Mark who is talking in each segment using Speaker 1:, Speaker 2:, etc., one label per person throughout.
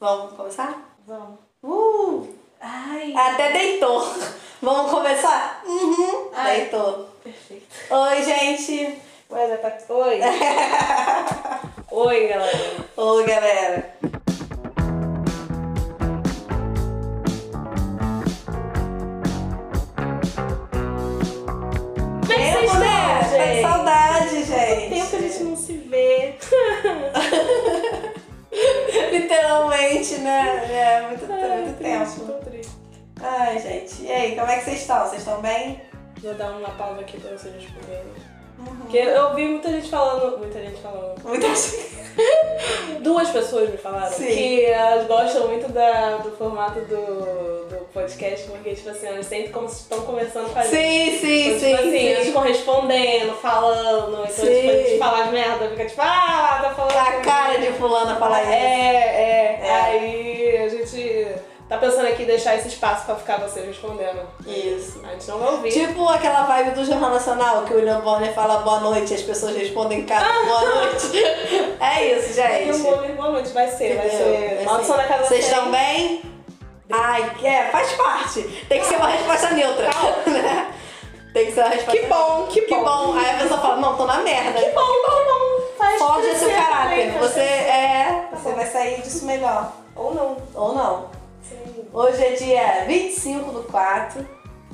Speaker 1: Vamos começar?
Speaker 2: Vamos.
Speaker 1: Uh!
Speaker 2: Ai.
Speaker 1: Até deitou. Vamos começar? Uhum.
Speaker 2: Ai.
Speaker 1: Deitou.
Speaker 2: Perfeito.
Speaker 1: Oi, gente.
Speaker 2: Ué, já tá. Oi. Oi, galera.
Speaker 1: Oi, galera.
Speaker 2: Como é
Speaker 1: Tempo, né? Tem saudade, gente.
Speaker 2: Tempo que a gente não se vê.
Speaker 1: Literalmente, né? É, muito, muito
Speaker 2: triste,
Speaker 1: tempo.
Speaker 2: Tô triste.
Speaker 1: Ai, gente. E aí, como é que vocês estão? Vocês estão bem?
Speaker 2: Vou dar uma pausa aqui pra vocês responderem.
Speaker 1: Uhum.
Speaker 2: Porque eu ouvi muita gente falando. Muita gente falando.
Speaker 1: Muita gente.
Speaker 2: Duas pessoas me falaram
Speaker 1: Sim.
Speaker 2: que elas gostam muito da- do formato do, do podcast, porque, tipo assim, elas sempre como se estão conversando com a gente.
Speaker 1: Sim, sim, sim.
Speaker 2: Então, tipo assim, eles
Speaker 1: sim.
Speaker 2: correspondendo, falando, então tipo, a
Speaker 1: Sim.
Speaker 2: gente fala as merda, fica tipo, ah, tá falando.
Speaker 1: A
Speaker 2: comigo."
Speaker 1: cara de fulana falar isso.
Speaker 2: É, é,
Speaker 1: É.
Speaker 2: Aí a gente tá pensando aqui em deixar esse espaço pra ficar vocês respondendo.
Speaker 1: Isso.
Speaker 2: A gente não vai ouvir.
Speaker 1: Tipo aquela vibe do Jornal Nacional, que o William Bonner fala boa noite e as pessoas respondem cada boa noite. É isso,
Speaker 2: E o
Speaker 1: gente.
Speaker 2: um Boa Boa Noite vai ser, vai
Speaker 1: Entendeu?
Speaker 2: ser.
Speaker 1: É
Speaker 2: Maldição
Speaker 1: assim.
Speaker 2: da casa
Speaker 1: Vocês
Speaker 2: Sem.
Speaker 1: estão bem? Ai, é, faz parte. Tem que ser uma resposta neutra. né? Tem que ser uma resposta
Speaker 2: Que bom, que
Speaker 1: Que
Speaker 2: bom.
Speaker 1: bom. Aí a pessoa fala, não, tô na merda.
Speaker 2: Que bom, que bom. Faz
Speaker 1: Forge
Speaker 2: crescer
Speaker 1: seu caráter.
Speaker 2: também,
Speaker 1: Você
Speaker 2: faz
Speaker 1: é. Você vai sair disso melhor.
Speaker 2: crescer. Ou não.
Speaker 1: Ou não.
Speaker 2: Sim.
Speaker 1: Hoje é dia 25 do 4.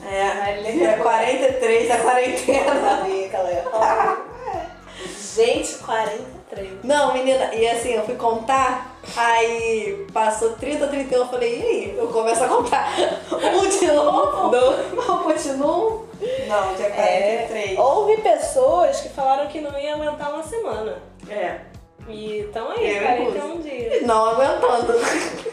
Speaker 1: É,
Speaker 2: Ai,
Speaker 1: dia
Speaker 2: legal.
Speaker 1: 43 da tá quarentena.
Speaker 2: sabia que ela
Speaker 1: né?
Speaker 2: ia falar. Gente, 43.
Speaker 1: Não, menina, e assim, eu fui contar, aí passou 30, 31, eu falei, e aí? Eu começo a contar. Um de novo?
Speaker 2: Não.
Speaker 1: Não, um? continuo? Não, dia 43.
Speaker 2: É, houve pessoas que falaram que não ia aguentar uma semana.
Speaker 1: É.
Speaker 2: E então um estão aí,
Speaker 1: Eu
Speaker 2: 41 dias.
Speaker 1: Não aguentando.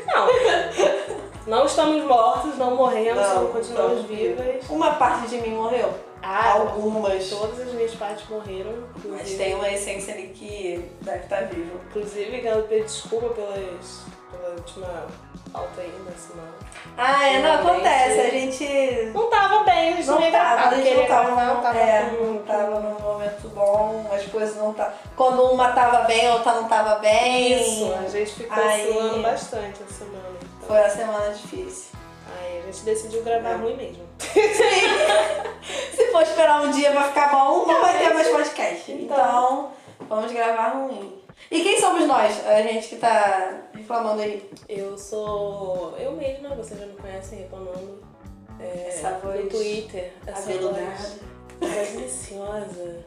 Speaker 2: Não. Não estamos mortos, não morremos,
Speaker 1: Não,
Speaker 2: não, continuamos
Speaker 1: estamos
Speaker 2: vivas.
Speaker 1: Uma parte de mim morreu.
Speaker 2: Ah,
Speaker 1: Algumas.
Speaker 2: Todas as minhas partes morreram.
Speaker 1: Mas
Speaker 2: inclusive-
Speaker 1: tem uma essência ali que deve tá estar vivo.
Speaker 2: Inclusive, quero pedir desculpa pelas, pela última falta aí da semana.
Speaker 1: Ah, é, não,
Speaker 2: Finalmente.
Speaker 1: acontece. A gente é
Speaker 2: Não tava bem, a gente não
Speaker 1: não
Speaker 2: ia gravar,
Speaker 1: tava, a gente
Speaker 2: queria
Speaker 1: não tava,
Speaker 2: gravar, não tava
Speaker 1: é,
Speaker 2: com- um
Speaker 1: não tava num momento bom, as coisas não tá. Quando uma tava bem, a outra não tava bem.
Speaker 2: Isso, a gente ficou
Speaker 1: Aí-
Speaker 2: oscilando bastante essa semana. Então,
Speaker 1: Foi a semana difícil.
Speaker 2: Aí a gente decidiu gravar
Speaker 1: É.
Speaker 2: ruim mesmo.
Speaker 1: Se for esperar um dia pra ficar bom, não vai ter mais podcast. Então,
Speaker 2: Então.
Speaker 1: vamos gravar ruim. E quem somos nós? A gente que tá reclamando aí.
Speaker 2: Eu sou eu mesma, vocês já me conhecem reclamando. É,
Speaker 1: Essa voz
Speaker 2: No Twitter,
Speaker 1: Tá
Speaker 2: essa
Speaker 1: Aveludada.
Speaker 2: voz, voz deliciosa,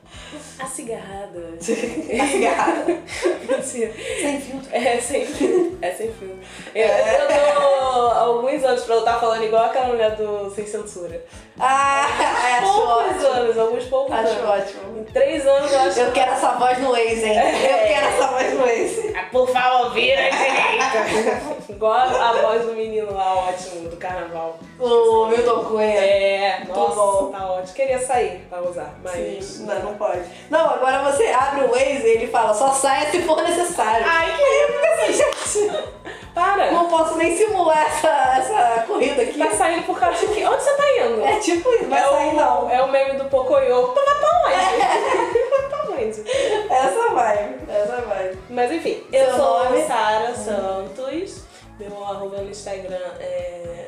Speaker 2: acigarrada.
Speaker 1: Tá cigarrada.
Speaker 2: Mentira.
Speaker 1: Sem filtro.
Speaker 2: É sem filme. É sem filme. Eu,
Speaker 1: É.
Speaker 2: eu tô há alguns anos pra eu estar falando igual aquela mulher do Sem Censura.
Speaker 1: Ah, acho
Speaker 2: poucos
Speaker 1: ótimo.
Speaker 2: anos, alguns poucos
Speaker 1: Acho
Speaker 2: anos.
Speaker 1: ótimo.
Speaker 2: Em três anos eu acho
Speaker 1: Eu quero essa voz no ex, hein? Eu quero essa voz no ex.
Speaker 2: Ah, Por favor, vira à direita. Igual a a voz do menino lá, ótimo, do carnaval.
Speaker 1: O Milton Cunha.
Speaker 2: É,
Speaker 1: Muito
Speaker 2: nossa,
Speaker 1: bom.
Speaker 2: tá ótimo. Queria sair pra usar, mas...
Speaker 1: Sim, não, não pode. Não, agora você abre o Waze e ele fala, só saia se for necessário.
Speaker 2: Ai, que lindo, gente. Para.
Speaker 1: Não posso nem simular essa, essa corrida aqui.
Speaker 2: Tá saindo por causa de quê? Onde você tá indo?
Speaker 1: É tipo, isso, vai
Speaker 2: É
Speaker 1: sair
Speaker 2: o,
Speaker 1: não. Então
Speaker 2: É o meme do Pocoyo. Tá pra onde? Tá pra onde?
Speaker 1: Essa vai, essa vai.
Speaker 2: Mas enfim,
Speaker 1: Seu
Speaker 2: eu sou
Speaker 1: nome? Uhum.
Speaker 2: Sara Santos. Meu arroba no Instagram é...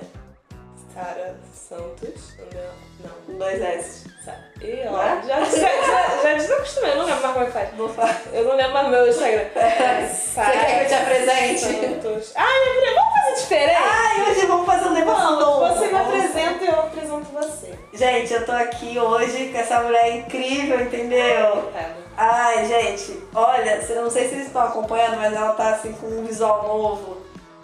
Speaker 2: Sara Santos. Não, não.
Speaker 1: Dois S.
Speaker 2: Sa- Ih, ó,
Speaker 1: Né?
Speaker 2: já, já, já, já desacostumei, eu não lembro mais como é que faz.
Speaker 1: Vou falar.
Speaker 2: Eu não lembro mais meu Instagram.
Speaker 1: É.
Speaker 2: Sara
Speaker 1: Você quer que eu te apresente?
Speaker 2: Santos. Ai, minha filha, vamos fazer diferente?
Speaker 1: Ai, hoje vamos fazer um negócio novo.
Speaker 2: você me
Speaker 1: Vamos-
Speaker 2: apresenta e eu apresento você.
Speaker 1: Gente, eu tô aqui hoje com essa mulher incrível, entendeu?
Speaker 2: Coitada.
Speaker 1: Ai, gente, olha, eu não sei se vocês estão acompanhando, mas ela tá assim com um visual novo,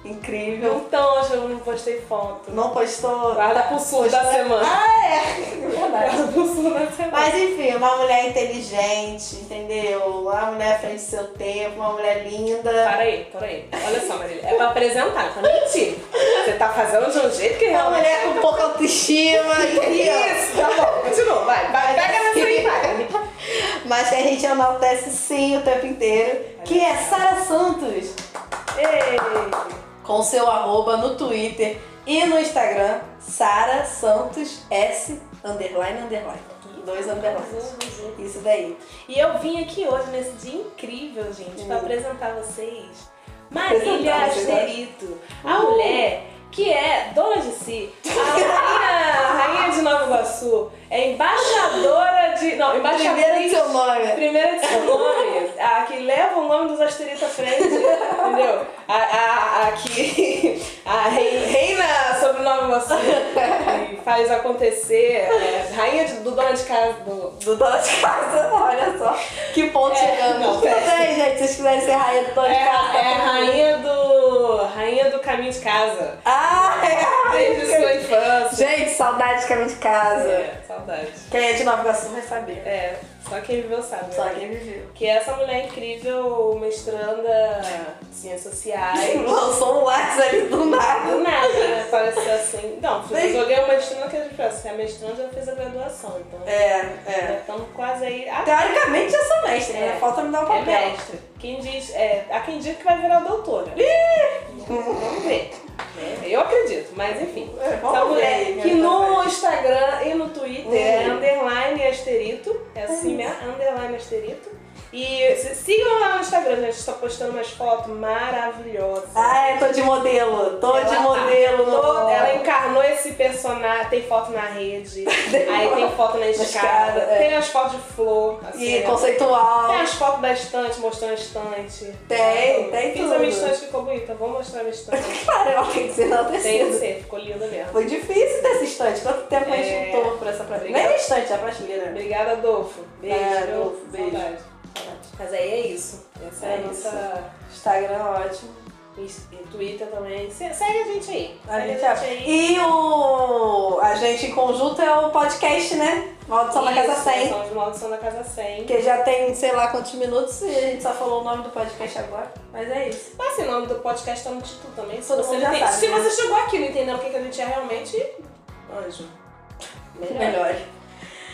Speaker 1: incrível.
Speaker 2: Então, acho que eu não postei foto.
Speaker 1: Não postou.
Speaker 2: Guarda pro sul da semana.
Speaker 1: Ah, é! Verdade.
Speaker 2: Guarda pro sul da semana.
Speaker 1: Mas enfim, uma mulher inteligente, entendeu? Uma mulher à frente do seu tempo, uma mulher linda.
Speaker 2: Para aí, para aí. Olha só, Marília, é pra apresentar, tá mentira. Você tá fazendo de um jeito que
Speaker 1: Uma
Speaker 2: realmente...
Speaker 1: mulher com pouca autoestima, entendeu?
Speaker 2: Isso, tá bom, continua, vai. vai pega essa aí, vai.
Speaker 1: Mas que a gente enaltece sim o tempo inteiro, que é Sara Santos,
Speaker 2: Ei.
Speaker 1: com seu arroba no Twitter e no Instagram, Sara Santos S underline underline. Dois underlines. Isso daí.
Speaker 2: E eu vim aqui hoje nesse dia incrível, gente, pra
Speaker 1: Hum.
Speaker 2: apresentar vocês né? Marília
Speaker 1: Apresentar, vocês
Speaker 2: Asterito, a mulher que é dona de si, a rainha, a rainha de Nova Iguaçu, é embaixadora de. Não, embaixadora.
Speaker 1: Primeiro que seu nome.
Speaker 2: Primeira de seu nome, a que leva o nome dos asteritos à frente, entendeu? A, a, a que a rei- reina sobre o nome você e faz acontecer, é, rainha de- do dono de casa, do,
Speaker 1: Do dono de casa, olha só. Que ponto
Speaker 2: É,
Speaker 1: chegamos.
Speaker 2: não,
Speaker 1: Tudo bem, gente, se vocês quiserem ser rainha do tá dono
Speaker 2: é,
Speaker 1: de casa.
Speaker 2: é a rainha do, rainha do caminho de casa,
Speaker 1: Ah,
Speaker 2: desde sua
Speaker 1: é.
Speaker 2: infância.
Speaker 1: Gente, saudade de caminho de casa.
Speaker 2: É, saudade.
Speaker 1: Quem é de Nova Iguaçu vai saber.
Speaker 2: É, só quem viveu sabe.
Speaker 1: Só
Speaker 2: né?
Speaker 1: quem viveu.
Speaker 2: Que essa mulher incrível, mestranda em ciências sociais.
Speaker 1: Lançou um lápis ali do nada.
Speaker 2: Do nada, né? Pareceu assim. Não, eu joguei uma mestrando que a gente pensa, a mestrando já fez a graduação, então.
Speaker 1: É,
Speaker 2: Já
Speaker 1: é. Tá
Speaker 2: estamos quase aí. Ah,
Speaker 1: Teoricamente já sou mestre, né?
Speaker 2: É.
Speaker 1: Falta me dar um
Speaker 2: é
Speaker 1: papel.
Speaker 2: mestre. Quem diz, é, há quem diga que vai virar doutora. Vamos ver. né? Eu acredito, mas enfim.
Speaker 1: É, vamos
Speaker 2: Essa
Speaker 1: ver aí,
Speaker 2: mulher
Speaker 1: né,
Speaker 2: que no
Speaker 1: também.
Speaker 2: Instagram e no Twitter é,
Speaker 1: É.
Speaker 2: underline asterito. É
Speaker 1: Hum.
Speaker 2: assim mesmo, underline asterito. E se- sigam lá no Instagram, né? a gente está postando umas fotos maravilhosas.
Speaker 1: Ah, é, tô de modelo. Tô de
Speaker 2: Ela- tá.
Speaker 1: modelo. no-
Speaker 2: Todo- ela encarnou esse personagem, tem foto na rede, aí tem foto na escada,
Speaker 1: escada, é.
Speaker 2: tem as fotos de flor, assim,
Speaker 1: E
Speaker 2: né?
Speaker 1: conceitual.
Speaker 2: tem as fotos da estante, mostrando a estante. Né?
Speaker 1: Tem, tem
Speaker 2: Fiz
Speaker 1: tudo.
Speaker 2: a minha estante, ficou bonita, vou mostrar a minha estante.
Speaker 1: Cara, ela tem que ser
Speaker 2: tem que
Speaker 1: enaltecida.
Speaker 2: ser, ficou linda mesmo.
Speaker 1: Foi difícil ter essa estante. Quanto tempo a
Speaker 2: É.
Speaker 1: gente lutou por essa prateleira?
Speaker 2: Obrigada.
Speaker 1: Nem a estante, é a prateleira.
Speaker 2: Obrigada, Adolfo. Beijo,
Speaker 1: É,
Speaker 2: viu?
Speaker 1: Adolfo, beijo.
Speaker 2: Saudade. Mas aí é isso. Essa é,
Speaker 1: É
Speaker 2: a nossa
Speaker 1: Instagram ótimo.
Speaker 2: e Twitter também. Se- Segue a gente aí.
Speaker 1: A
Speaker 2: Segue
Speaker 1: gente é... E o... A gente em conjunto é o podcast, né? Maldição da Casa
Speaker 2: Isso,
Speaker 1: 100.
Speaker 2: Maldição de Maldição da Casa 100.
Speaker 1: Porque já tem sei lá quantos minutos e a gente só falou o nome do podcast agora. Mas é isso.
Speaker 2: Mas assim, o nome do podcast tá no título também. Se,
Speaker 1: Todo
Speaker 2: você,
Speaker 1: mundo já
Speaker 2: não entende-
Speaker 1: sabe,
Speaker 2: se
Speaker 1: né?
Speaker 2: você chegou aqui e não entendeu o que, que a gente é realmente, anjo. Melhor.
Speaker 1: Melhor.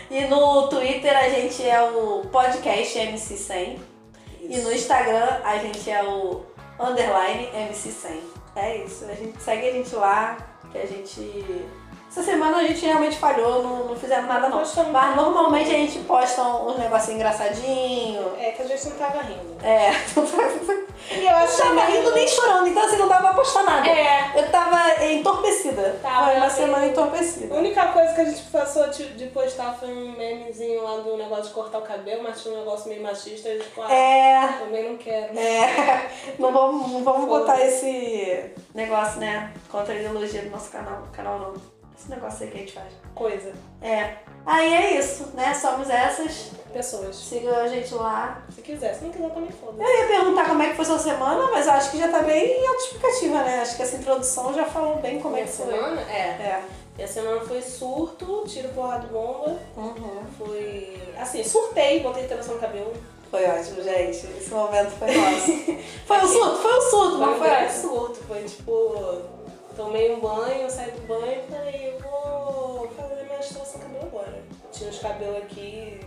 Speaker 1: E no Twitter a gente é o podcast MC100. E no Instagram a gente é o underline MC100. É isso, a gente segue a gente lá, que a gente. Essa semana a gente realmente falhou, não, não fizemos nada não.
Speaker 2: Postamos.
Speaker 1: Mas normalmente a gente posta um, uns negocinhos engraçadinhos.
Speaker 2: É que a gente não tava rindo.
Speaker 1: É,
Speaker 2: E eu
Speaker 1: eu tava rindo nem chorando, então assim não dava pra postar nada.
Speaker 2: É.
Speaker 1: Eu tava entorpecida.
Speaker 2: Tava
Speaker 1: Foi uma
Speaker 2: bem.
Speaker 1: semana
Speaker 2: A
Speaker 1: entorpecida.
Speaker 2: única coisa que a gente passou de, de postar foi um memezinho lá do negócio de cortar o cabelo, mas tinha um negócio meio machista. e Tipo, ah,
Speaker 1: É.
Speaker 2: também não quero.
Speaker 1: É, não vamos, não vamos botar esse negócio, né? Contra a ideologia do nosso canal. Canal não. Esse negócio aí que a gente faz.
Speaker 2: Coisa.
Speaker 1: É. Aí é isso, né? Somos essas.
Speaker 2: Pessoas.
Speaker 1: Siga a gente lá.
Speaker 2: Se quiser. Se não quiser, também foda.
Speaker 1: Eu ia perguntar como é que foi sua semana, mas eu acho que já tá bem autoexplicativa, né? Acho que essa introdução já falou bem como é que foi.
Speaker 2: É.
Speaker 1: É.
Speaker 2: Minha semana foi surto, tiro, porrada, bomba.
Speaker 1: Uhum.
Speaker 2: Foi... Assim, surtei, botei trança no cabelo.
Speaker 1: Foi ótimo, gente. Esse momento foi nosso. foi um surto, foi um surto,
Speaker 2: Foi
Speaker 1: mas
Speaker 2: um
Speaker 1: foi
Speaker 2: grande
Speaker 1: ótimo.
Speaker 2: surto, foi tipo, tomei um banho, saí do banho e falei, eu vou fazer minha extração cabelo agora. Tinha os cabelos aqui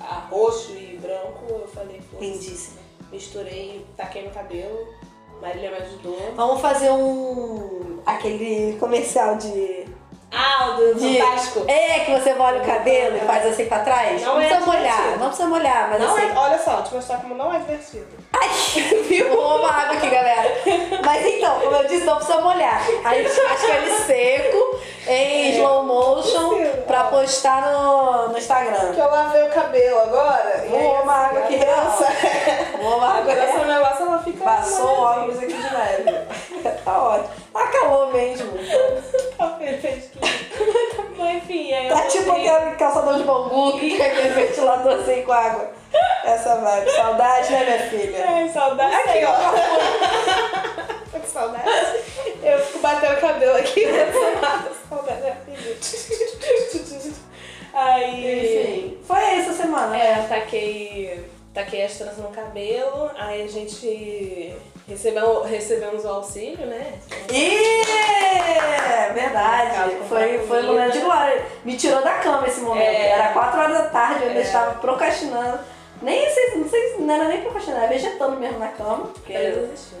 Speaker 2: a roxo e branco, eu falei, pô,
Speaker 1: Lindíssimo.
Speaker 2: misturei, taquei no cabelo, Marília me ajudou.
Speaker 1: Vamos fazer um. aquele comercial de.
Speaker 2: Ah, o do
Speaker 1: De-
Speaker 2: Fantástico!
Speaker 1: É, que você molha o cabelo e faz assim pra trás?
Speaker 2: Não
Speaker 1: Não,
Speaker 2: é
Speaker 1: precisa molhar,
Speaker 2: divertido.
Speaker 1: não precisa molhar, mas
Speaker 2: Não
Speaker 1: assim.
Speaker 2: é, olha só, te mostrar como não é divertido.
Speaker 1: Viu? Uma água aqui, galera. Mas então, como eu disse, não precisa molhar. A gente acha ele seco, em
Speaker 2: É.
Speaker 1: slow motion,
Speaker 2: Possível.
Speaker 1: pra postar no, no Instagram.
Speaker 2: eu lavei o cabelo agora.
Speaker 1: Voou uma água aqui, nossa. Voou uma água
Speaker 2: Agora
Speaker 1: aqui.
Speaker 2: esse negócio ela fica. assim.
Speaker 1: Passou o
Speaker 2: molhadinha.
Speaker 1: óculos aqui de leve. Tá ótimo. Tá calor mesmo.
Speaker 2: Café fresquinho. Mas enfim, é um aí eu
Speaker 1: Tá tipo
Speaker 2: voltei.
Speaker 1: aquele calçador de bambu que fica aquele ventilador assim com água. Essa vibe. Saudade, né, minha filha?
Speaker 2: Ai, É, saudade.
Speaker 1: Aqui, ó.
Speaker 2: Tô com saudade. Eu fico batendo o cabelo aqui. né? saudade é Aí.
Speaker 1: Enfim, foi essa semana.
Speaker 2: É, eu taquei. Taquei as tranças no cabelo, aí a gente recebeu, recebemos o auxílio, né?
Speaker 1: E é verdade. Foi, foi um momento de glória. Me tirou da cama esse momento.
Speaker 2: É.
Speaker 1: Era 4 horas da tarde, eu ainda
Speaker 2: É.
Speaker 1: estava procrastinando. Nem sei, não sei, não era nem procrastinando, era vegetando mesmo na cama. Porque
Speaker 2: Aí eu desisti.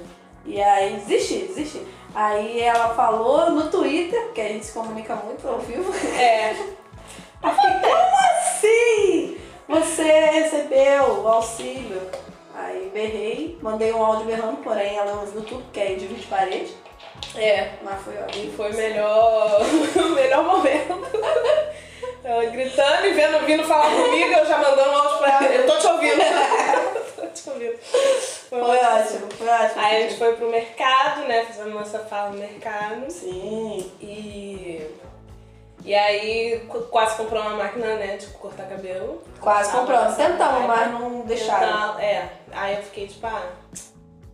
Speaker 1: E aí desisti, desisti. Aí ela falou no Twitter, porque a gente se comunica muito ao vivo.
Speaker 2: É,
Speaker 1: Eu falei, como assim? Você recebeu o auxílio? Aí Aí berrei, mandei um áudio berrando, porém ela não ouviu tudo, porque é de vídeo de parede.
Speaker 2: É.
Speaker 1: Mas foi
Speaker 2: E
Speaker 1: ótimo.
Speaker 2: foi o melhor, o melhor momento. Ela gritando e vendo, vindo falar comigo, eu já mandando um áudio pra ela. Eu tô te ouvindo. tô te ouvindo. Foi,
Speaker 1: Foi ótimo, foi ótimo.
Speaker 2: Aí a gente foi pro mercado, né? Fizemos nossa fala no mercado.
Speaker 1: Sim.
Speaker 2: E. E aí qu- quase comprou uma máquina, né? De cortar cabelo.
Speaker 1: Quase
Speaker 2: Tava-
Speaker 1: compramos. Tentamos,
Speaker 2: Aí,
Speaker 1: mas não deixaram.
Speaker 2: Então, é. Aí eu fiquei tipo, ah,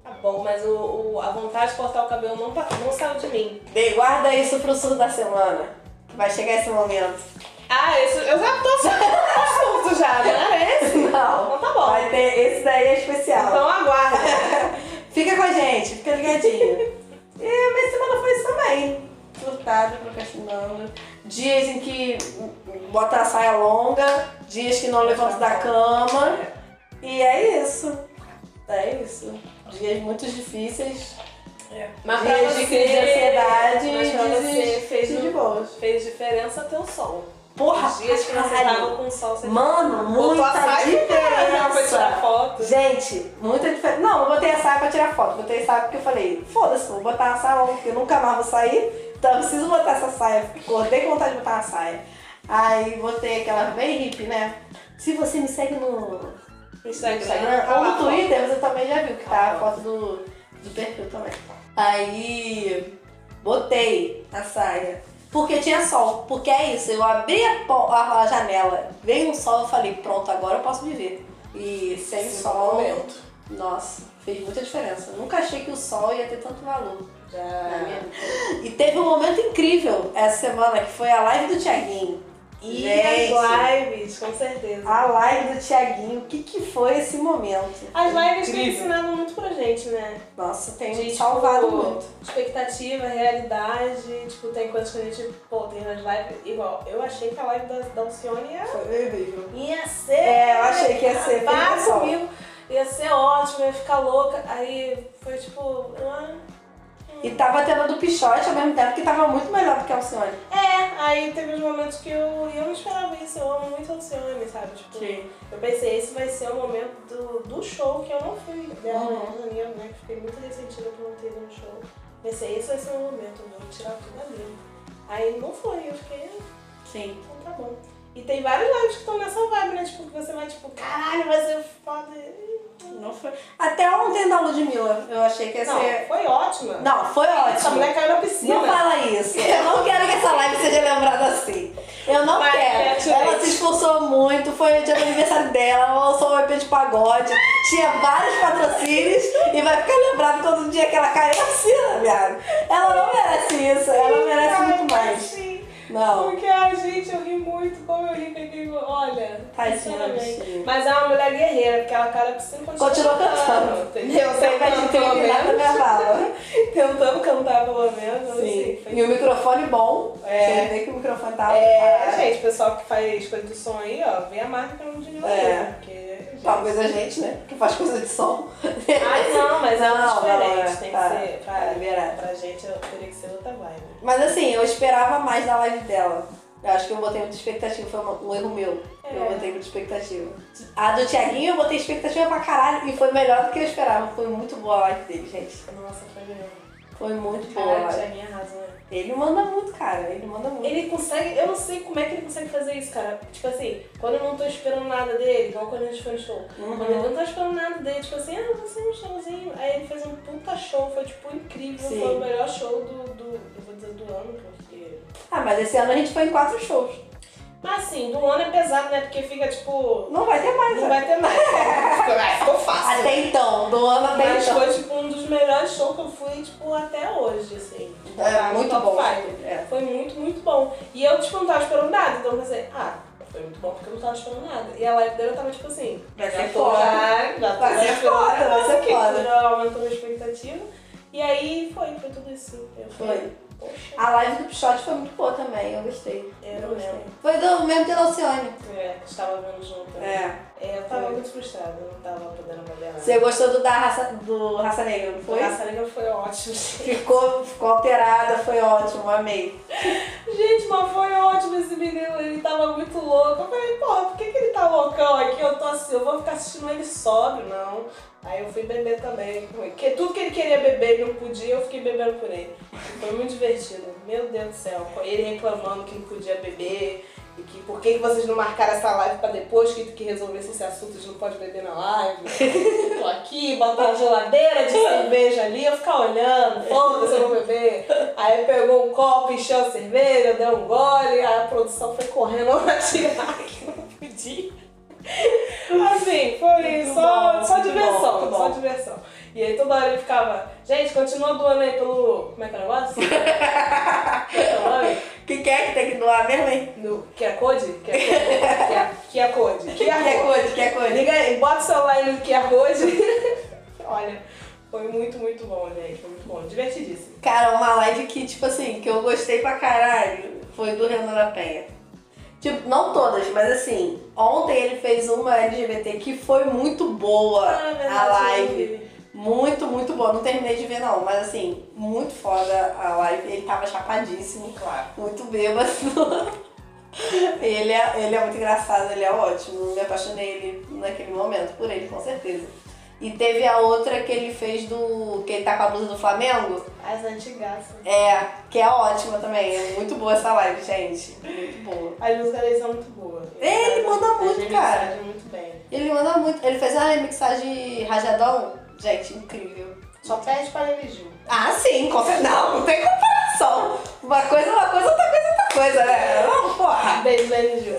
Speaker 2: tá bom, mas o, o- a vontade de cortar o cabelo não, pa- não saiu de mim.
Speaker 1: Bem, guarda isso pro sul da semana. que Vai chegar esse momento.
Speaker 2: Ah, esse, eu já tô sabendo assunto já,
Speaker 1: É
Speaker 2: não era esse?
Speaker 1: Não.
Speaker 2: Então tá bom.
Speaker 1: Vai ter, esse daí é especial.
Speaker 2: Então aguarda.
Speaker 1: Fica com a gente, fica ligadinho. e a minha semana foi isso também. Surtado, procrastinando. Dias em que bota a saia longa, dias que não levanto da cama. E é isso. É isso. Dias muito difíceis.
Speaker 2: É.
Speaker 1: dias de crise de ansiedade.
Speaker 2: mas pra
Speaker 1: dias
Speaker 2: você fez,
Speaker 1: dias de
Speaker 2: um-
Speaker 1: boas.
Speaker 2: fez diferença ter o sol.
Speaker 1: Porra,
Speaker 2: Os dias que você
Speaker 1: caralho.
Speaker 2: tava com sol, você
Speaker 1: Mano,
Speaker 2: botou a
Speaker 1: muita
Speaker 2: saia e foi pra tirar
Speaker 1: diferença.
Speaker 2: foto.
Speaker 1: Gente, muita diferença. Não, eu botei a saia pra tirar foto. Botei a saia porque eu falei, foda-se, vou botar a saia longa, porque eu nunca mais vou sair. Então eu preciso botar essa saia. Acordei com vontade de botar uma saia. Aí botei aquela bem hippie, né? Se você me segue no
Speaker 2: Instagram.
Speaker 1: Instagram
Speaker 2: tá
Speaker 1: ou
Speaker 2: lá
Speaker 1: no
Speaker 2: a foto.
Speaker 1: Twitter, você também já viu que tá
Speaker 2: Ah,
Speaker 1: a foto do, do perfil também. Aí botei a saia. Porque tinha sol. Porque é isso, eu abri a, po- a- a janela, veio um sol, eu falei, pronto, agora eu posso viver. E sem
Speaker 2: Sim,
Speaker 1: sol.
Speaker 2: momento.
Speaker 1: Nossa, fez muita diferença. Nunca achei que o sol ia ter tanto valor na minha
Speaker 2: Já.
Speaker 1: vida. E teve um momento incrível essa semana, que foi a live do Tiaguinho.
Speaker 2: E
Speaker 1: Gente. Ah,
Speaker 2: as lives, com certeza.
Speaker 1: A live do Tiaguinho, o que, que foi esse momento?
Speaker 2: As lives têm
Speaker 1: Incrível.
Speaker 2: ensinado muito pra gente, né?
Speaker 1: Nossa, tem
Speaker 2: De,
Speaker 1: salvado
Speaker 2: tipo,
Speaker 1: muito.
Speaker 2: Expectativa, realidade, tipo, tem coisas que a gente, pô, tem nas lives. Igual, eu achei que a live da, da Alcione ia,
Speaker 1: Foi bebível.
Speaker 2: ia ser.
Speaker 1: É, eu achei que ia ser
Speaker 2: acabar
Speaker 1: bem pessoal.
Speaker 2: comigo, ia ser ótimo, ia ficar louca. Aí foi tipo. ah,
Speaker 1: E tava tendo a do Pichote ao mesmo tempo que tava muito melhor do que a Alcione.
Speaker 2: É, aí teve os momentos que eu, eu não esperava isso, eu amo muito a Alcione, sabe? Tipo, Eu pensei, esse vai ser o momento do, do show que eu não fui dela,
Speaker 1: Uhum.
Speaker 2: né? Na minha né? Fiquei muito ressentida por não ter ido no show. Pensei, esse vai ser o momento, eu vou tirar tudo ali. Aí não foi, eu fiquei, ah,
Speaker 1: Sim.
Speaker 2: então tá bom. E tem vários lives que estão nessa vibe, né? Tipo, que você vai tipo, caralho, vai ser foda.
Speaker 1: Não foi. Até ontem da Ludmilla, eu achei que ia
Speaker 2: Não,
Speaker 1: ser.
Speaker 2: foi ótima.
Speaker 1: Não, foi
Speaker 2: Essa
Speaker 1: ótimo.
Speaker 2: mulher caiu na piscina.
Speaker 1: Não fala isso. Eu não quero que essa live seja lembrada assim. Eu não
Speaker 2: Vai,
Speaker 1: quero.
Speaker 2: Beth,
Speaker 1: Ela
Speaker 2: Beth.
Speaker 1: se esforçou muito, foi o dia do aniversário dela, ela lançou um EP de pagode, tinha vários patrocínios e vai ficar lembrado todo dia que ela caiu na piscina, viado. Ela não merece isso, ela merece
Speaker 2: Ai,
Speaker 1: muito mais.
Speaker 2: Sim.
Speaker 1: Não.
Speaker 2: Porque, ai, gente, eu ri muito, como eu ri com aquele. Olha,
Speaker 1: Tadinha,
Speaker 2: sinceramente.
Speaker 1: bichinha.
Speaker 2: Mas é uma mulher guerreira, porque ela cara piscina
Speaker 1: Continuou cantando.
Speaker 2: Entendeu?
Speaker 1: Sem mais
Speaker 2: Tentando, pelo
Speaker 1: dificuldade
Speaker 2: menos.
Speaker 1: na fala.
Speaker 2: Tentando cantar, pelo menos.
Speaker 1: Sim.
Speaker 2: Assim, foi-
Speaker 1: E o microfone bom.
Speaker 2: É.
Speaker 1: Você vê que o microfone tá.
Speaker 2: É, gente, o pessoal que faz coisa do som aí, ó, vê a marca que eu não digo
Speaker 1: É.
Speaker 2: Porque,
Speaker 1: Talvez a gente, né? Que faz coisa de som.
Speaker 2: Ai, não, mas é
Speaker 1: Não,
Speaker 2: muito diferente.
Speaker 1: não, é,
Speaker 2: tem
Speaker 1: tá,
Speaker 2: que ser. Pra,
Speaker 1: é verdade.
Speaker 2: pra gente, eu teria que ser outra vibe.
Speaker 1: Mas assim, eu esperava mais da live dela. Eu acho que eu botei muita expectativa, foi um um erro meu. Eu
Speaker 2: É.
Speaker 1: botei muita expectativa. A do Tiaguinho eu botei expectativa pra caralho e foi melhor do que eu esperava. Foi muito boa a live dele, gente.
Speaker 2: Nossa, foi mesmo.
Speaker 1: Foi muito boa a
Speaker 2: Caralho,
Speaker 1: live.
Speaker 2: tinha minha razão.
Speaker 1: Ele manda muito, cara. Ele manda muito.
Speaker 2: Ele consegue, eu não sei como é que ele consegue fazer isso, cara. Tipo assim, quando eu não tô esperando nada dele, igual quando a gente foi no show.
Speaker 1: Uhum.
Speaker 2: Quando eu não tô esperando nada dele, tipo assim, ah, você um showzinho. Aí ele fez um puta show, foi tipo incrível,
Speaker 1: Sim.
Speaker 2: foi o melhor show do, do, eu vou dizer do ano, porque...
Speaker 1: Ah, mas esse ano a gente foi em quatro shows.
Speaker 2: Mas assim, do ano é pesado, né, porque fica tipo,
Speaker 1: Não vai ter mais, né?
Speaker 2: não vai ter mais. Vai, Ficou fácil.
Speaker 1: Até então, do ano até
Speaker 2: Mas
Speaker 1: então.
Speaker 2: foi tipo um dos melhores shows que eu fui, tipo, até hoje, assim.
Speaker 1: É,
Speaker 2: No
Speaker 1: muito
Speaker 2: top
Speaker 1: bom.
Speaker 2: five.
Speaker 1: É.
Speaker 2: Foi muito, muito bom. E eu, tipo, não tava esperando nada. Então eu pensei, ah, foi muito bom porque eu não tava esperando nada. E a live dela tava tipo assim,
Speaker 1: Vai
Speaker 2: já
Speaker 1: ser
Speaker 2: tô
Speaker 1: foda.
Speaker 2: lá, já tô
Speaker 1: Vai
Speaker 2: lá
Speaker 1: ser
Speaker 2: esperando Então,
Speaker 1: foda,
Speaker 2: nada,
Speaker 1: vai ser
Speaker 2: porque
Speaker 1: foda.
Speaker 2: Já aumentou minha expectativa. E aí foi, foi tudo isso. Eu
Speaker 1: Foi.
Speaker 2: falei, poxa,
Speaker 1: A live do Pichote foi muito boa também, eu gostei.
Speaker 2: eu não
Speaker 1: gostei.
Speaker 2: lembro.
Speaker 1: Foi do mesmo dia da Alcione.
Speaker 2: É, a gente tava vendo junto. né?
Speaker 1: É.
Speaker 2: É, eu tava
Speaker 1: Foi.
Speaker 2: muito frustrada, eu não tava podendo mandar nada.
Speaker 1: Você gostou do da raça, do raça negra, não foi?
Speaker 2: A Sarega foi assim. ótimo, gente.
Speaker 1: Ficou, ficou alterada, foi ótimo, amei.
Speaker 2: Gente, mas foi ótimo esse menino, ele tava muito louco. Eu falei, porra, por que, que ele tá loucão aqui? Eu tô assim, eu vou ficar assistindo ele sóbrio, não. Aí eu fui beber também com ele. Porque tudo que ele queria beber e não podia, eu fiquei bebendo por ele. Foi muito divertido. Meu Deus do céu. Ele reclamando que não podia beber. E que por que que vocês não marcaram essa live pra depois que, que resolvesse esse assunto, a gente não pode beber na live. Tô aqui, botar a geladeira de cerveja ali, eu ficar olhando, foda-se, eu vou beber. Aí pegou um copo, encheu a cerveja, deu um gole, aí a produção foi correndo pra tirar que eu não podia. Assim, foi
Speaker 1: Muito
Speaker 2: só,
Speaker 1: bom,
Speaker 2: só
Speaker 1: muito
Speaker 2: diversão,
Speaker 1: bom, muito
Speaker 2: só
Speaker 1: bom.
Speaker 2: diversão. E aí toda hora ele ficava, gente, continua doando aí pelo. Como é que é o negócio? Como é que é o nome?
Speaker 1: Que quer que tem que doar mesmo, hein?
Speaker 2: No QR Code? QR Code? QR Code?
Speaker 1: Que é coisa, que é coisa.
Speaker 2: Liga aí, bota o celular aí no QR Code. Olha, foi muito, muito bom, gente. Foi muito bom. Divertidíssimo.
Speaker 1: Cara, uma live que, tipo assim, que eu gostei pra caralho foi do Renan da Penha. Tipo, não todas, mas assim, ontem ele fez uma LGBT que foi muito boa
Speaker 2: Ah,
Speaker 1: a live. Muito, muito boa. Não terminei de ver não, mas assim, muito foda a live. Ele tava chapadíssimo,
Speaker 2: Claro.
Speaker 1: muito bêbado. ele, é, ele é muito engraçado, ele é ótimo. Me apaixonei ele naquele momento por ele, com certeza. E teve a outra que ele fez do. que ele tá com a blusa do Flamengo.
Speaker 2: As antigas.
Speaker 1: É, que é ótima também. É muito boa essa live, gente. Muito boa.
Speaker 2: As músicas dele são muito boas.
Speaker 1: É, ele manda
Speaker 2: As
Speaker 1: muito,
Speaker 2: remixagens
Speaker 1: cara.
Speaker 2: muito bem.
Speaker 1: Ele manda muito. Ele fez uma remixagem rajadão. Gente, incrível.
Speaker 2: Só pede pra religião.
Speaker 1: Ah, sim, com certeza. Não, não tem comparação. Uma coisa é uma coisa, outra coisa é outra coisa, né? Não, porra.
Speaker 2: Ah, Beijo, religião.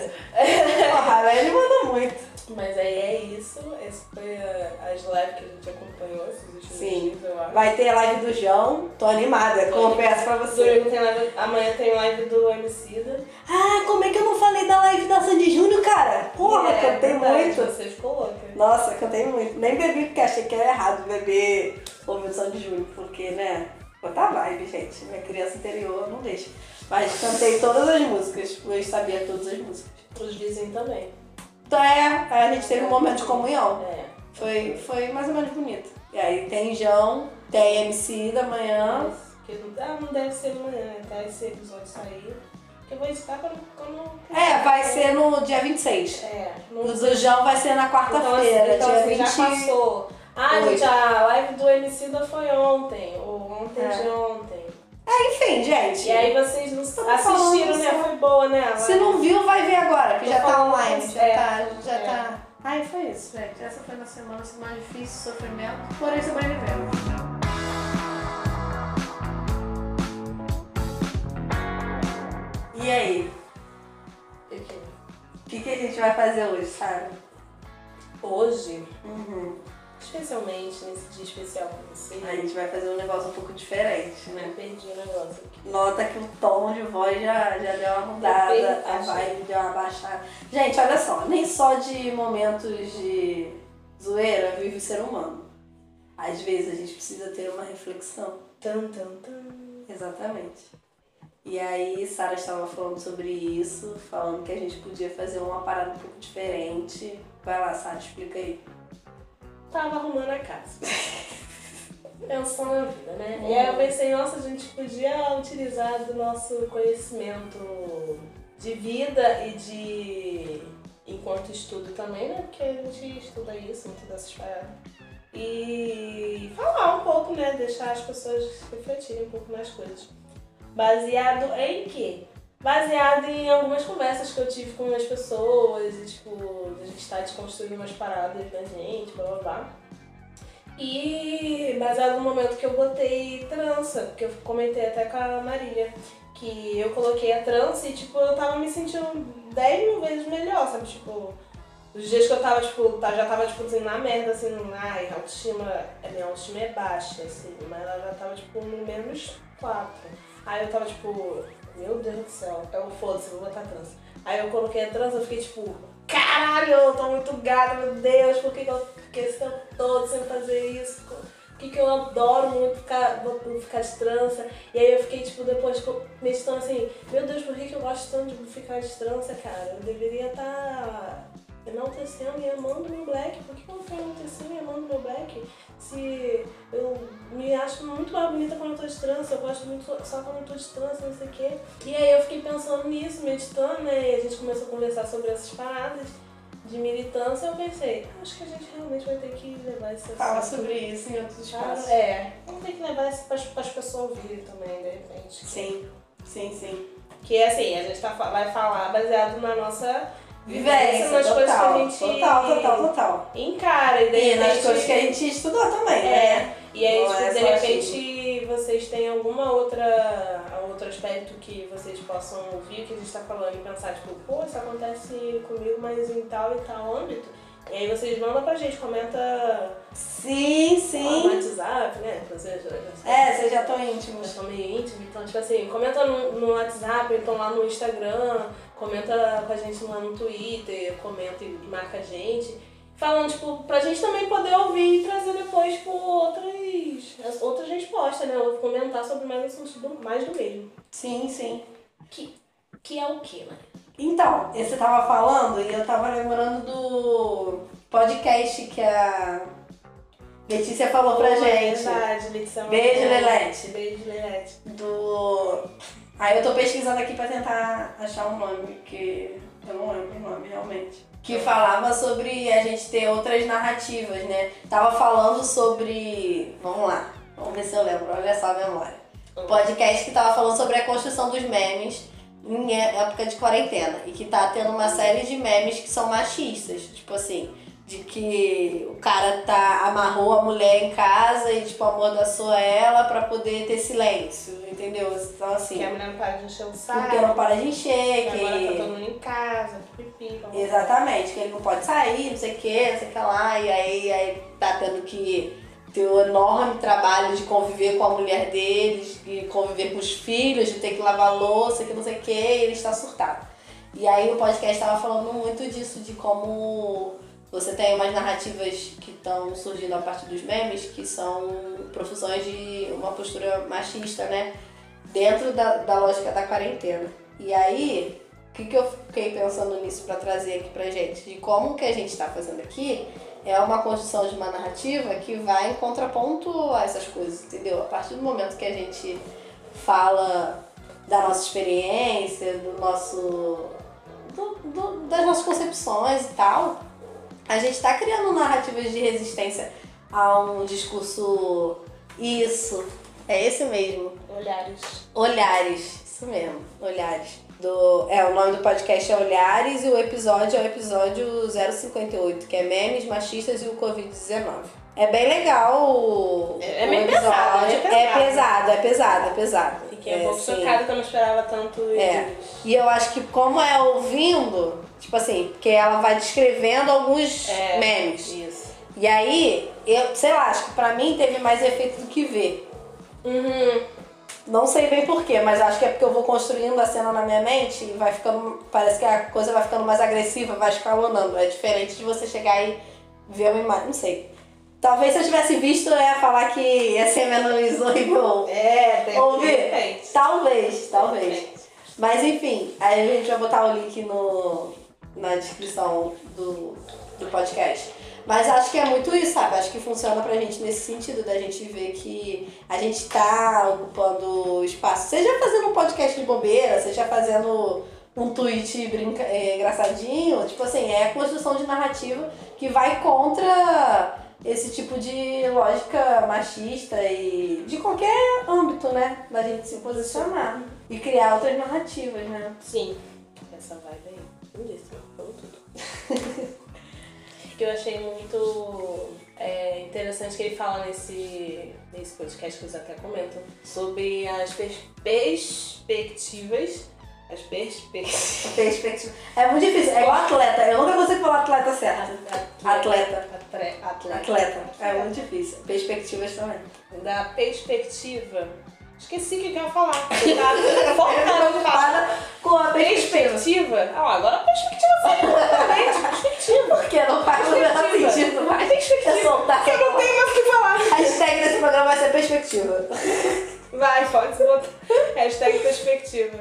Speaker 1: Porra, mas ele manda muito.
Speaker 2: Mas aí é isso. Esse foi a- as lives que a gente acompanhou. Esses últimos
Speaker 1: Sim.
Speaker 2: dias, eu acho.
Speaker 1: Vai ter live do João. Tô animada, confesso pra você.
Speaker 2: Domingo tem live, amanhã tem live do Emicida.
Speaker 1: Ah, como é que eu não falei da live da Sandy Júnior, cara? Porra,
Speaker 2: É,
Speaker 1: cantei
Speaker 2: verdade,
Speaker 1: muito.
Speaker 2: Você ficou louca.
Speaker 1: Nossa, cantei muito. Nem bebi porque achei que era errado beber ouvindo som de julho, porque, né? Botar vibe, gente. Minha criança interior não deixa. Mas cantei todas as músicas, porque eu sabia todas as músicas.
Speaker 2: Os vizinhos também.
Speaker 1: Então é, aí a gente teve um momento de comunhão.
Speaker 2: É.
Speaker 1: Foi, foi mais ou menos bonito. E aí tem João, tem MC da manhã.
Speaker 2: Porque não, ah, não deve ser amanhã, até esse episódio sair. Porque eu vou editar quando. quando
Speaker 1: É, vai ser no dia 26.
Speaker 2: É.
Speaker 1: O
Speaker 2: não-
Speaker 1: do João vai ser na quarta-feira,
Speaker 2: então, assim,
Speaker 1: dia
Speaker 2: já
Speaker 1: 20.
Speaker 2: passou. Ah,
Speaker 1: Oito.
Speaker 2: gente, a live do Emicida foi ontem. Ou ontem
Speaker 1: É.
Speaker 2: de ontem.
Speaker 1: Enfim, gente.
Speaker 2: E aí vocês não
Speaker 1: Tô
Speaker 2: assistiram,
Speaker 1: Tá falando,
Speaker 2: né?
Speaker 1: só-
Speaker 2: Foi boa, né? a
Speaker 1: Se
Speaker 2: live?
Speaker 1: não viu, vai ver agora, que
Speaker 2: Tô
Speaker 1: já tá
Speaker 2: falando
Speaker 1: online.
Speaker 2: isso,
Speaker 1: Já
Speaker 2: é.
Speaker 1: tá, já
Speaker 2: É.
Speaker 1: tá. Aí foi isso, gente. Essa foi uma semana, semana difícil, sofrimento, porém sobrevivemos. E aí, o que, que a gente vai fazer hoje, sabe?
Speaker 2: Hoje,
Speaker 1: Uhum.
Speaker 2: especialmente nesse dia especial pra você,
Speaker 1: A gente vai fazer um negócio um pouco diferente, né?
Speaker 2: eu perdi o negócio aqui.
Speaker 1: Nota que o tom de voz já, já deu uma mudada,
Speaker 2: Perfeito,
Speaker 1: a
Speaker 2: gente.
Speaker 1: vibe deu uma baixada. Gente, olha só, nem só de momentos de zoeira vive o ser humano. Às vezes a gente precisa ter uma reflexão.
Speaker 2: Tan, tan, tan.
Speaker 1: Exatamente. E aí, Sara estava falando sobre isso, falando que a gente podia fazer uma parada um pouco diferente. Vai lá, Sara, explica aí.
Speaker 2: Tava arrumando a casa. É Pensando na vida, né? E aí eu pensei, nossa, a gente podia utilizar do nosso conhecimento de vida e de enquanto estudo também, né? Porque a gente estuda isso, muito dessas paradas. E falar um pouco, né? Deixar as pessoas refletirem um pouco nas coisas. Baseado em quê? Baseado em algumas conversas que eu tive com as pessoas, e, tipo, a gente tá desconstruindo umas paradas da gente, blá blá blá. E baseado no momento que eu botei trança, porque eu comentei até com a Marília, que eu coloquei a trança e, tipo, eu tava me sentindo 10 mil vezes melhor, sabe? Tipo, os dias que eu tava, tipo, tá- já tava, tipo, assim, na merda, assim, no- ai, autoestima, a minha autoestima é baixa, assim, mas ela já tava, tipo, no menos 4. Aí eu tava, tipo, meu Deus do céu, eu foda-se, vou botar trança. Aí eu coloquei a trança, eu fiquei, tipo, caralho, eu tô muito gata, meu Deus, por que, que eu fiquei esse tempo todo sem fazer isso? Por que, que eu adoro muito ficar, vou- vou ficar de trança? E aí eu fiquei, tipo, depois tipo, meditando assim, meu Deus, por que, que eu gosto tanto de ficar de trança, cara? Eu deveria estar enaltecendo e amando meu black. Por que que eu não tô enaltecendo e amando meu black? Se eu me acho muito mais bonita quando eu tô de trança, eu gosto muito só quando eu tô de trança, não sei o quê. E aí eu fiquei pensando nisso, meditando, né? E a gente começou a conversar sobre essas paradas.
Speaker 3: de militância, eu pensei,
Speaker 2: Acho que a gente realmente vai ter que levar esse
Speaker 3: fala
Speaker 2: assunto.
Speaker 3: sobre isso em outros
Speaker 2: Ah,
Speaker 3: espaços.
Speaker 2: é, vamos ter que levar isso para as pessoas ouvirem também, de repente.
Speaker 3: Sim, sim, sim.
Speaker 2: Que assim, a gente tá, fa- vai falar baseado na nossa
Speaker 1: Vivência,
Speaker 2: nas coisas que
Speaker 1: total,
Speaker 2: a gente
Speaker 1: total, total, total.
Speaker 2: encara. E, de
Speaker 1: E nas
Speaker 2: repente-
Speaker 1: coisas que a gente estudou também,
Speaker 2: É.
Speaker 1: né?
Speaker 2: E aí,
Speaker 1: Não
Speaker 2: tipo,
Speaker 1: é
Speaker 2: de
Speaker 1: só
Speaker 2: repente, vocês têm alguma outra outro aspecto que vocês possam ouvir que a gente tá falando e pensar, tipo, pô, isso acontece comigo, mas em tal e tal âmbito. E aí vocês mandam pra gente, comenta
Speaker 1: Sim,
Speaker 2: lá no
Speaker 1: sim.
Speaker 2: WhatsApp, né? que Vocês, já- já-
Speaker 1: É, vocês já estão
Speaker 2: já
Speaker 1: íntimos.
Speaker 2: são meio íntimo, então, tipo assim, comenta no, no WhatsApp, então lá no Instagram, comenta com a gente lá no Twitter, comenta e marca a gente. Falando, tipo, pra gente também poder ouvir e trazer depois, tipo, outras, outras respostas, né? Ou comentar sobre mais assuntos do, mais do mesmo.
Speaker 1: Sim, sim.
Speaker 2: Que é o que, né?
Speaker 1: Então, você tava falando e eu tava lembrando do podcast que a Letícia falou pra gente.
Speaker 2: Verdade, Letícia.
Speaker 1: Beijo,
Speaker 2: Manoel.
Speaker 1: Lelete.
Speaker 2: Beijo, Lelete.
Speaker 1: Do. Aí eu tô pesquisando aqui pra tentar achar um nome, que eu não lembro o nome realmente. Que falava sobre a gente ter outras narrativas, né? Tava falando sobre. Vamos lá, vamos ver se eu lembro, olha só a memória. Podcast que tava falando sobre a construção dos memes em é- época de quarentena. E que tá tendo uma série de memes que são machistas. Tipo assim, de que o cara tá amarrou a mulher em casa e, tipo, amordaçou ela pra poder ter silêncio, entendeu? Então, assim,
Speaker 2: Que a mulher não para de encher o saco.
Speaker 1: porque é não para de
Speaker 2: que
Speaker 1: encher,
Speaker 2: agora tá
Speaker 1: que...
Speaker 2: todo mundo em casa, pipi, vamos-
Speaker 1: Exatamente, que ele não pode sair, não sei o que, não sei o que lá, e aí, aí tá tendo que ter o enorme trabalho de conviver com a mulher deles, de conviver com os filhos, de ter que lavar louça, que não sei o que, e ele está surtado. E aí o podcast estava falando muito disso, de como você tem umas narrativas que estão surgindo a partir dos memes, que são profissões de uma postura machista, né? Dentro da, da lógica da quarentena. E aí, o que, que eu fiquei pensando nisso pra trazer aqui pra gente? De como que a gente tá fazendo aqui é uma construção de uma narrativa que vai em contraponto a essas coisas, entendeu? A partir do momento que a gente fala da nossa experiência, do nosso. do- do- das nossas concepções e tal, a gente tá criando narrativas de resistência a um discurso. Isso, é esse mesmo.
Speaker 2: Olhares.
Speaker 1: Olhares, isso mesmo, Olhares. Do, é, o nome do podcast é Olhares e o episódio é o episódio 058, que é Memes Machistas e o Covid-19. É bem legal o,
Speaker 2: É- é
Speaker 1: o
Speaker 2: meio
Speaker 1: episódio.
Speaker 2: pesado, é pesado.
Speaker 1: é pesado, é pesado, é pesado.
Speaker 2: Fiquei um
Speaker 1: É,
Speaker 2: pouco
Speaker 1: assim,
Speaker 2: chocada que eu não esperava tanto
Speaker 1: É.
Speaker 2: isso.
Speaker 1: E eu acho que como é ouvindo, tipo assim, porque ela vai descrevendo alguns
Speaker 2: É.
Speaker 1: memes.
Speaker 2: Isso.
Speaker 1: E aí, eu, sei lá, acho que pra mim teve mais efeito do que ver.
Speaker 2: Uhum.
Speaker 1: Não sei bem porquê, mas acho que é porque eu vou construindo a cena na minha mente e vai ficando. Parece que a coisa vai ficando mais agressiva, vai escalonando. É diferente de você chegar e ver uma imagem. Não sei. Talvez se eu tivesse visto, eu ia falar que ia ser menos horrível.
Speaker 2: É, tem
Speaker 1: Ouvi.
Speaker 2: de repente.
Speaker 1: Talvez,
Speaker 2: De
Speaker 1: talvez.
Speaker 2: repente.
Speaker 1: Mas enfim, aí a gente vai botar o link no, na descrição do, do podcast. Mas acho que é muito isso, sabe? Acho que funciona pra gente nesse sentido, da gente ver que a gente tá ocupando espaço. Seja fazendo um podcast de bobeira, seja fazendo um tweet brinca, é, engraçadinho. Tipo assim, é a construção de narrativa que vai contra esse tipo de lógica machista e de qualquer âmbito, né? Da gente se posicionar e criar outras narrativas, né?
Speaker 2: Sim. Essa vibe aí. Lindíssima. Falou tudo. que eu achei muito é, interessante que ele fala nesse, nesse podcast que eles até comentam sobre as pers- perspectivas. As perspectivas.
Speaker 1: Perspectiva. É muito difícil, é igual atleta, eu nunca consigo falar atleta certo. Atleta.
Speaker 2: Atre- Atleta.
Speaker 1: Atleta, é muito difícil. Perspectivas também.
Speaker 2: da perspectiva. Esqueci o que eu ia falar. Eu tava focada no fato.
Speaker 1: Preocupada com a perspectiva.
Speaker 2: Perspectiva? Ah, agora a perspectiva foi completamente. Perspectiva.
Speaker 1: Porque não faz o menor
Speaker 2: Perspectiva.
Speaker 1: sentido mais.
Speaker 2: Perspectiva.
Speaker 1: Eu soltar
Speaker 2: Você não tem mais o que falar.
Speaker 1: A hashtag desse programa vai ser perspectiva.
Speaker 2: Vai, pode se botar. Hashtag perspectiva.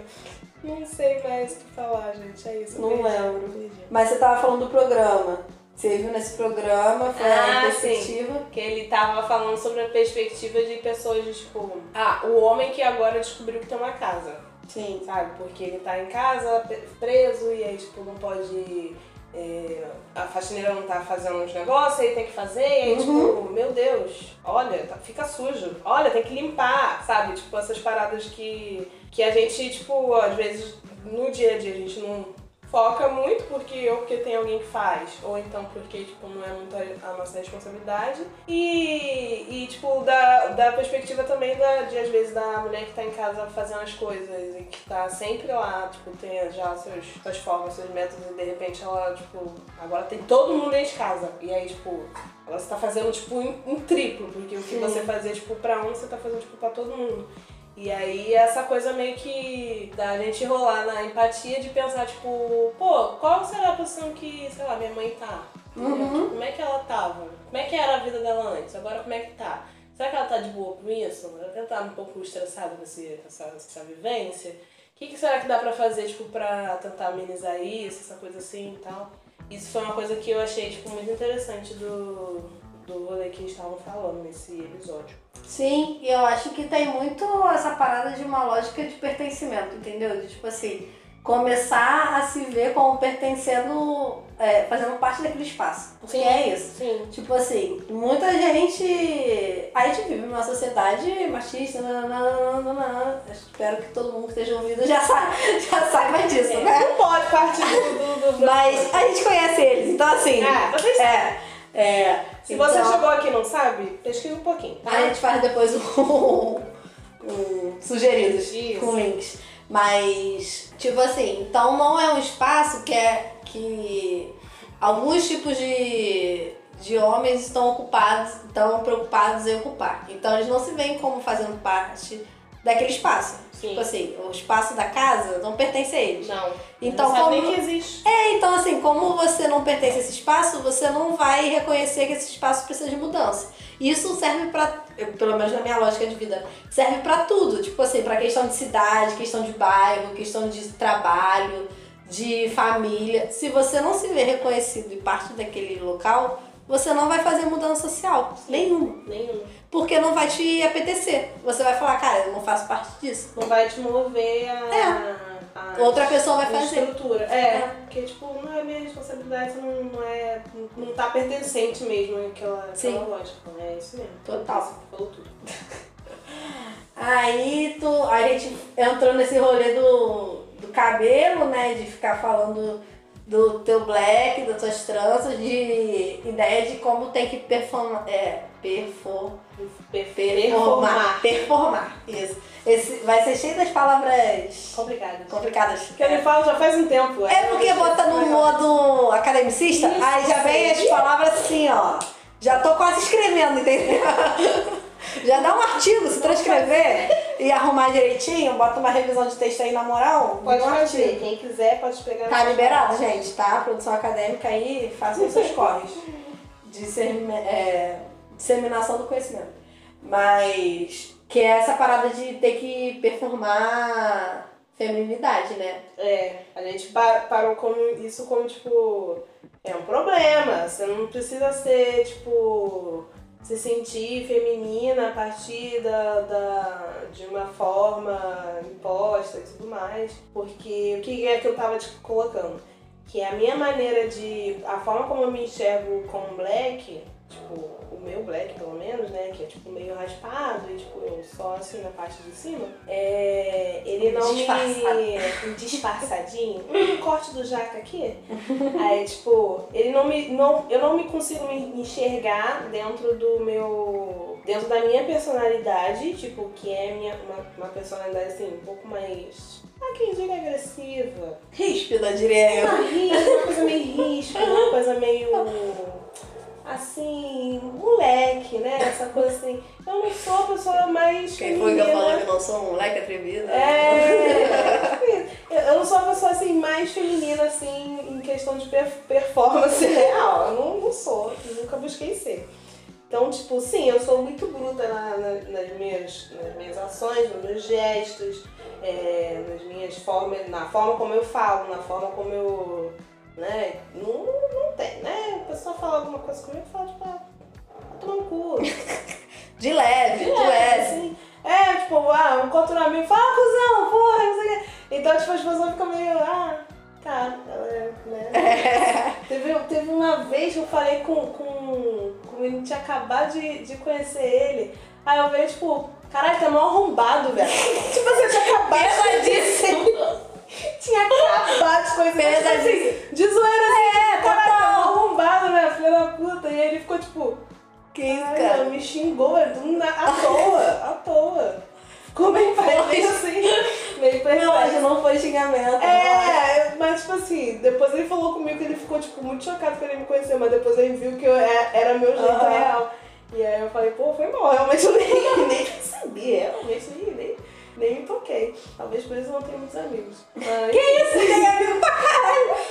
Speaker 2: Não sei mais o que falar, gente. É isso.
Speaker 1: Não
Speaker 2: Beijo.
Speaker 1: lembro.
Speaker 2: Beijo.
Speaker 1: Mas você tava falando do programa. Você viu nesse programa, foi a
Speaker 2: Ah,
Speaker 1: perspectiva.
Speaker 2: Que ele tava falando sobre a perspectiva de pessoas de tipo. Ah, o homem que agora descobriu que tem uma casa.
Speaker 1: Sim.
Speaker 2: sabe? Porque ele tá em casa, pe- preso, e aí, tipo, não pode é, a faxineira não tá fazendo uns negócios, aí tem que fazer, e aí, tipo, meu Deus, olha, tá- fica sujo, olha, tem que limpar, sabe? Tipo, essas paradas que, que a gente, tipo, às vezes no dia a dia a gente não foca muito porque ou porque tem alguém que faz, ou então porque, tipo, não é muito a a nossa responsabilidade. E, e, tipo, da, da perspectiva também da, de, às vezes, da mulher que tá em casa fazendo as coisas e que tá sempre lá, tipo, tem já seus, suas formas, seus métodos e de repente ela, tipo, agora tem todo mundo dentro de casa. E aí, tipo, ela tá fazendo, tipo, em, em triplo, porque o que
Speaker 1: Sim.
Speaker 2: você fazia, tipo, pra um, você tá fazendo, tipo, pra todo mundo. E aí essa coisa meio que da gente rolar na empatia de pensar, tipo, pô, qual será a posição que, sei lá, minha mãe tá?
Speaker 1: Uhum.
Speaker 2: Como é que ela tava? Como é que era a vida dela antes? Agora como é que tá? Será que ela tá de boa com isso? Será que ela tá um pouco estressada com esse- com essa, essa vivência? O que, que será que dá pra fazer, tipo, pra tentar amenizar isso, essa coisa assim e tal? Isso foi uma coisa que eu achei, tipo, muito interessante do, do rolê que eles estavam falando nesse episódio.
Speaker 1: Sim, e eu acho que tem muito essa parada de uma lógica de pertencimento, entendeu? De tipo assim, começar a se ver como pertencendo, é, fazendo parte daquele espaço. Porque
Speaker 2: Sim.
Speaker 1: é isso.
Speaker 2: Sim.
Speaker 1: Tipo assim, muita gente. A gente vive numa sociedade machista, nananana, espero que todo mundo que esteja ouvindo já, sa já saiba disso, né?
Speaker 2: Não pode partir do... do, do-
Speaker 1: Mas a gente conhece eles, então assim.
Speaker 2: É, vocês-
Speaker 1: É. é,
Speaker 2: Se
Speaker 1: então,
Speaker 2: você chegou aqui e não sabe, pesquisa um pouquinho, tá?
Speaker 1: A gente faz depois um, um sugeridos
Speaker 2: Isso.
Speaker 1: com links. Mas, tipo assim, então não é um espaço que é que alguns tipos de, de homens estão ocupados, estão preocupados em ocupar. Então eles não se veem como fazendo parte daquele espaço.
Speaker 2: Sim.
Speaker 1: Tipo assim, o espaço da casa não pertence a eles.
Speaker 2: Não.
Speaker 1: Então,
Speaker 2: não sabe
Speaker 1: como-
Speaker 2: nem que existe.
Speaker 1: Então, assim, como você não pertence a esse espaço, você não vai reconhecer que esse espaço precisa de mudança. E Isso serve pra, eu, pelo menos na minha lógica de vida, serve pra tudo. Tipo assim, pra questão de cidade, questão de bairro, questão de trabalho, de família. Se você não se vê reconhecido e parte daquele local, você não vai fazer mudança social nenhuma.
Speaker 2: Nenhum.
Speaker 1: Porque não vai te apetecer. Você vai falar, cara, eu não faço parte disso.
Speaker 2: Não vai te mover a... a-
Speaker 1: É. Outra pessoa vai
Speaker 2: a
Speaker 1: fazer.
Speaker 2: estrutura. É, porque, tipo, não é minha responsabilidade, você não, não é... Não tá pertencente mesmo àquela,
Speaker 1: Sim. Tá.
Speaker 2: àquela lógica. É isso mesmo.
Speaker 1: Total.
Speaker 2: Você falou tudo.
Speaker 1: Aí tu, a gente entrou nesse rolê do, do cabelo, né? De ficar falando do teu black, das tuas tranças, de ideia de como tem que performar. É, perfor,
Speaker 2: Per-
Speaker 1: performar. Performar. Isso. Esse, vai ser cheio das palavras
Speaker 2: Complicado.
Speaker 1: complicadas.
Speaker 2: Porque ele fala já faz um tempo.
Speaker 1: É porque bota no modo academicista,
Speaker 2: Isso,
Speaker 1: aí já vem as
Speaker 2: sim.
Speaker 1: palavras assim, ó. Já tô quase escrevendo, entendeu? Já dá um artigo, se transcrever e arrumar direitinho, bota uma revisão de texto aí na moral.
Speaker 2: Pode
Speaker 1: vira um
Speaker 2: fazer.
Speaker 1: artigo.
Speaker 2: Quem quiser pode pegar.
Speaker 1: Tá liberado, gente, tá? Produção acadêmica aí, façam seus corres. Dissermi- é, disseminação do conhecimento. Mas que é essa parada de ter que performar feminilidade, né?
Speaker 2: É, a gente pa- parou como isso como, tipo, é um problema. Você não precisa ser, tipo, se sentir feminina a partir da, da- de uma forma imposta e tudo mais. Porque o que é que eu tava te colocando? Que a minha maneira de. A forma como eu me enxergo como black, tipo, o meu black pelo menos, né? Que é tipo meio raspado e tipo, eu só assim na parte de cima, é, ele não me. disfarçadinho. Um corte do jaca aqui. Aí, tipo, ele não me. Não, eu não me consigo me enxergar dentro do meu. dentro da minha personalidade, tipo, que é minha, uma, uma personalidade assim, um pouco mais. Ah, quem diga agressiva,
Speaker 1: Ríspida, diria eu.
Speaker 2: uma risca, uma coisa meio risca, uma coisa meio. assim, moleque, né? Essa coisa assim. Eu não sou a pessoa mais.
Speaker 1: Quem foi que eu
Speaker 2: feminina.
Speaker 1: falou que eu não sou um moleque atrevido?
Speaker 2: É, eu eu não sou a pessoa assim mais feminina assim em questão de per- performance real. Eu não, não sou, nunca busquei ser. Então, tipo, sim, eu sou muito bruta na- na- nas, minhas, nas minhas ações, nos meus gestos, é, nas minhas formas, na forma como eu falo, na forma como eu. né? Não, não tem, né? A pessoa fala alguma coisa comigo, eu falo, tipo, ah, vai tomar no cu.
Speaker 1: De leve, de
Speaker 2: É,
Speaker 1: leve.
Speaker 2: assim. É, tipo, ah, eu encontro um amigo, fala, cuzão, porra, não sei o quê. Então, tipo, as pessoas ficam meio, ah, tá, ela é, né? teve, teve uma vez que eu falei com, com, com o menino que tinha acabado de, de conhecer ele. Aí eu vejo, tipo, caralho, tá mal arrombado, velho. tipo assim, eu tinha acabado de Tinha acabado de conhecer ele. Tipo assim, de zoeira assim. É, caralho, tá mal arrombado, velho, filha da puta. E ele ficou tipo.
Speaker 1: Que isso,
Speaker 2: Ai,
Speaker 1: cara?
Speaker 2: não, me xingou, é do na- à toa, à toa. é Ficou meio perdido assim. Meio
Speaker 1: Não, mas
Speaker 2: perdido.
Speaker 1: não foi xingamento.
Speaker 2: É, mas tipo assim, depois ele falou comigo que ele ficou tipo, muito chocado que ele me conheceu, mas depois ele viu que eu, é- era meu jeito
Speaker 1: Aham.
Speaker 2: real. E aí eu falei, pô, foi mal, realmente eu nem, nem percebi, realmente nem, nem, nem me toquei. Talvez por isso eu não tenha muitos amigos. Mas... é um Que isso,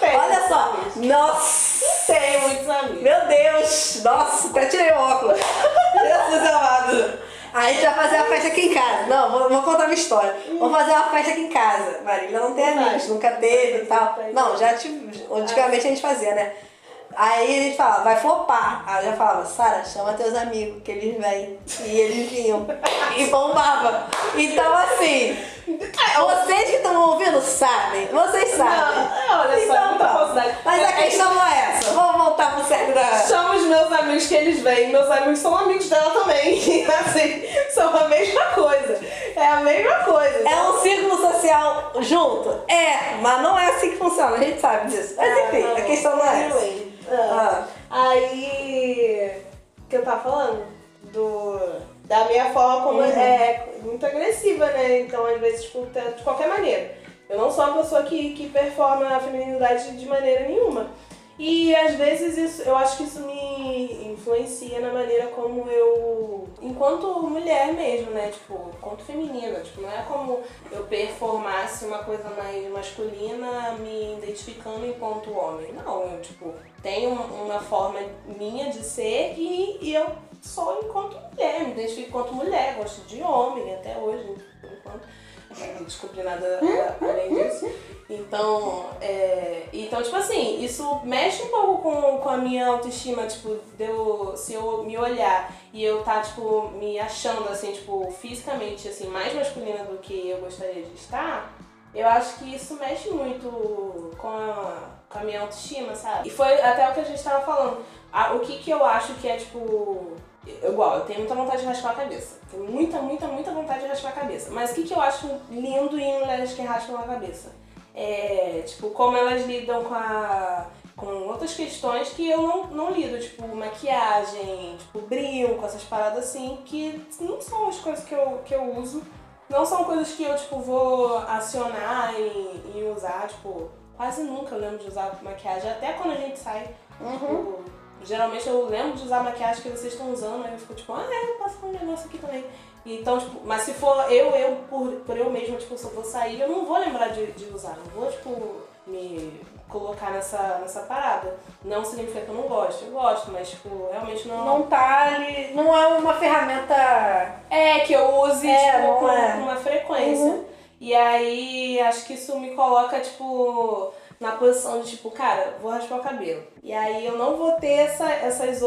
Speaker 1: Olha só. Nossa!
Speaker 2: Tenho muitos amigos.
Speaker 1: Meu Deus! Nossa, até tirei o óculos.
Speaker 2: é
Speaker 1: Jesus amado. A gente vai fazer uma festa aqui em casa. Não, vou, vou contar minha história. Vamos fazer uma festa aqui em casa. Marília não tem
Speaker 2: Vai.
Speaker 1: amigos, nunca teve e tal. Não, já tive. Antigamente a gente fazia, né? Aí a gente falava, vai flopar. Aí eu já falava, Sara, chama teus amigos, que eles vêm. E eles vinham. E bombava. Então assim, vocês que estão ouvindo sabem. Vocês sabem.
Speaker 2: É, Não, é, olha só,
Speaker 1: Então
Speaker 2: muita
Speaker 1: tá.
Speaker 2: falsidade.
Speaker 1: Mas a questão não é essa. Vamos voltar pro cerne da.
Speaker 2: São os meus amigos que eles vêm, meus amigos são amigos dela também. assim, são a mesma coisa. É a mesma coisa. né?
Speaker 1: É um círculo social junto? É, mas não é assim que funciona, a gente sabe disso. Mas enfim, a questão não é essa.
Speaker 2: Anyway, ah, Aí. O que eu tava falando? Do. Da minha forma como
Speaker 1: Uhum.
Speaker 2: é muito agressiva, né? Então, às vezes, tipo, tá- de qualquer maneira. Eu não sou uma pessoa que, que performa a feminilidade de maneira nenhuma. E às vezes isso, eu acho que isso me influencia na maneira como eu, enquanto mulher mesmo, né? Tipo, enquanto feminina, tipo, não é como eu performasse uma coisa mais masculina me identificando enquanto homem. Não, eu tipo, tenho uma forma minha de ser e, e eu sou enquanto mulher, me identifico enquanto mulher, gosto de homem até hoje, por enquanto. Não descobri nada além disso. Então, é, então, tipo assim, isso mexe um pouco com, com a minha autoestima, tipo, de eu, se eu me olhar e eu tá, tipo, me achando, assim, tipo, fisicamente, assim, mais masculina do que eu gostaria de estar, eu acho que isso mexe muito com a, com a minha autoestima, sabe? E foi até o que a gente tava falando. A- o que que eu acho que é, tipo... eu- Igual, eu tenho muita vontade de raspar a cabeça. Tenho muita, muita, muita vontade de raspar a cabeça. Mas o que que eu acho lindo em mulheres que raspam a cabeça? é, tipo, como elas lidam com a com outras questões que eu não, não lido, tipo maquiagem, tipo brinco, essas paradas assim, que não são as coisas que eu, que eu uso, não são coisas que eu, tipo, vou acionar e, e usar, tipo, quase nunca eu lembro de usar maquiagem, até quando a gente sai,
Speaker 1: Uhum.
Speaker 2: tipo, geralmente eu lembro de usar maquiagem que vocês estão usando, aí eu fico tipo, ah, é, eu posso fazer um negócio aqui também. Então, tipo, mas se for eu, eu, por, por eu mesma, tipo, se eu vou sair, eu não vou lembrar de, de usar, não vou, tipo, me colocar nessa, nessa parada. Não significa que eu não gosto, eu gosto, mas, tipo, realmente não...
Speaker 1: Não tá ali. Não é uma ferramenta.
Speaker 2: É, que eu use,
Speaker 1: É,
Speaker 2: tipo,
Speaker 1: não
Speaker 2: com
Speaker 1: é. Uhum.
Speaker 2: com uma frequência. E aí, acho que isso me coloca, tipo, na posição de, tipo, cara, vou raspar o cabelo. E aí eu não vou ter essa- essas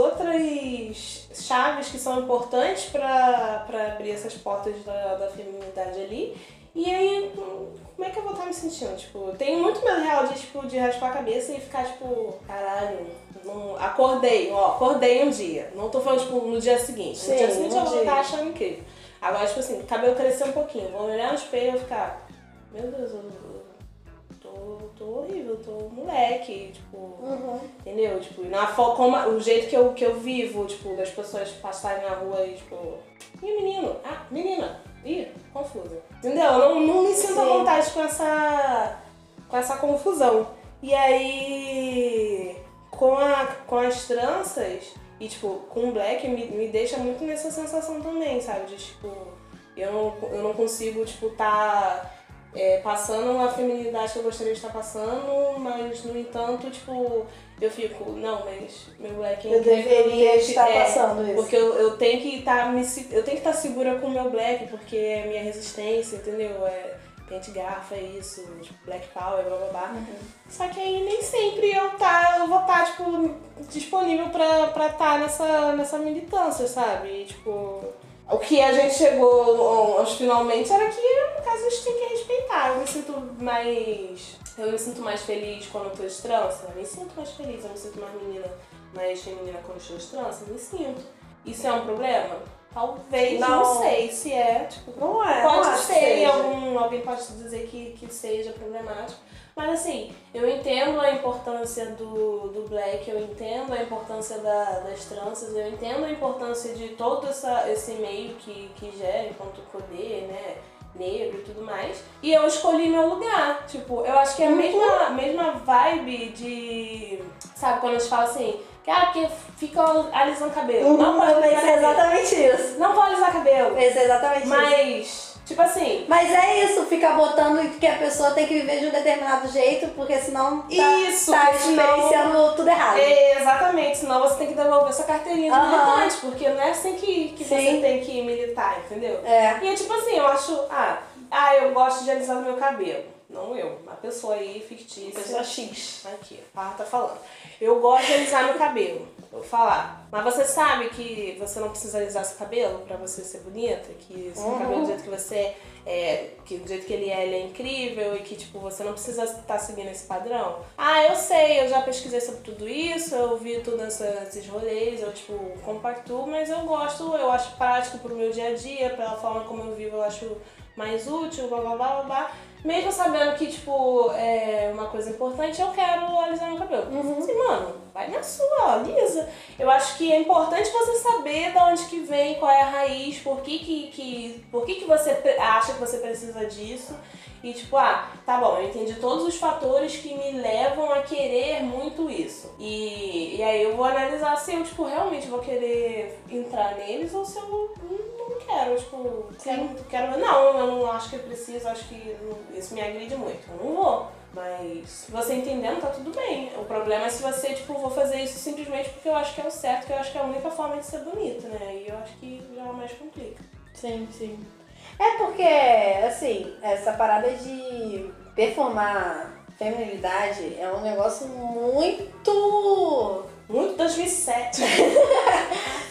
Speaker 2: outras chaves que são importantes pra, pra abrir essas portas da, da feminilidade ali. E aí, hum, como é que eu vou estar me sentindo? Tipo, eu tenho muito medo real de, tipo, de raspar a cabeça e ficar, tipo, caralho, não... acordei, ó, acordei um dia. Não tô falando, tipo, no dia seguinte.
Speaker 1: Sim,
Speaker 2: no dia seguinte
Speaker 1: um
Speaker 2: eu vou
Speaker 1: dia.
Speaker 2: estar achando incrível. Agora, tipo assim, o cabelo crescer um pouquinho, vou olhar no espelho e vou ficar, meu Deus, eu, eu tô, tô horrível, tô moleque, tipo,
Speaker 1: Uhum.
Speaker 2: entendeu? Tipo, na fo- como, o jeito que eu, que eu vivo, tipo, das pessoas passarem na rua e, tipo, e menino, ah, menina, ih, confusa. Entendeu? Eu não, não me sinto à
Speaker 1: Sim.
Speaker 2: vontade com essa, com essa confusão. E aí, com, a, com as tranças e, tipo, com o black, me, me deixa muito nessa sensação também, sabe? De, tipo, eu não, eu não consigo, tipo, tá é, passando a feminilidade que eu gostaria de estar passando, mas, no entanto, tipo, eu fico, não, mas meu black é
Speaker 1: Eu
Speaker 2: incrível,
Speaker 1: deveria
Speaker 2: é,
Speaker 1: estar
Speaker 2: é,
Speaker 1: passando isso.
Speaker 2: porque eu, eu tenho que tá estar segura com o meu black, porque é minha resistência, entendeu? É pente garfo, é isso, tipo, black power, blá blá blá. Só que aí nem sempre eu, tá, eu vou estar, tipo, disponível pra estar nessa, nessa militância, sabe? E, tipo. O que a gente chegou aos finalmente era que, no caso, a gente tem que respeitar. Eu me sinto mais. Eu me sinto mais feliz quando eu tô de trança. Eu me sinto mais feliz, eu me sinto mais menina, mais feminina quando eu estou de trança. Eu me sinto. Isso é um problema? Talvez, não,
Speaker 1: Não.
Speaker 2: sei se é. Tipo,
Speaker 1: Não é. não
Speaker 2: pode
Speaker 1: acho que
Speaker 2: ser,
Speaker 1: seja.
Speaker 2: algum, alguém pode dizer que, que seja problemático. Mas assim, eu entendo a importância do, do black, eu entendo a importância da- das tranças, eu entendo a importância de todo essa, esse meio que, que gera enquanto poder, né? Negro e tudo mais. E eu escolhi meu lugar. Tipo, eu acho que é
Speaker 1: Uhum.
Speaker 2: a mesma, mesma vibe de. Sabe, quando a gente fala assim, que ah, porque fica alisando cabelo. Não
Speaker 1: Uhum,
Speaker 2: pode
Speaker 1: eu
Speaker 2: alisar
Speaker 1: pensei
Speaker 2: cabelo.
Speaker 1: exatamente isso.
Speaker 2: Não pode alisar cabelo.
Speaker 1: Pensei exatamente isso.
Speaker 2: Mas, tipo assim,
Speaker 1: Mas é isso, fica botando que a pessoa tem que viver de um determinado jeito, porque senão tá,
Speaker 2: Isso,
Speaker 1: tá
Speaker 2: porque senão-
Speaker 1: experienciando tudo errado.
Speaker 2: É, exatamente, senão você tem que devolver sua carteirinha de
Speaker 1: Aham.
Speaker 2: militante, porque não é assim que, que você
Speaker 1: Sim.
Speaker 2: tem que militar, entendeu?
Speaker 1: É.
Speaker 2: E é tipo assim, eu acho, ah, ah, eu gosto de alisar meu cabelo. Não eu, uma pessoa aí fictícia.
Speaker 1: Pessoa X.
Speaker 2: Aqui, o Parra tá falando. Eu gosto de alisar meu cabelo. Vou falar. Mas você sabe que você não precisa alisar seu cabelo pra você ser bonita? Que seu
Speaker 1: Uhum.
Speaker 2: cabelo do jeito que você é, é, que do jeito que ele é, ele é incrível e que tipo, você não precisa estar seguindo esse padrão. Ah, eu sei, eu já pesquisei sobre tudo isso, eu vi tudo essa- esses rolês, eu tipo, compactuo, mas eu gosto, eu acho prático pro meu dia a dia, pela forma como eu vivo, eu acho mais útil, blá blá blá blá blá. Mesmo sabendo que, tipo, é uma coisa importante, eu quero alisar meu cabelo. Assim, mano, vai na sua, alisa. Eu acho que é importante você saber de onde que vem, qual é a raiz, por que que, que, por que, que você pre- acha que você precisa disso. E tipo, ah, tá bom, eu entendi todos os fatores que me levam a querer muito isso. E, e aí eu vou analisar se eu, tipo, realmente vou querer entrar neles ou se eu não não quero, tipo, quero, quero. Não, eu não acho que eu preciso, acho que não- isso me agride muito. Eu não vou. Mas se você entendendo, tá tudo bem. O problema é se você, tipo, vou fazer isso simplesmente porque eu acho que é o certo, que eu acho que é a única forma de ser bonito, né? E eu acho que já mais complica.
Speaker 4: Sim, sim.
Speaker 1: É porque, assim, essa parada de performar feminilidade é um negócio muito.
Speaker 2: Muito 2007.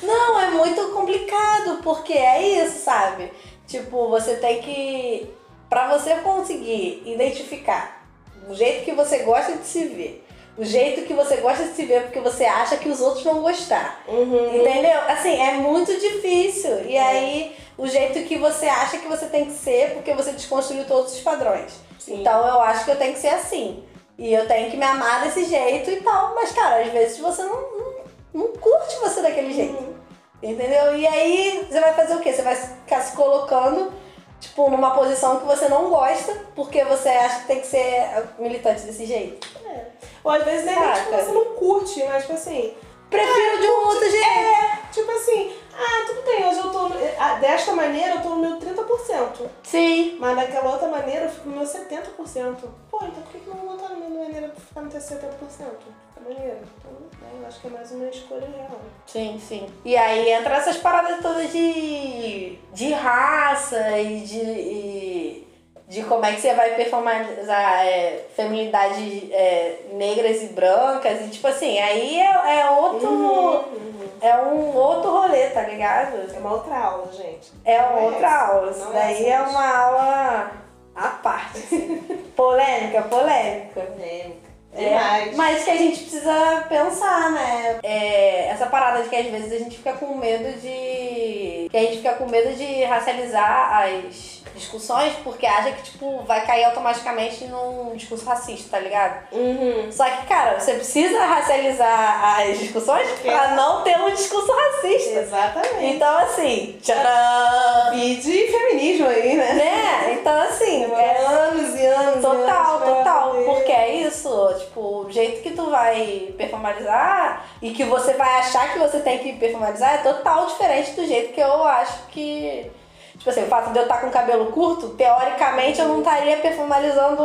Speaker 1: Não, é muito complicado, porque é isso, sabe? Tipo, você tem que. Pra você conseguir identificar o jeito que você gosta de se ver, o jeito que você gosta de se ver porque você acha que os outros vão gostar.
Speaker 2: Uhum.
Speaker 1: Entendeu? Assim, é muito difícil. E aí, o jeito que você acha que você tem que ser, porque você desconstruiu todos os padrões.
Speaker 2: Sim.
Speaker 1: Então, eu acho que eu tenho que ser assim. E eu tenho que me amar desse jeito e tal. Mas, cara, às vezes você não, não, não curte você daquele
Speaker 2: Uhum.
Speaker 1: jeito. Entendeu? E aí, você vai fazer o quê? Você vai ficar se colocando, tipo, numa posição que você não gosta, porque você acha que tem que ser militante desse jeito.
Speaker 2: Ou às vezes nem tipo,
Speaker 1: Saca.
Speaker 2: você não curte, mas tipo assim.
Speaker 1: Prefiro de um outro jeito.
Speaker 2: Tipo assim, ah, tudo bem, hoje eu tô. no- ah, Desta maneira eu tô no meu 30%.
Speaker 1: Sim.
Speaker 2: Mas daquela outra maneira eu fico no meu 70%. Pô, então por que que não vou botar na minha maneira pra ficar no teu 70%? Tá maneira. Então, né, eu acho que é mais uma escolha real.
Speaker 1: Sim, sim. E aí entra essas paradas todas de, de raça e de, e de como é que você vai performalizar é, feminilidade é, negras e brancas. E tipo assim, aí é, é
Speaker 2: Então,
Speaker 1: outro.
Speaker 2: Uhum.
Speaker 1: É um outro rolê, tá ligado?
Speaker 2: É uma outra aula, gente.
Speaker 1: É
Speaker 2: Não
Speaker 1: outra
Speaker 2: essa.
Speaker 1: aula. Isso
Speaker 2: Não
Speaker 1: daí
Speaker 2: essa,
Speaker 1: é
Speaker 2: gente.
Speaker 1: uma aula à parte. assim. polêmica, polêmica.
Speaker 2: Polêmica.
Speaker 1: É,
Speaker 2: Demais.
Speaker 1: mas que a gente precisa pensar, né? É, essa parada de que às vezes a gente fica com medo de. Que a gente fica com medo de racializar as discussões porque acha que, tipo, vai cair automaticamente num discurso racista, tá ligado?
Speaker 2: Uhum.
Speaker 1: Só que, cara, você precisa racializar as discussões pra não ter um discurso racista.
Speaker 2: Exatamente.
Speaker 1: Então, assim, tcharam!
Speaker 2: E de feminismo aí, né?
Speaker 1: Né? Então, assim, é
Speaker 2: anos e anos. e
Speaker 1: Total,
Speaker 2: anos pra
Speaker 1: total.
Speaker 2: poder-
Speaker 1: Porque é isso, tipo, o jeito que tu vai performalizar e que você vai achar que você tem que performalizar é total diferente do jeito que eu acho que. Tipo assim, o fato de eu estar com cabelo curto, teoricamente eu não estaria performalizando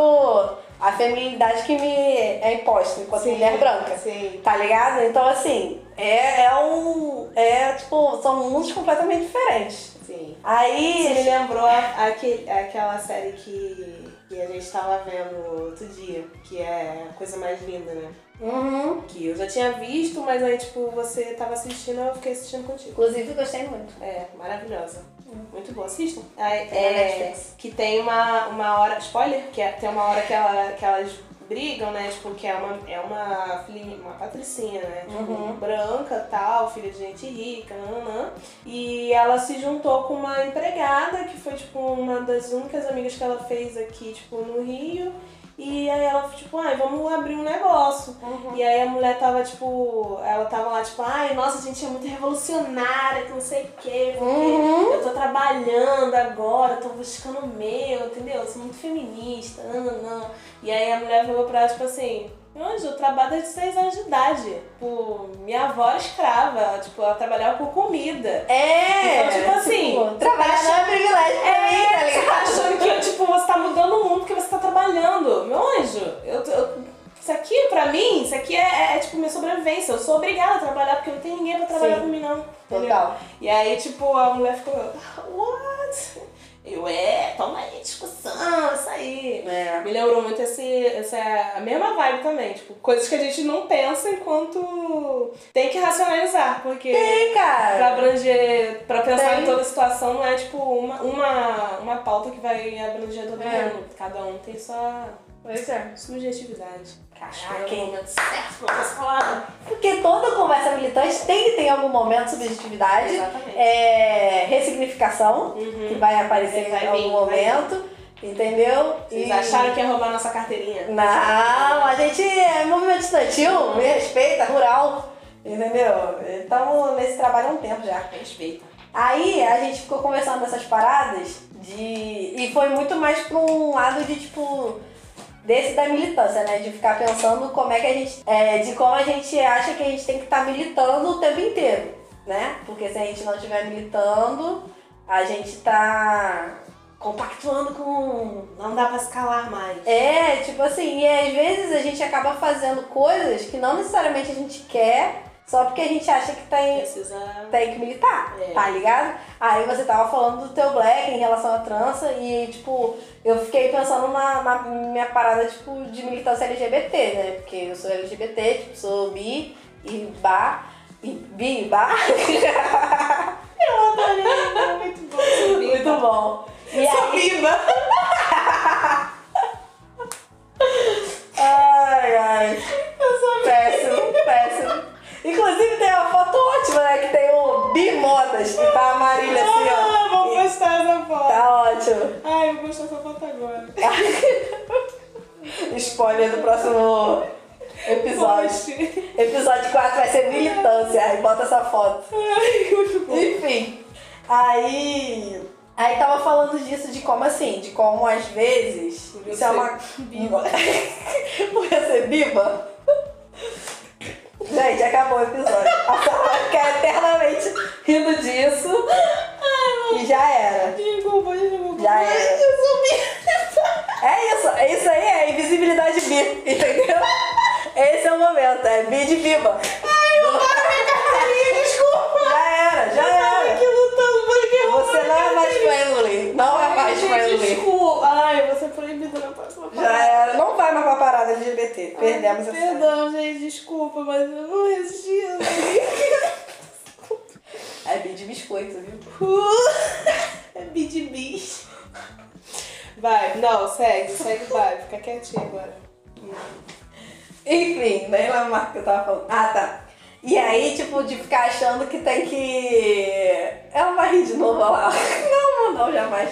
Speaker 1: a feminilidade que me é imposta enquanto
Speaker 2: Sim,
Speaker 1: mulher branca.
Speaker 2: Sim.
Speaker 1: Tá ligado? Então assim, é, é um. É tipo, são mundos completamente diferentes.
Speaker 2: Sim. Isso me
Speaker 1: Aí.
Speaker 2: lembrou a- aquele, aquela série que, que a gente tava vendo outro dia, que é a coisa mais linda, né?
Speaker 1: Uhum.
Speaker 2: Que eu já tinha visto, mas aí, tipo, você tava assistindo, eu fiquei assistindo contigo.
Speaker 1: Inclusive gostei muito.
Speaker 2: É, maravilhosa. Muito boa, assistam. Aí,
Speaker 1: Hum. Tem na
Speaker 2: É,
Speaker 1: Netflix.
Speaker 2: que tem uma, uma hora. Spoiler? Que é- tem uma hora que, ela, que elas brigam, né? Tipo, que é uma, é uma filhinha, uma patricinha, né? Tipo,
Speaker 1: Uhum.
Speaker 2: branca tal, filha de gente rica, nanã. E ela se juntou com uma empregada, que foi, tipo, uma das únicas amigas que ela fez aqui, tipo, no Rio. E aí ela, tipo, ai, vamos abrir um negócio. E aí a mulher tava, tipo, ela tava lá, tipo, ai, nossa, a gente é muito revolucionária, que não sei o quê, porque eu tô trabalhando agora, eu tô buscando o meu, entendeu? Eu sou muito feminista, não, não, não. E aí a mulher falou pra ela, tipo assim, meu anjo, eu trabalho desde 6 anos de idade. Tipo, minha avó era escrava, ela, tipo, ela trabalhava por comida.
Speaker 1: É!
Speaker 2: Então, tipo assim,
Speaker 1: trabalhar não é privilégio pra mim, tá
Speaker 2: Você tá
Speaker 1: ligado?
Speaker 2: achando que, tipo, você tá mudando o mundo porque você tá trabalhando. Meu anjo, eu, tô- eu- isso aqui, pra mim, isso aqui é, é, tipo, minha sobrevivência. Eu sou obrigada a trabalhar porque não tem ninguém pra trabalhar
Speaker 1: Sim.
Speaker 2: por mim, não. Entendeu?
Speaker 1: Total.
Speaker 2: E aí, tipo, a mulher ficou, what? Eu, é, toma aí, discussão, isso aí.
Speaker 1: É.
Speaker 2: Me lembrou muito esse, essa a mesma vibe também, tipo, coisas que a gente não pensa enquanto tem que racionalizar, porque
Speaker 1: Tem,
Speaker 2: pra
Speaker 1: cara.
Speaker 2: abranger, pra pensar
Speaker 1: Tem.
Speaker 2: em toda a situação, não é tipo uma, uma, uma pauta que vai abranger todo
Speaker 1: É.
Speaker 2: mundo. Cada um tem sua
Speaker 5: Pois é.
Speaker 2: subjetividade.
Speaker 1: Caraca, hein?
Speaker 2: momento certo pra você falar.
Speaker 1: Porque toda conversa militante tem que ter em algum momento subjetividade,
Speaker 2: Exatamente.
Speaker 1: é, ressignificação, que
Speaker 2: Uhum.
Speaker 1: vai aparecer
Speaker 2: Vai
Speaker 1: em
Speaker 2: vir,
Speaker 1: algum
Speaker 2: vai vir.
Speaker 1: momento, entendeu?
Speaker 2: Vocês
Speaker 1: E-
Speaker 2: acharam que ia roubar nossa carteirinha?
Speaker 1: Não, a gente é movimento
Speaker 2: Uhum.
Speaker 1: estudantil, me respeita, rural, entendeu? Estamos nesse trabalho há um tempo
Speaker 2: Tá
Speaker 1: já.
Speaker 2: Respeita.
Speaker 1: Aí a gente ficou conversando dessas paradas de. E foi muito mais pra um lado de tipo. Desse da militância, né? De ficar pensando como é que a gente. é, de como a gente acha que a gente tem que estar militando o tempo inteiro, né? Porque se a gente não estiver militando, a gente tá compactuando com
Speaker 2: Não dá pra se calar mais.
Speaker 1: é, tipo assim, e às vezes a gente acaba fazendo coisas que não necessariamente a gente quer, só porque a gente acha que tem,
Speaker 2: Precisa.
Speaker 1: tem que militar,
Speaker 2: É.
Speaker 1: tá ligado? Aí você tava falando do teu black em relação à trança e, tipo, eu fiquei pensando na, na minha parada, tipo, de militância LGBT, né? Porque eu sou LGBT, tipo, sou bi e ba... E bi e ba...
Speaker 2: Tá, Muito bom, Muito
Speaker 1: Muito bom. E aí-
Speaker 2: viva!
Speaker 1: Ai, ai. Eu sou péssimo, péssimo. Inclusive tem uma foto ótima, né? Que tem o Bimodas, que tá amarilho assim,
Speaker 2: Ah,
Speaker 1: ó.
Speaker 2: vou postar essa foto.
Speaker 1: Tá ótimo.
Speaker 2: Ai, vou postar essa foto agora.
Speaker 1: Spoiler do próximo episódio.
Speaker 2: Poste.
Speaker 1: Episódio 4 vai ser militância. Aí bota essa foto.
Speaker 2: Ai, muito bom.
Speaker 1: Enfim, aí. Aí tava falando disso, de como assim, de como às vezes.
Speaker 2: Por eu
Speaker 1: isso é uma. Biba. Por eu ser biba? Gente, acabou o episódio. A Sara vai ficar eternamente rindo disso. E já era.
Speaker 2: Desculpa, desculpa.
Speaker 1: Já
Speaker 2: Ai,
Speaker 1: era.
Speaker 2: eu sou bi.
Speaker 1: É isso, é isso aí é invisibilidade bi, entendeu? Esse é o momento, é bi de biba. Ai, eu
Speaker 2: Desculpa.
Speaker 1: Já era, já
Speaker 2: Ai,
Speaker 1: era.
Speaker 2: que lutando por que
Speaker 1: Você não é mais friendly. Não é mais friendly.
Speaker 2: Desculpa. Ai, você é proibido na próxima
Speaker 1: Já
Speaker 2: parada.
Speaker 1: era. Não vai mais pra parada LGBT. Perdemos
Speaker 2: Ai,
Speaker 1: essa.
Speaker 2: Perdão, gente, desculpa, mas eu não resisti. eu não vi.
Speaker 1: É bi de biscoito, viu?
Speaker 2: Uh, É bi de bis. Vai, não, segue, segue, vai. Fica quietinho agora.
Speaker 1: Enfim, nem lá marca que eu tava falando. Ah, tá. E aí, tipo, de ficar achando que tem que. Ela vai rir de novo olha lá. Não, não, jamais.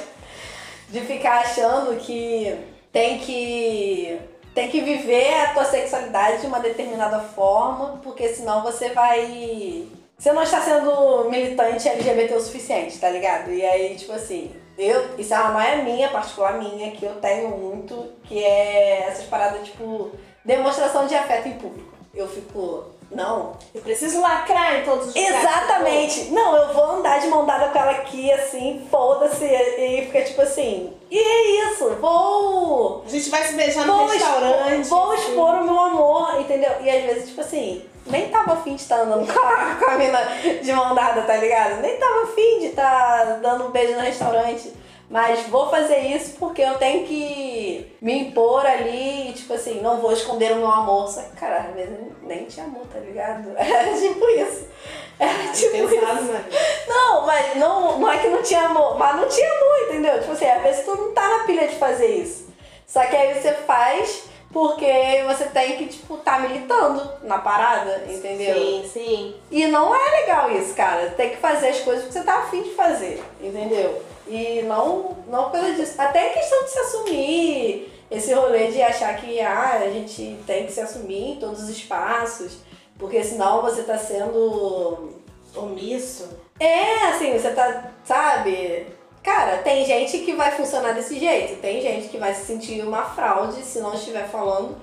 Speaker 1: De ficar achando que tem que. Tem que viver a tua sexualidade de uma determinada forma, porque senão você vai. Você não está sendo militante LGBT o suficiente, tá ligado? E aí, tipo assim, eu. Isso é uma noia minha, particular minha, que eu tenho muito, que é essas paradas, tipo, demonstração de afeto em público. Eu fico, não.
Speaker 2: Eu preciso lacrar em todos os
Speaker 1: Exatamente! Não, eu vou andar de mão dada com ela aqui, assim, foda-se, e fica tipo assim, e é isso, vou.
Speaker 2: A gente vai se beijar no
Speaker 1: Vou
Speaker 2: restaurante. assim.
Speaker 1: expor, vou expor o meu amor, entendeu? E às vezes, tipo assim, nem tava afim de estar andando com a, com a tá mina de mão dada, tá ligado? Nem tava afim de estar dando um beijo no restaurante. Mas vou fazer isso porque eu tenho que me impor ali e, tipo assim, não vou esconder o meu amor. Só que, cara, às vezes eu nem te amo, tá ligado? Era tipo isso. Era
Speaker 2: é
Speaker 1: tipo isso.
Speaker 6: Pesado, mano.
Speaker 1: Não, mas não, não é que não tinha amor, mas não tinha amor, entendeu? Tipo assim, às vezes tu não tá na pilha de fazer isso. Só que aí você faz porque você tem que, tipo, tá militando na parada, entendeu?
Speaker 2: Sim, sim.
Speaker 1: E não é legal isso, cara. Tem que fazer as coisas que você tá afim de fazer, entendeu? E não, não pelo disso. Até em questão de se assumir, esse rolê de achar que ah, a gente tem que se assumir em todos os espaços, porque senão você tá sendo.
Speaker 2: Omisso.
Speaker 1: É assim, você tá. Sabe? Cara, tem gente que vai funcionar desse jeito, tem gente que vai se sentir uma fraude se não estiver falando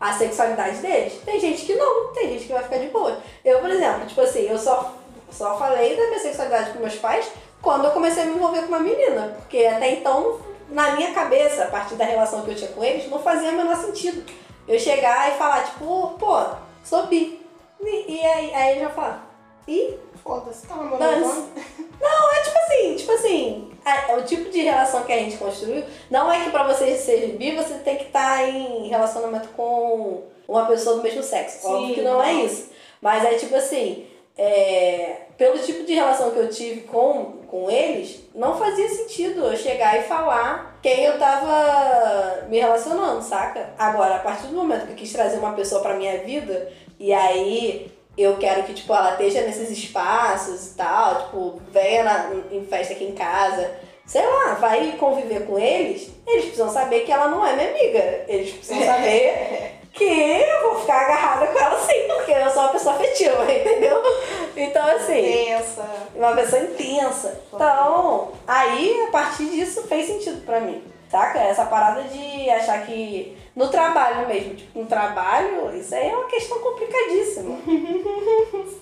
Speaker 1: a sexualidade deles. Tem gente que não, tem gente que vai ficar de boa. Eu, por exemplo, tipo assim, eu só, só falei da minha sexualidade com meus pais quando eu comecei a me envolver com uma menina. Porque até então, na minha cabeça, a partir da relação que eu tinha com eles, não fazia o menor sentido. Eu chegar e falar, tipo, pô, sou bi. E, e aí, aí ele já fala, ih,
Speaker 2: Foda-se, tá tava
Speaker 1: Dane-se.
Speaker 2: mandando bom.
Speaker 1: tipo assim, tipo assim, a- o tipo de relação que a gente construiu, não é que pra você ser bi você tem que estar em relacionamento com uma pessoa do mesmo sexo. Óbvio
Speaker 2: Sim,
Speaker 1: que não é
Speaker 2: não.
Speaker 1: isso. Mas é tipo assim, é, pelo tipo de relação que eu tive com, com eles, não fazia sentido eu chegar e falar quem eu tava me relacionando, saca? Agora, a partir do momento que eu quis trazer uma pessoa pra minha vida, e aí eu quero que, tipo, ela esteja nesses espaços e tal, tipo, venha na- em festa aqui em casa, sei lá, vai conviver com eles, eles precisam saber que ela não é minha amiga. Eles precisam saber que eu vou ficar agarrada com ela sim, porque eu sou uma pessoa afetiva, entendeu? Então, assim
Speaker 2: Pensa.
Speaker 1: uma pessoa intensa. Então, aí a partir disso fez sentido pra mim. Saca? Essa parada de achar que no trabalho mesmo, tipo, no trabalho, isso aí é uma questão complicadíssima.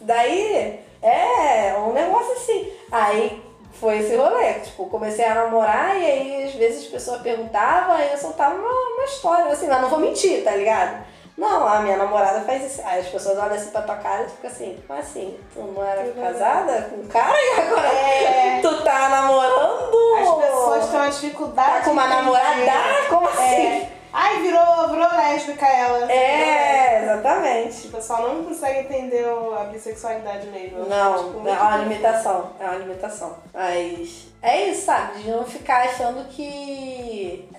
Speaker 1: Daí é um negócio assim. Aí foi esse rolê, tipo, comecei a namorar e aí às vezes as pessoas perguntavam e eu soltava uma, uma história, assim, mas não vou mentir, tá ligado? Não, a minha namorada faz isso. Aí as pessoas olham assim pra tua cara e ficam assim, como assim? Tu não era
Speaker 2: Tu não-
Speaker 1: casada com um cara e agora
Speaker 2: Uhum. É.
Speaker 1: tu tá namorando?
Speaker 2: As pessoas têm uma dificuldade.
Speaker 1: Tá com uma
Speaker 2: de entender.
Speaker 1: namorada? Como assim?
Speaker 2: É. Ai, virou, virou lésbica ela.
Speaker 1: É, exatamente.
Speaker 2: O pessoal não consegue entender o- a bissexualidade mesmo.
Speaker 1: Não,
Speaker 2: Tipo,
Speaker 1: é uma
Speaker 2: muito-
Speaker 1: limitação, é uma limitação. Mas é isso, sabe? De não ficar achando que.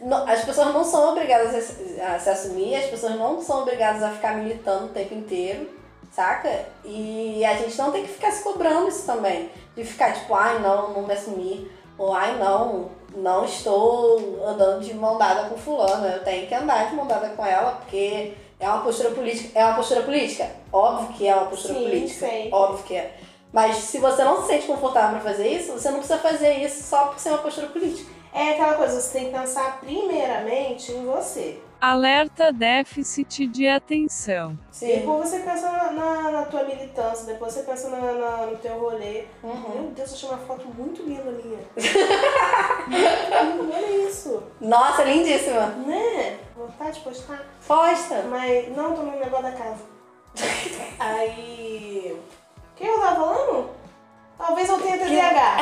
Speaker 1: não- as pessoas não são obrigadas a se, a se assumir, as pessoas não são obrigadas a ficar militando o tempo inteiro, saca? E a gente não tem que ficar se cobrando isso também. De ficar tipo, ai não, não me assumi. Ou ai não, não estou andando de mão dada com fulano. Eu tenho que andar de mão dada com ela, porque é uma postura política. É uma postura política? Óbvio que é uma postura
Speaker 2: Sim,
Speaker 1: política.
Speaker 2: sei.
Speaker 1: Óbvio que é. Mas se você não se sente confortável pra fazer isso, você não precisa fazer isso só por ser uma postura política.
Speaker 2: É aquela coisa, você tem que pensar primeiramente em você.
Speaker 7: Alerta déficit de atenção.
Speaker 1: Sim.
Speaker 2: Depois você pensa na, na- na tua militância, depois você pensa na- na- no teu rolê.
Speaker 1: Uhum.
Speaker 2: Meu Deus, eu achei uma foto muito linda minha. Hum, Olha isso,
Speaker 1: Nossa, lindíssima.
Speaker 2: né? Vontade de postar.
Speaker 1: Posta.
Speaker 2: Mas não tô no negócio da casa. Aí. O que eu tava falando? Talvez eu tenha TDAH.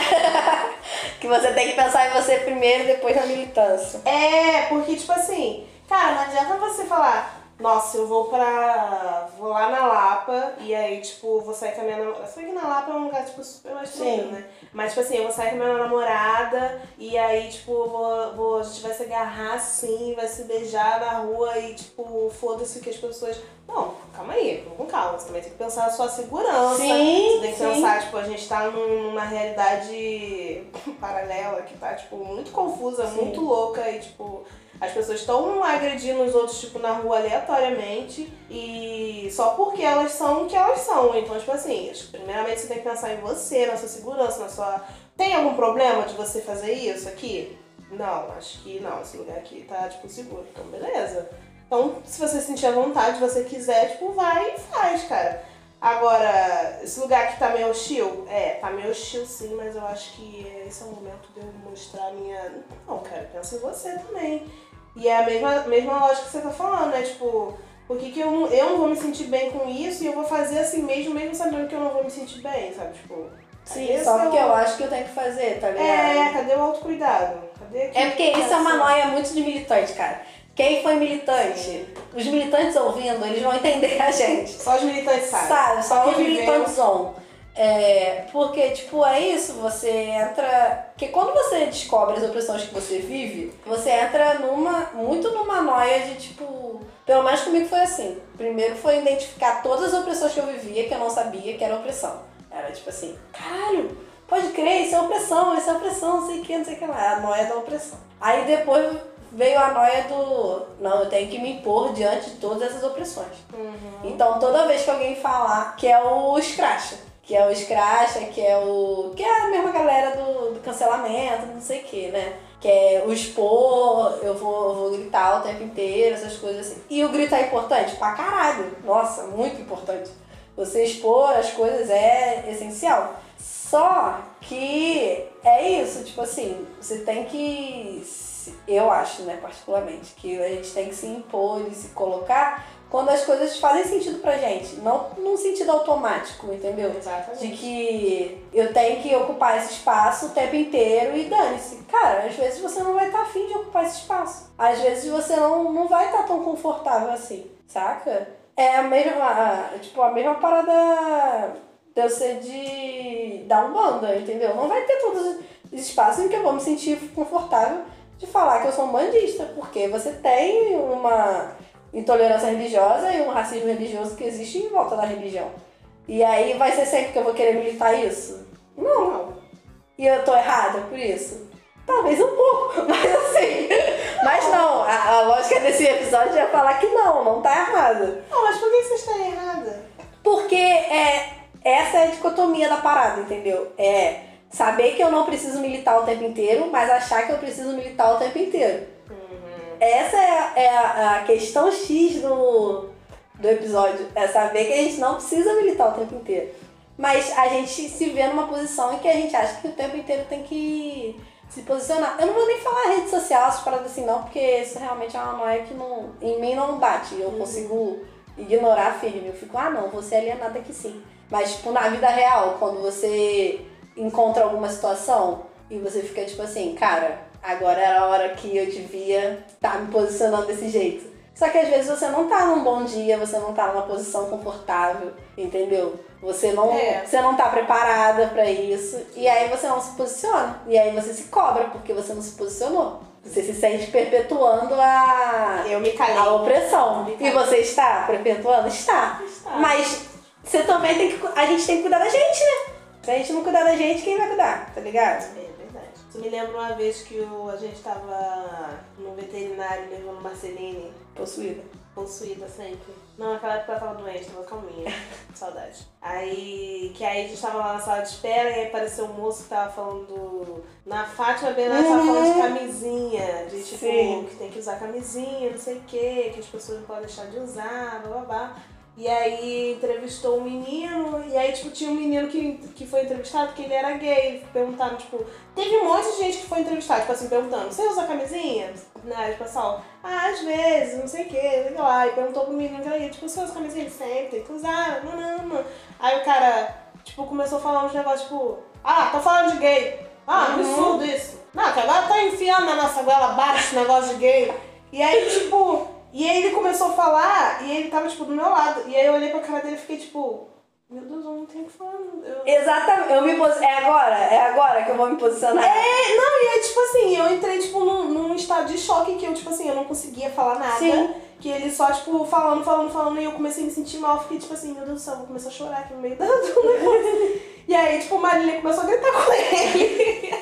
Speaker 1: Que você tem que pensar em você primeiro, depois na militância.
Speaker 2: É, porque tipo assim, cara, não adianta você falar, nossa, eu vou pra. vou lá na Lapa e aí, tipo, vou sair com a minha namorada. Se bem que na Lapa é um lugar, tipo, super mais tranquilo,
Speaker 1: Sim.
Speaker 2: né? Mas tipo assim, eu vou sair com a minha namorada e aí, tipo, eu vou, vou, a gente vai se agarrar assim, vai se beijar na rua e, tipo, foda-se o que as pessoas. Não, calma aí, vamos com calma. Você também tem que pensar na sua segurança.
Speaker 1: Sim,
Speaker 2: Você tem que
Speaker 1: sim.
Speaker 2: pensar, tipo, a gente tá num- numa realidade paralela que tá, tipo, muito confusa,
Speaker 1: Sim.
Speaker 2: muito louca e, tipo, as pessoas estão agredindo os outros, tipo, na rua aleatoriamente e só porque elas são o que elas são. Então, tipo assim, acho que primeiramente você tem que pensar em você, na sua segurança, na sua... Tem algum problema de você fazer isso aqui? Não, acho que não. Esse lugar aqui tá, tipo, seguro. Então, beleza. Então, se você sentir à vontade, você quiser, tipo, vai e faz, cara. Agora, esse lugar aqui tá meio hostil? É, tá meio hostil sim, mas eu acho que esse é o momento de eu mostrar a minha. Não, cara, pensa em você também. E é a mesma, mesma lógica que você tá falando, né? Tipo, por que, que eu, não- eu não vou me sentir bem com isso e eu vou fazer assim mesmo, mesmo sabendo que eu não vou me sentir bem, sabe? Tipo, Sim,
Speaker 1: Só
Speaker 2: seu-
Speaker 1: porque eu acho é que eu tenho que fazer, tá ligado?
Speaker 2: É, cadê o autocuidado? Cadê aqui?
Speaker 1: É porque isso é uma noia muito de militante, cara. Quem foi militante? Os militantes ouvindo, eles vão entender a gente.
Speaker 2: Só os militantes sabem.
Speaker 1: Sabe? Só os
Speaker 2: Quem viveu-
Speaker 1: militantes on. É, porque, tipo, é isso, você entra. Porque quando você descobre as opressões que você vive, você entra numa. muito numa noia de tipo. Pelo menos comigo foi assim. Primeiro foi identificar todas as opressões que eu vivia, que eu não sabia que era opressão. Era tipo assim, caralho, pode crer, isso é opressão, isso é opressão, não sei o que, não sei o que lá. A noia da opressão. Aí depois veio a noia do. Não, eu tenho que me impor diante de todas essas opressões.
Speaker 2: Uhum.
Speaker 1: Então toda vez que alguém falar que é o escracha, que é o escracha, que é o. que é a mesma galera do, do cancelamento, não sei o que, né? Que é o expor, eu vou, eu vou gritar o tempo inteiro, essas coisas assim. E o gritar é importante? Pra caralho! Nossa, muito importante. Você expor as coisas é essencial. Só que é isso, tipo assim, você tem que. se- Eu acho, né, particularmente, que a gente tem que se impor e se colocar quando as coisas fazem sentido pra gente, não num sentido automático, entendeu?
Speaker 2: Exatamente.
Speaker 1: De que eu tenho que ocupar esse espaço o tempo inteiro e dane-se. Cara, às vezes você não vai estar afim de ocupar esse espaço. Às vezes você não, não vai estar tão confortável assim, saca? É a mesma, a- tipo, a mesma parada de eu ser de dar um banda, entendeu? Não vai ter todos os espaços em que eu vou me sentir confortável de falar que eu sou um bandista, porque você tem uma intolerância religiosa e um racismo religioso que existe em volta da religião. E aí vai ser sempre que eu vou querer militar isso? Não.
Speaker 2: Não.
Speaker 1: E eu tô errada por isso? Talvez um pouco, mas assim. Mas não, a, a lógica desse episódio é falar que não, não tá errada.
Speaker 2: Não, mas por que você está errada?
Speaker 1: Porque é, essa é a dicotomia da parada, entendeu? É saber que eu não preciso militar o tempo inteiro, mas achar que eu preciso militar o tempo inteiro. Essa é, a- é a, a questão X do, do episódio. É saber que a gente não precisa militar o tempo inteiro. Mas a gente se vê numa posição em que a gente acha que o tempo inteiro tem que se posicionar. Eu não vou nem falar rede social, essas paradas assim, não, porque isso realmente é uma noia que não, em mim não bate. Eu consigo ignorar firme. Eu fico, ah, não, você é alienada aqui sim. Mas, tipo, na vida real, quando você encontra alguma situação e você fica tipo assim, cara, agora era a hora que eu devia estar me posicionando desse jeito. Só que às vezes você não tá num bom dia, você não tá numa posição confortável, entendeu? Você não,
Speaker 2: É.
Speaker 1: você não tá preparada pra isso. E aí você não se posiciona. E aí você se cobra porque você não se posicionou. Você se sente perpetuando a,
Speaker 2: Eu me calhei.
Speaker 1: a opressão. E você está perpetuando? Está.
Speaker 2: Está.
Speaker 1: Mas você também tem que. cu- A gente tem que cuidar da gente, né? Se a gente não cuidar da gente, quem vai cuidar? Tá ligado?
Speaker 2: É verdade. Isso me lembra uma vez que o- a gente tava no veterinário levando Marceline,
Speaker 1: Possuída.
Speaker 2: possuída sempre. Não, naquela época ela tava doente, tava calminha. Saudade. Aí, que aí a gente tava lá na sala de espera e aí apareceu um moço que tava falando. do- Na Fátima Bernardes tava falando de camisinha, de tipo,
Speaker 1: Sim.
Speaker 2: que tem que usar camisinha, não sei o que, que as pessoas não podem deixar de usar, blá blá blá. E aí entrevistou um menino, e aí tipo, tinha um menino que, que foi entrevistado que ele era gay. Perguntaram, tipo, teve um monte de gente que foi entrevistada, tipo assim, perguntando, você usa camisinha? Né? E o pessoal, ah, às vezes, não sei o que, sei lá. E perguntou pro menino que era gay, tipo, você usa camisinha? Ele sempre tem que usar, não, não, não. Aí o cara, tipo, começou a falar uns negócios, tipo, ah, tô falando de gay. Ah, absurdo isso. Não, que agora tá enfiando na nossa goela abaixo esse negócio de gay. E aí, tipo, e aí ele começou a falar e ele tava, tipo, do meu lado. E aí eu olhei pra cara dele e fiquei, tipo, meu Deus, eu não tenho o que falar. não. Eu...
Speaker 1: Exatamente. Eu me posi... É agora? É agora que eu vou me posicionar.
Speaker 2: É, não, e aí, tipo assim, eu entrei, tipo, num, num estado de choque que eu, tipo assim, eu não conseguia falar nada.
Speaker 1: Sim.
Speaker 2: Que ele só, tipo, falando, falando, falando, e eu comecei a me sentir mal, fiquei, tipo assim, meu Deus do céu, vou começar a chorar aqui no meio da do negócio. E aí, tipo, Marília começou a gritar com ele.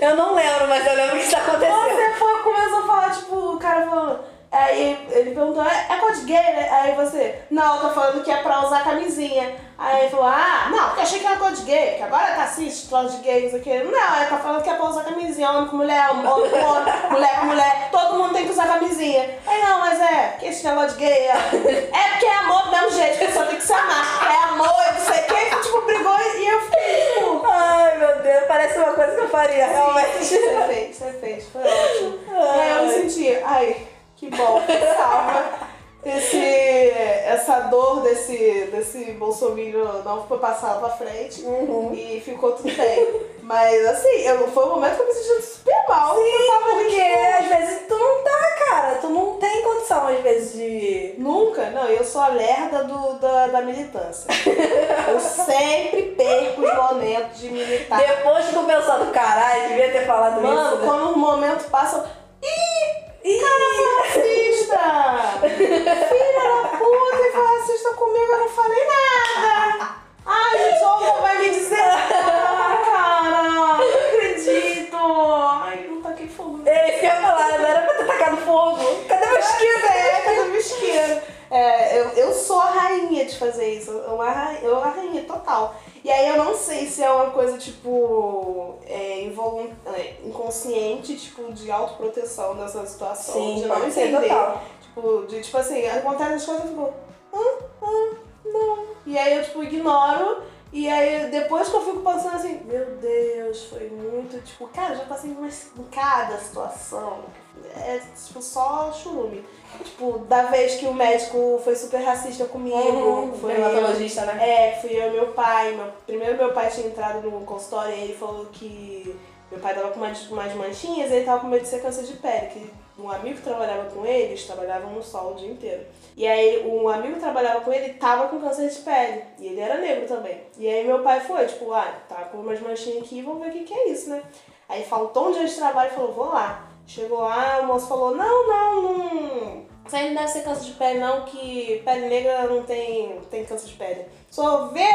Speaker 1: Eu não lembro, mas eu lembro que isso aconteceu.
Speaker 2: Você foi, começou a falar, tipo, o cara falou. Aí ele perguntou, é, é código gay, né? Aí você, não, eu tô falando que é pra usar camisinha. Aí ele falou, ah, não, porque eu achei que era código gay, que agora tá cis, troço de gay, não sei o quê. Não, aí tá falando que é pra usar camisinha, homem com mulher, homem com homem, mulher com mulher, todo mundo tem que usar camisinha. Aí não, mas é, que esse negócio de gay é. É porque é amor do mesmo jeito, a pessoa tem que se amar, é amor, não sei o quê. Tipo, brigou e eu fiquei, tipo,
Speaker 1: Ai, meu Deus, parece uma coisa que eu faria, realmente.
Speaker 2: você é fez, você fez, foi ótimo. E aí eu me senti, ai, que bom, salva. esse, essa dor desse, desse bolsominion não foi passada pra frente
Speaker 1: Uhum.
Speaker 2: e ficou tudo bem. Mas assim, eu, foi um momento que eu me senti super mal. eu tava
Speaker 1: Porque às vezes tu não dá, cara. Tu não tem condição, às vezes, de.
Speaker 2: Nunca, não, eu sou a lerda do, da, da militância. eu sempre perco os momentos de militar.
Speaker 1: Depois que eu pensar do caralho, devia ter falado
Speaker 2: Tá. Mano,
Speaker 1: isso. né?"
Speaker 2: quando o momento passa. eu- Ih! Cara, foi racista! Filha da puta, ele foi racista comigo, eu não falei nada! Ai, gente, ou vai me dizer. Ah, cara, não acredito! Ai, não taquei fogo.
Speaker 1: É isso que eu ia falar, não era pra ter tacado fogo. Cadê meu
Speaker 2: Pesquisa é, cadê o isqueiro? É, eu, eu sou a rainha de fazer isso. Eu, eu, a rainha, eu a rainha total. E aí eu não sei se é uma coisa, tipo, é, involun- é, inconsciente, tipo, de autoproteção nessa situação. de não
Speaker 1: pode ser,
Speaker 2: entender.
Speaker 1: total.
Speaker 2: Tipo, de, tipo assim, acontece as coisas e eu fico, hã? Hã? Não. E aí eu, tipo, ignoro. E aí depois que eu fico pensando assim, meu Deus, foi muito, tipo, cara, já passei umas, em cada situação. É, tipo, só churume. Tipo, da vez que o médico foi super racista comigo,
Speaker 1: Uhum,
Speaker 2: foi eu,
Speaker 1: dermatologista, né?
Speaker 2: é, fui eu e meu pai. Meu, primeiro meu pai tinha entrado no consultório e ele falou que meu pai tava com umas, umas manchinhas e ele tava com medo de ser câncer de pele. Que um amigo que trabalhava com ele, eles trabalhavam no sol o dia inteiro. E aí um amigo que trabalhava com ele tava com câncer de pele. E ele era negro também. E aí meu pai foi, tipo, ah, tá com umas manchinhas aqui, vamos ver o que, que é isso, né? Aí faltou um dia de trabalho e falou, vou lá. Chegou lá, o moço falou, não, não, não. Isso aí não deve ser câncer de pele, não, que pele negra não tem, tem câncer de pele. Só vê,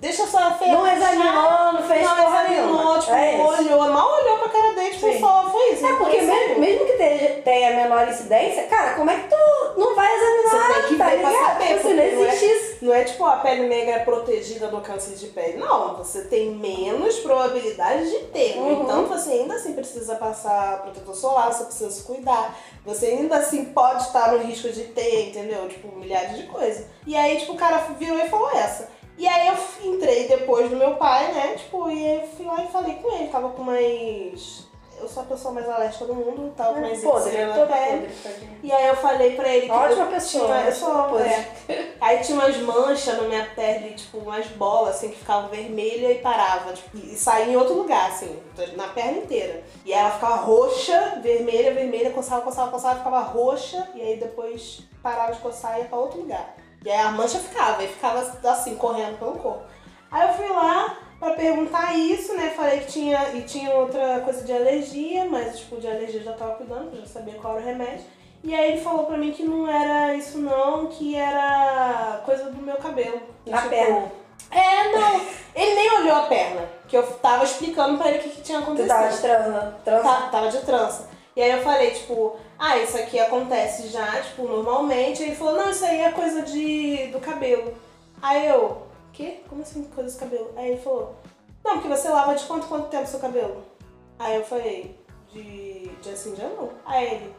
Speaker 2: deixa só feia.
Speaker 1: Não examinou, não fez porra nenhuma.
Speaker 2: Tipo,
Speaker 1: É isso.
Speaker 2: olhou, mal olhou pra cara dele, tipo,
Speaker 1: Sim.
Speaker 2: só foi isso.
Speaker 1: É
Speaker 2: não
Speaker 1: porque
Speaker 2: conheceu.
Speaker 1: mesmo, mesmo que tenha, tenha menor incidência, cara, como é que tu não vai examinar?
Speaker 2: Você tem que
Speaker 1: tá
Speaker 2: ver pra
Speaker 1: ligado?
Speaker 2: saber,
Speaker 1: Tipo assim,
Speaker 2: porque
Speaker 1: não
Speaker 2: não é-
Speaker 1: existe isso.
Speaker 2: Não é tipo a pele negra é protegida do câncer de pele. Não, você tem menos probabilidade de ter.
Speaker 1: Uhum.
Speaker 2: Então você ainda assim precisa passar protetor solar, você precisa se cuidar. Você ainda assim pode estar no risco de ter, entendeu? Tipo, milhares de coisas. E aí, tipo, o cara virou e falou essa. E aí eu f- entrei depois do meu pai, né? Tipo, e aí eu fui lá e falei com ele. Tava com mais. Eu sou a pessoa mais alérgica do mundo, tava com mais
Speaker 1: Podre,
Speaker 2: eczema na
Speaker 1: toda
Speaker 2: pele.
Speaker 1: podre, tadinha.
Speaker 2: E aí eu falei pra ele que.
Speaker 1: Ótima
Speaker 2: eu
Speaker 1: pessoa,
Speaker 2: Tinha, eu
Speaker 1: ótima
Speaker 2: sou,
Speaker 1: coisa.
Speaker 2: é. Aí tinha umas manchas na minha pele, tipo, umas bolas assim que ficavam vermelha e parava. Tipo, e saía em outro lugar, assim, na perna inteira. E aí ela ficava roxa, vermelha, vermelha, coçava, coçava, coçava, ficava roxa, e aí depois parava de coçar e ia pra outro lugar. E aí a mancha ficava, e ficava assim, correndo pelo corpo. Aí eu fui lá pra perguntar isso, né? Falei que tinha. E tinha outra coisa de alergia, mas tipo, de alergia eu já tava cuidando, porque eu já sabia qual era o remédio. E aí ele falou pra mim que não era isso não, que era coisa do meu cabelo. E,
Speaker 1: Na
Speaker 2: tipo,
Speaker 1: perna.
Speaker 2: É, não. Ele nem olhou a perna, que eu tava explicando pra ele o que, que tinha
Speaker 1: Tu tá
Speaker 2: acontecido.
Speaker 1: tava de transa. transa.
Speaker 2: Tá- tava de trança. E aí eu falei, tipo, ah, isso aqui acontece já, tipo, normalmente. Ele falou, não, isso aí é coisa de, do cabelo. Aí eu, quê? Como assim coisa do cabelo? Aí ele falou, não, porque você lava de quanto quanto tempo seu cabelo? Aí eu falei, de, de assim já não. Aí ele,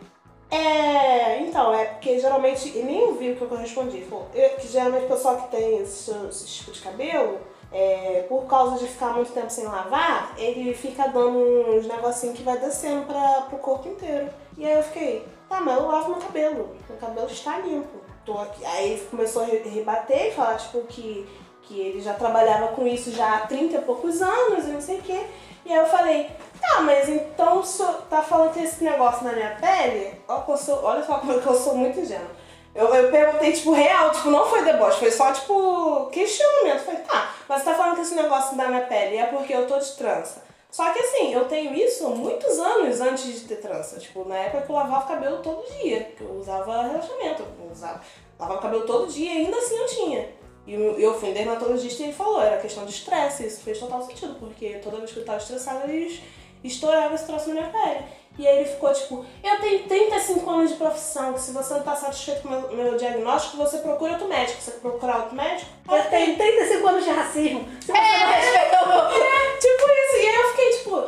Speaker 2: é, então, é porque geralmente, e nem ouviu o que eu respondi, ele falou, eu, que geralmente o pessoal que tem esse, esse tipo de cabelo, é, por causa de ficar muito tempo sem lavar, ele fica dando uns negocinhos que vai descendo pra, pro corpo inteiro. E aí eu fiquei, tá, mas eu lavo meu cabelo, meu cabelo está limpo. Tô aqui. Aí ele começou a re- rebater e falar, tipo, que, que ele já trabalhava com isso já há 30 e poucos anos e não sei o quê. E aí eu falei, tá, mas então so, tá falando que esse negócio na minha pele? Olha, que eu sou- olha só como que eu sou muito ingênua. Eu, eu perguntei, tipo, real, tipo, não foi deboche, foi só, tipo, questionamento. Falei, tá, mas você tá falando que esse negócio dá na minha pele é porque eu tô de trança. Só que assim, eu tenho isso há muitos anos antes de ter trança. Tipo, na época que eu lavava o cabelo todo dia, que eu usava relaxamento, eu usava, lavava o cabelo todo dia, ainda assim eu tinha. E eu eu fui em dermatologista e ele falou, era questão de estresse, isso fez total sentido, porque toda vez que eu tava estressada, eles estouravam esse troço na minha pele. E aí ele ficou tipo, eu tenho 35 anos de profissão, que se você não tá satisfeito com o meu, meu diagnóstico, você procura outro médico. Você procurar outro médico?
Speaker 1: Eu tenho 35 anos de racismo. Se você não respeitou meu.
Speaker 2: É, tipo isso. E aí eu fiquei tipo,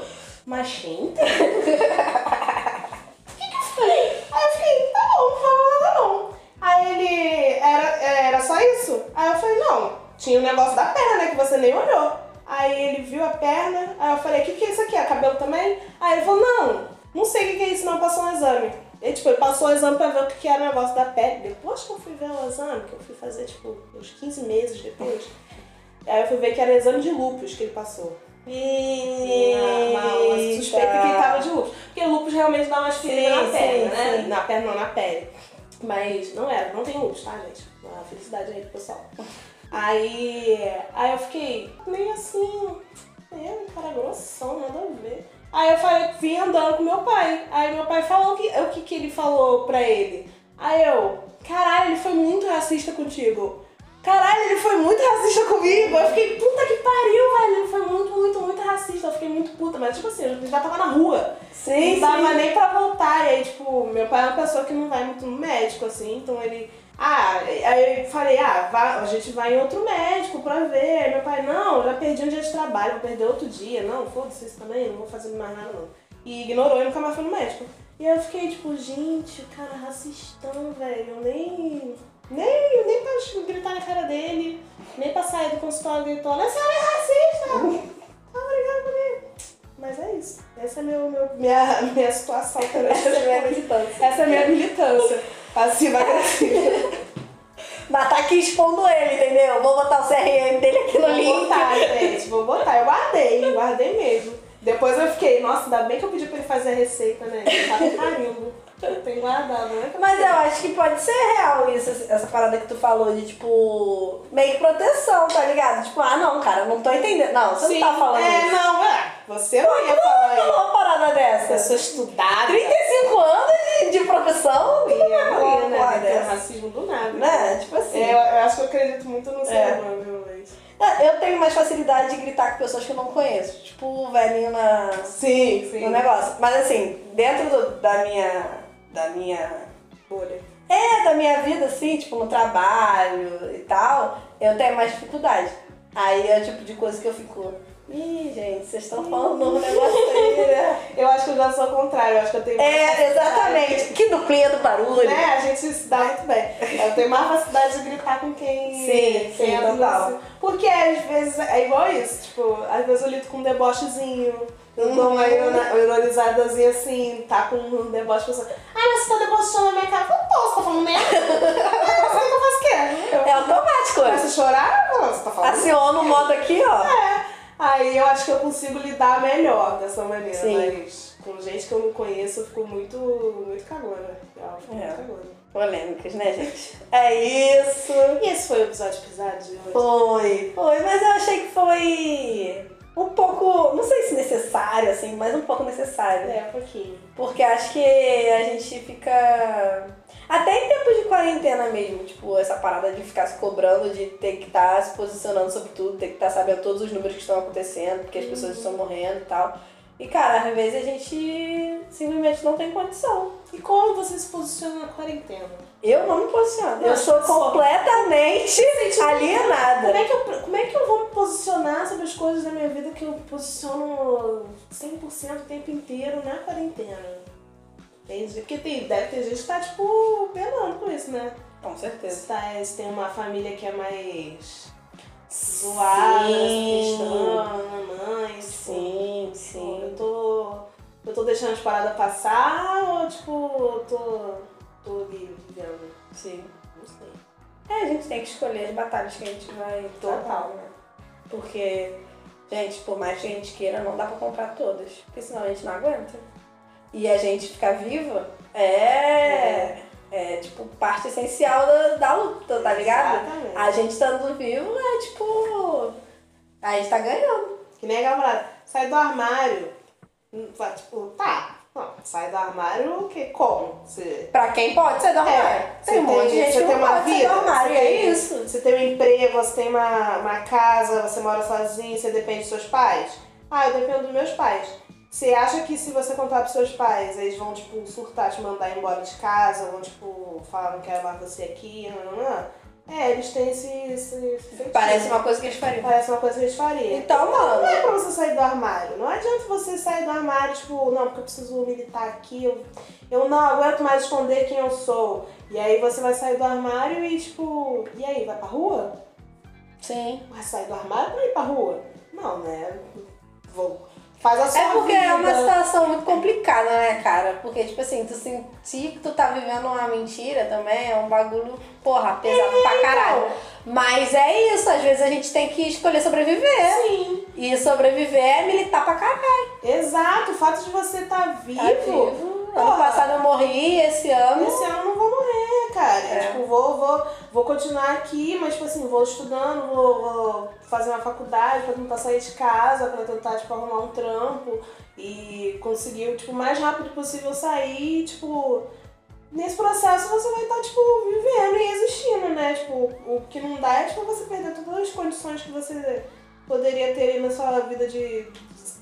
Speaker 2: mas gente. O que, que eu falei? Aí eu fiquei, tá bom, não falou nada não. Aí ele, era, era só isso? Aí eu falei, não, tinha o negócio da perna, né, que você nem olhou. Aí ele viu a perna, aí eu falei, o que, que é isso aqui? É cabelo também? Aí ele falou, não, não sei o que, que é isso, não passou um exame. Ele, tipo, ele passou o exame pra ver o que que era o negócio da pele. Depois que eu fui ver o exame, que eu fui fazer, tipo, uns 15 meses depois. Aí eu fui ver que era exame de lúpus que ele passou. Uma, uma suspeita que tá ele tava de lúpus. Porque lúpus realmente dá umas feridas
Speaker 6: Sim,
Speaker 2: na perna,
Speaker 6: sim,
Speaker 2: né?
Speaker 6: sim.
Speaker 2: Na perna não, na pele. Mas não era, não tem lúpus, tá, gente? Uma felicidade aí pro pessoal. Aí, aí eu fiquei meio assim, meio cara grossão, nada a ver. Aí eu falei, vim andando com meu pai. Aí meu pai falou o que, o que, que ele falou pra ele. Aí eu, caralho, ele foi muito racista contigo. Caralho, ele foi muito racista comigo. Eu fiquei, puta que pariu, velho. Ele foi muito, muito, muito racista. Eu fiquei muito puta, mas tipo assim, eu já tava na rua
Speaker 1: Sim,
Speaker 2: não dava nem pra voltar. E aí, tipo, meu pai é uma pessoa que não vai muito no médico, assim, então ele. Ah, aí eu falei, ah, vá- a gente vai em outro médico pra ver. Aí meu pai, não, já perdi um dia de trabalho, vou perder outro dia. Não, foda-se isso também, não vou fazer mais nada não. E ignorou e nunca mais foi no médico. E aí eu fiquei, tipo, gente, o cara é racistão, velho. Eu nem. Nem, nem pra gritar na cara dele, nem pra sair do consultório gritando, essa senhora é racista! Tá brigando comigo. Mas é isso. Essa é meu, meu- minha, minha situação também.
Speaker 1: Essa é a minha militância.
Speaker 2: Essa é a minha militância. Passiva agressiva.
Speaker 1: Mas tá aqui expondo ele, entendeu? Vou botar o CRM dele aqui no
Speaker 2: Vou
Speaker 1: link.
Speaker 2: botar, gente. Vou botar. Eu guardei, guardei mesmo. Depois eu fiquei, nossa, ainda bem que eu pedi pra ele fazer a receita, né? Tá com carimbo. Eu tenho guardado, né?
Speaker 1: Mas eu acho que pode ser real isso, essa parada que tu falou de, tipo, meio que proteção, tá ligado? Tipo, ah, não, cara, eu não tô entendendo. Não, você não tá falando
Speaker 2: é,
Speaker 1: isso.
Speaker 2: não, é. Você não ia falar
Speaker 1: Não,
Speaker 2: isso.
Speaker 1: uma parada dessa.
Speaker 2: Pessoa estudada.
Speaker 1: 35 anos de, de profissão? Não vai falar uma
Speaker 2: né?
Speaker 1: parada
Speaker 2: Tem
Speaker 1: dessa.
Speaker 2: racismo do nada.
Speaker 1: Né? Tipo assim.
Speaker 2: É, eu, eu acho que eu acredito muito no ser
Speaker 1: É.
Speaker 2: humano, realmente.
Speaker 1: É, Eu tenho mais facilidade de gritar com pessoas que eu não conheço. Tipo o velhinho na,
Speaker 2: Sim, né?
Speaker 1: no negócio. Mas assim, dentro do- da minha. Da minha.
Speaker 2: Bolha.
Speaker 1: É, da minha vida, assim, tipo, no trabalho e tal, eu tenho mais dificuldade. Aí é o tipo de coisa que eu fico. Ih, gente, vocês estão falando um negócio aí, né?
Speaker 2: Eu acho que eu já sou ao contrário, eu acho que eu tenho mais
Speaker 1: É,
Speaker 2: facilidade.
Speaker 1: exatamente. Que duplinha do barulho.
Speaker 2: Né? A gente se dá muito bem. Eu tenho mais facilidade de gritar com quem.
Speaker 1: Sim,
Speaker 2: quem
Speaker 1: sim,
Speaker 2: é do
Speaker 1: total.
Speaker 2: nosso- Porque às vezes é igual isso, tipo, às vezes eu lido com um debochezinho. Eu dou
Speaker 1: Uhum.
Speaker 2: uma irona- ironizadazinha assim, tá com um deboche pessoa. Ah, mas você tá debochando na minha cara. Eu não tô, você tá falando merda. "Ah, Você é que eu faço o quê? Eu
Speaker 1: É automático.
Speaker 2: começo a chorar, eu falo, você tá falando
Speaker 1: Aciona o Assim, modo aqui, ó.
Speaker 2: Aí eu acho que eu consigo lidar melhor dessa maneira,
Speaker 1: Sim.
Speaker 2: mas com gente que eu não conheço eu fico muito, muito cagona. Eu fico
Speaker 1: É.
Speaker 2: muito cagona.
Speaker 1: Polêmicas, né, gente? É isso.
Speaker 2: E esse foi o episódio pesado de hoje.
Speaker 1: Foi, foi, mas eu achei que foi um pouco, não sei se necessário, assim, mas um pouco necessário.
Speaker 2: É, um pouquinho.
Speaker 1: Porque acho que a gente fica. Até em tempos de quarentena mesmo, tipo, essa parada de ficar se cobrando, de ter que estar se posicionando sobre tudo, ter que estar sabendo todos os números que estão acontecendo, porque as pessoas estão morrendo e tal. E cara, às vezes a gente simplesmente não tem condição.
Speaker 2: E como você se posiciona na quarentena?
Speaker 1: Eu não me posiciono. Eu
Speaker 2: Não,
Speaker 1: sou
Speaker 2: só-
Speaker 1: completamente
Speaker 2: Como
Speaker 1: alienada.
Speaker 2: é, que eu, como é que eu vou me posicionar sobre as coisas da minha vida que eu me posiciono 100% o tempo inteiro na quarentena? Entendi. Porque tem, deve ter gente que tá, tipo, penando com isso, né?
Speaker 1: Com certeza.
Speaker 2: Se, tá- se tem uma família que é mais zoada, tipo,
Speaker 1: Sim.
Speaker 2: cristã, mãe,
Speaker 1: Sim,
Speaker 2: Sim.
Speaker 1: sim.
Speaker 2: Tipo, Eu tô. Eu tô deixando as paradas passar ou tipo, eu tô. tô livre, digamos.
Speaker 1: Sim.
Speaker 2: Não sei.
Speaker 1: É, a gente tem que escolher as batalhas que a gente vai
Speaker 2: Total.
Speaker 1: tocar, né? Porque, gente, por mais que a gente queira, não dá pra comprar todas. Porque senão a gente não aguenta. E a gente ficar viva é. É, tipo, parte essencial da, da luta, tá ligado?
Speaker 2: Exatamente.
Speaker 1: A gente estando vivo é tipo. A gente tá ganhando.
Speaker 2: Que nem aquela parada. Sai do armário. Hum, tá, Tipo, tá. Não, sai do armário o quê? Como? Você.
Speaker 1: Pra quem pode ser do armário.
Speaker 2: É,
Speaker 1: tem
Speaker 2: você
Speaker 1: um monte de
Speaker 2: tem-
Speaker 1: gente
Speaker 2: você
Speaker 1: que
Speaker 2: tem
Speaker 1: não
Speaker 2: uma
Speaker 1: pode ser
Speaker 2: vida,
Speaker 1: do armário.
Speaker 2: você
Speaker 1: E é
Speaker 2: tem-
Speaker 1: isso.
Speaker 2: Você tem um emprego, você tem uma, uma casa, você mora sozinho, você depende dos seus pais? Ah, eu dependo dos meus pais. Você acha que se você contar pros seus pais, eles vão, tipo, surtar, te mandar embora de casa, vão, tipo, falar não quero mais você aqui, não, não, não. É, eles têm esse... esse, esse feitio.
Speaker 1: Parece uma coisa que eles fariam.
Speaker 2: Parece uma coisa que eles fariam.
Speaker 1: Então, mano.
Speaker 2: Não é pra você sair do armário. Não adianta você sair do armário, tipo, não, porque eu preciso militar aqui, eu, eu não aguento mais esconder quem eu sou. E aí você vai sair do armário e, tipo, e aí, vai pra rua?
Speaker 1: Sim.
Speaker 2: Vai sair do armário pra ir pra rua? Não, né? Vou. Faz a sua
Speaker 1: É porque
Speaker 2: vida.
Speaker 1: é uma situação muito complicada, né, cara? Porque, tipo assim, tu sentir que tu tá vivendo uma mentira também é um bagulho, porra, pesado
Speaker 2: Então.
Speaker 1: pra caralho. Mas é isso, às vezes a gente tem que escolher sobreviver.
Speaker 2: Sim.
Speaker 1: E sobreviver é militar pra caralho.
Speaker 2: Exato. O fato de você estar vivo.
Speaker 1: Tá vivo. Ano
Speaker 2: Porra.
Speaker 1: passado eu morri, esse ano.
Speaker 2: Esse ano eu não vou morrer, cara.
Speaker 1: É.
Speaker 2: Tipo, vou, vou, vou continuar aqui, mas tipo assim, vou estudando, vou, vou fazer uma faculdade pra tentar sair de casa, pra tentar, tipo, arrumar um trampo e conseguir, o, tipo, o mais rápido possível sair, tipo. Nesse processo você vai estar, tipo, vivendo e existindo, né? Tipo, o que não dá é, tipo, você perder todas as condições que você poderia ter aí na sua vida de,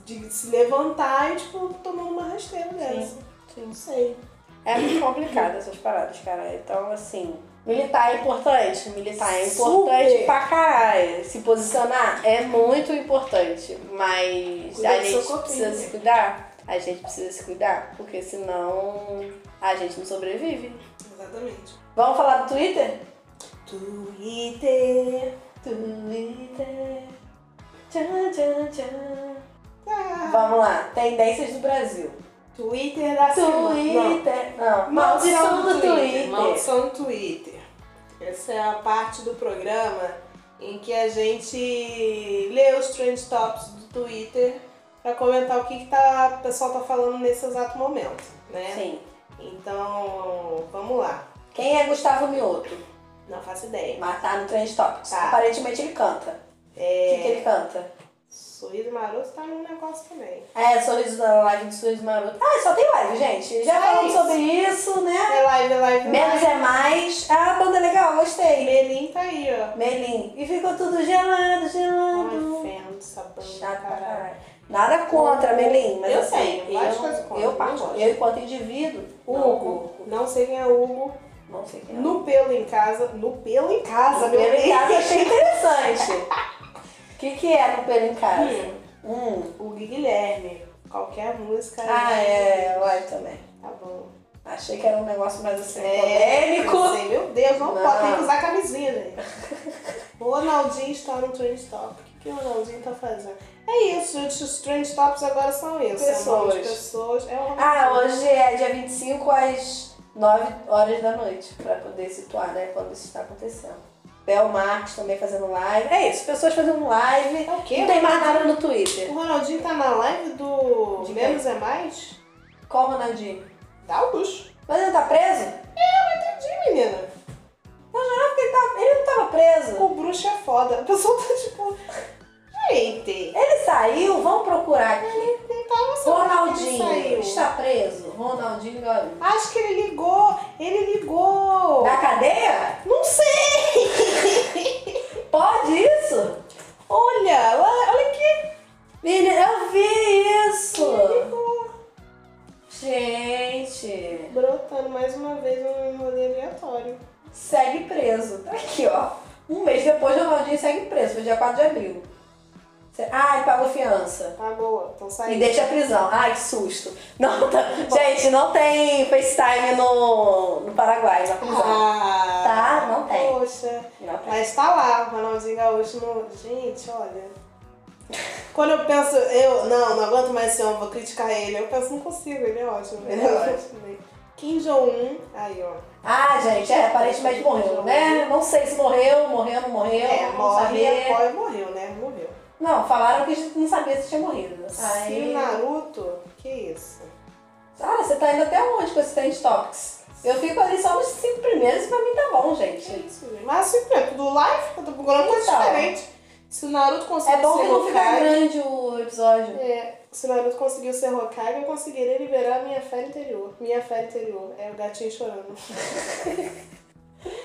Speaker 2: de se levantar e, tipo, tomar uma rasteira dessa. Não sei.
Speaker 1: É muito complicado essas paradas, cara. Então, assim, militar é importante. Militar é importante
Speaker 2: Super.
Speaker 1: pra caralho. Se posicionar é muito importante. Mas
Speaker 2: Cuida
Speaker 1: a
Speaker 2: do
Speaker 1: gente
Speaker 2: seu corpinho.
Speaker 1: precisa se cuidar. A gente precisa se cuidar. Porque senão a gente não sobrevive.
Speaker 2: Exatamente.
Speaker 1: Vamos falar do Twitter?
Speaker 2: Twitter.
Speaker 1: Twitter. Tchan, tchan, tchan.
Speaker 2: Ah,
Speaker 1: Vamos lá. Tendências do Brasil.
Speaker 2: Twitter da semana.
Speaker 1: Twitter. Não.
Speaker 2: Não,
Speaker 1: Maldição do Twitter.
Speaker 2: Maldição do Twitter. Essa é a parte do programa em que a gente lê os trend tops do Twitter pra comentar o que, que tá, o pessoal tá falando nesse exato momento, né?
Speaker 1: Sim.
Speaker 2: Então, vamos lá.
Speaker 1: Quem é Gustavo Mioto?
Speaker 2: Não faço ideia.
Speaker 1: Matar no Trend Topics.
Speaker 2: Tá.
Speaker 1: Aparentemente ele canta. O que, que ele canta?
Speaker 2: Sorriso Maroto tá num negócio também.
Speaker 1: É, sorriso da live de sorriso maroto. Ah, só tem live, gente. Já
Speaker 2: Só
Speaker 1: falamos
Speaker 2: isso.
Speaker 1: sobre isso, né?
Speaker 2: É live, é live, é
Speaker 1: Menos
Speaker 2: live.
Speaker 1: é mais. Ah, banda legal, gostei.
Speaker 2: Melim tá aí, ó.
Speaker 1: Melim. E ficou tudo gelado,
Speaker 2: Ai,
Speaker 1: gelado.
Speaker 2: ferro dessa banda,
Speaker 1: Chato pra
Speaker 2: caralho.
Speaker 1: caralho. Nada contra, Melim, mas
Speaker 2: Eu
Speaker 1: assim,
Speaker 2: tenho, várias coisas
Speaker 1: eu,
Speaker 2: contra,
Speaker 1: eu,
Speaker 2: não
Speaker 1: parto-
Speaker 2: gosto.
Speaker 1: eu, enquanto indivíduo, Hugo,
Speaker 2: Hugo. Não sei quem é Hugo.
Speaker 1: não sei quem é.
Speaker 2: No pelo em casa. No pelo em casa,
Speaker 1: No pelo em casa eu
Speaker 2: Deus.
Speaker 1: achei interessante. O que, que é no pelo em casa? Hum.
Speaker 2: O Guilherme. Qualquer música.
Speaker 1: Ah, é, live também.
Speaker 2: Tá bom.
Speaker 1: Achei que era um negócio mais assim,
Speaker 2: É,
Speaker 1: polêmico.
Speaker 2: eu sei, meu Deus, não,
Speaker 1: Não.
Speaker 2: pode. Tem que usar camisinha, gente. o Ronaldinho está no Trend Top. O que, que o Ronaldinho tá fazendo? É isso, gente. Os Trend Tops agora são isso. É um monte de
Speaker 1: Pessoas.
Speaker 2: pessoas. É um
Speaker 1: Ah, hoje é dia 25 às 9 horas da noite, pra poder situar, né, quando isso está acontecendo. Bel Marques também fazendo live. É isso, pessoas fazendo live.
Speaker 2: É o quê?
Speaker 1: Não tem mais nada no Twitter.
Speaker 2: O Ronaldinho tá na live do
Speaker 1: De quem?
Speaker 2: Menos é Mais?
Speaker 1: Qual o Ronaldinho?
Speaker 2: Dá o luxo.
Speaker 1: Mas ele tá preso?
Speaker 2: Entendi, menina.
Speaker 1: Ele, tá- ele não tava preso.
Speaker 2: O bruxo é foda. A pessoa tá tipo. Gente, é
Speaker 1: Ele saiu, vamos procurar aqui.
Speaker 2: nossa,
Speaker 1: Ronaldinho
Speaker 2: ele saiu.
Speaker 1: está preso. Ronaldinho Gaúcho.
Speaker 2: Acho que ele ligou. Ele ligou.
Speaker 1: Na cadeia?
Speaker 2: Não sei.
Speaker 1: Pode isso?
Speaker 2: Olha, é lá, olha aqui.
Speaker 1: Menina, eu vi isso!
Speaker 2: Ele ligou.
Speaker 1: Gente,
Speaker 2: Brotando mais uma vez um rolê aleatório.
Speaker 1: segue preso. Tá aqui, ó. Um mês depois, Ronaldinho segue preso. Foi dia 4 de abril. Se- Ai, pagou fiança.
Speaker 2: Tá boa, então
Speaker 1: E
Speaker 2: saindo.
Speaker 1: deixa a prisão. Ai, que susto. Não, tá- Gente, não tem FaceTime no, no Paraguai, na prisão.
Speaker 2: Ah,
Speaker 1: Tá, não tem.
Speaker 2: Poxa.
Speaker 1: Não tem.
Speaker 2: Mas tá lá, o Ronaldinho Gaúcho. No... Gente, olha. Quando eu penso, eu não, não aguento mais esse homem, vou criticar ele. Eu penso, não consigo, ele é ótimo. Ele é ótimo. Kim Jong-un, aí ó.
Speaker 1: Ah, gente, é, aparentemente morreu, né? Não sei se morreu, morreu, não morreu.
Speaker 2: É,
Speaker 1: não
Speaker 2: morre,
Speaker 1: sabia.
Speaker 2: apoia, morreu, né? Morreu.
Speaker 1: Não, falaram que a gente não sabia se tinha morrido.
Speaker 2: Se
Speaker 1: Aí...
Speaker 2: o Naruto, que isso?
Speaker 1: Sara, você tá indo até onde com esses trend topics? Eu fico ali só nos cinco primeiros e pra mim tá bom,
Speaker 2: Que
Speaker 1: gente.
Speaker 2: isso, gente? Mas assim, é tudo live, eu tô procurando coisa
Speaker 1: Então.
Speaker 2: diferente. Se o Naruto conseguiu
Speaker 1: É bom
Speaker 2: ser
Speaker 1: que não fica
Speaker 2: Hokage,
Speaker 1: grande o episódio.
Speaker 2: é, se o Naruto conseguiu ser Hokage, eu conseguirei liberar a minha fé interior. Minha fé interior. É o gatinho chorando.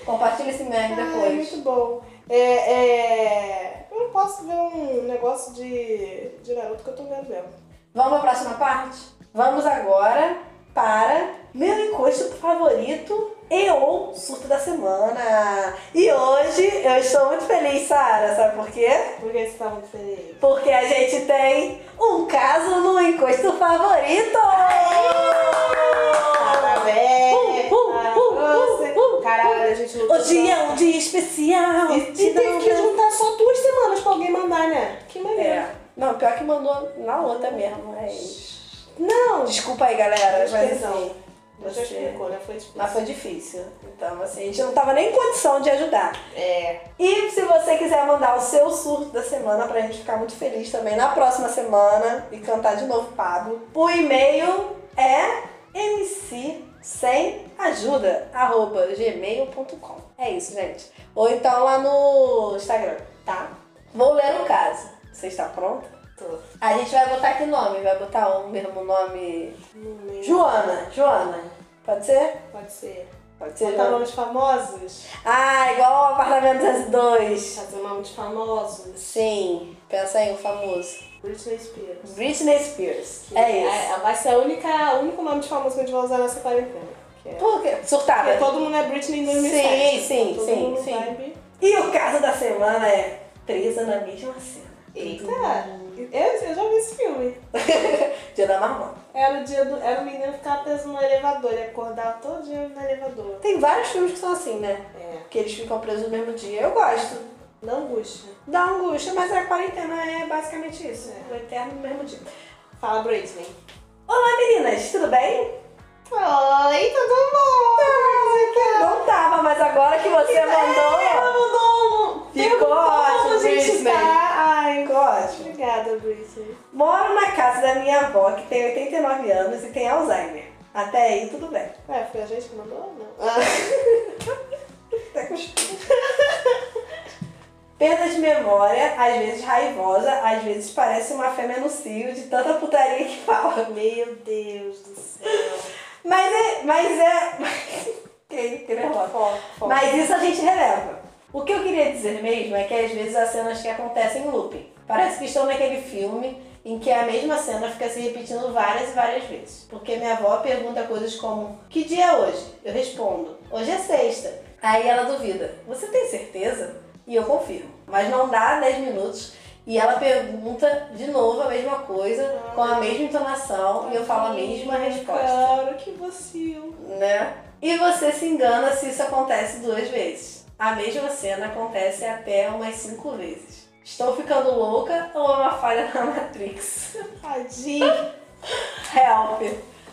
Speaker 1: Compartilha esse meme
Speaker 2: Ai, muito
Speaker 1: depois.
Speaker 2: bom. É, é, Eu não posso ver um negócio de, de Naruto que eu tô vendo mesmo.
Speaker 1: Vamos pra próxima parte? Vamos agora para meu encosto favorito e ou surto da semana. E hoje eu estou muito feliz, Sara, sabe por quê?
Speaker 2: Por que você tá muito feliz?
Speaker 1: Porque a gente tem um caso no encosto favorito!
Speaker 2: Parabéns!
Speaker 1: Uh, uh, uh, uh, uh.
Speaker 2: Caralho, a gente lutou.
Speaker 1: Hoje é um dia especial! um
Speaker 2: E, e teve que juntar só duas semanas pra alguém mandar, né? Que maneiro.
Speaker 1: É. Não, pior que mandou na outra mesmo. Mas...
Speaker 2: Não,
Speaker 1: Desculpa aí, galera. Mas
Speaker 2: Perdão.
Speaker 1: assim,
Speaker 2: É, você
Speaker 1: você...
Speaker 2: explicou, né? Foi difícil.
Speaker 1: Mas foi difícil. Então, assim, a gente não tava nem em condição de ajudar.
Speaker 2: É.
Speaker 1: E se você quiser mandar o seu surto da semana pra gente ficar muito feliz também na próxima semana e cantar de novo Pablo, o e-mail é mc sem ajuda, arroba gmail.com. É isso, gente. Ou então lá no Instagram, tá? Vou ler no caso. Você está pronta?
Speaker 2: Tô.
Speaker 1: A gente vai botar que nome? Vai botar o mesmo nome.
Speaker 2: No meio.
Speaker 1: Joana, Joana. Pode ser?
Speaker 2: Pode ser.
Speaker 1: Pode ser.
Speaker 2: Botar
Speaker 1: Joana.
Speaker 2: nomes tá famosos?
Speaker 1: Ah, igual ao apartamento 2.
Speaker 2: Fazer nomes famosos.
Speaker 1: Sim, pensa aí, um famoso.
Speaker 2: Britney Spears.
Speaker 1: Britney Spears. É isso.
Speaker 2: É, vai ser a única, o único nome de famoso que a gente vai usar nessa quarentena. Que é...
Speaker 1: Por quê? Surtada.
Speaker 2: Porque todo mundo é Britney em 2007.
Speaker 1: Sim, sim,
Speaker 2: então todo
Speaker 1: sim,
Speaker 2: mundo
Speaker 1: sim.
Speaker 2: Vibe.
Speaker 1: E o caso da semana é presa na mesma cena.
Speaker 2: Eita! Eu, eu já vi esse filme.
Speaker 1: Dia da marmota.
Speaker 2: Era o dia do. Era o menino ficar preso no elevador. Ele acordava todo dia no elevador.
Speaker 1: Tem vários filmes que são assim, né?
Speaker 2: É.
Speaker 1: Que eles ficam presos no mesmo dia. Eu gosto.
Speaker 2: Na angústia.
Speaker 1: Dá angústia, mas a quarentena é basicamente isso. É. O eterno no mesmo dia.
Speaker 2: Fala, Britney.
Speaker 1: Olá, meninas. Tudo bem?
Speaker 2: Oi, tudo
Speaker 1: Tá,
Speaker 2: bom?
Speaker 1: Não tava, mas agora que você
Speaker 2: Ela
Speaker 1: É, mandou...
Speaker 2: mandou um.
Speaker 1: Ficou
Speaker 2: perguntou como a
Speaker 1: ótimo,
Speaker 2: gente
Speaker 1: Britney.
Speaker 2: tá. Ai,
Speaker 1: Ficou ótimo.
Speaker 2: obrigada, Britney.
Speaker 1: Moro na casa da minha avó, que tem 89 anos e tem Alzheimer. Até aí, tudo bem.
Speaker 2: Ué, foi a gente que mandou? Não.
Speaker 1: Ah. Até cuspiu. Perda de memória, às vezes raivosa, às vezes parece uma fêmea no cio de tanta putaria que fala.
Speaker 2: Meu Deus do céu.
Speaker 1: Mas é. Mas é. que, que nervosa.
Speaker 2: Foco, foco.
Speaker 1: Mas isso a gente releva. O que eu queria dizer mesmo é que às vezes as cenas que acontecem em looping. Parece que estão naquele filme em que a mesma cena fica se repetindo várias e várias vezes. Porque minha avó pergunta coisas como: Que dia é hoje? Eu respondo: Hoje é sexta. Aí ela duvida: Você tem certeza? E eu confirmo. Mas não dá 10 minutos e ela pergunta de novo a mesma coisa, com a mesma entonação, e eu falo a mesma resposta
Speaker 2: Claro que vacilo.
Speaker 1: né? E você se engana se isso acontece duas vezes. A mesma cena acontece até umas cinco vezes. Estou ficando louca ou é uma falha na Matrix?
Speaker 2: Tadinho.
Speaker 1: Help!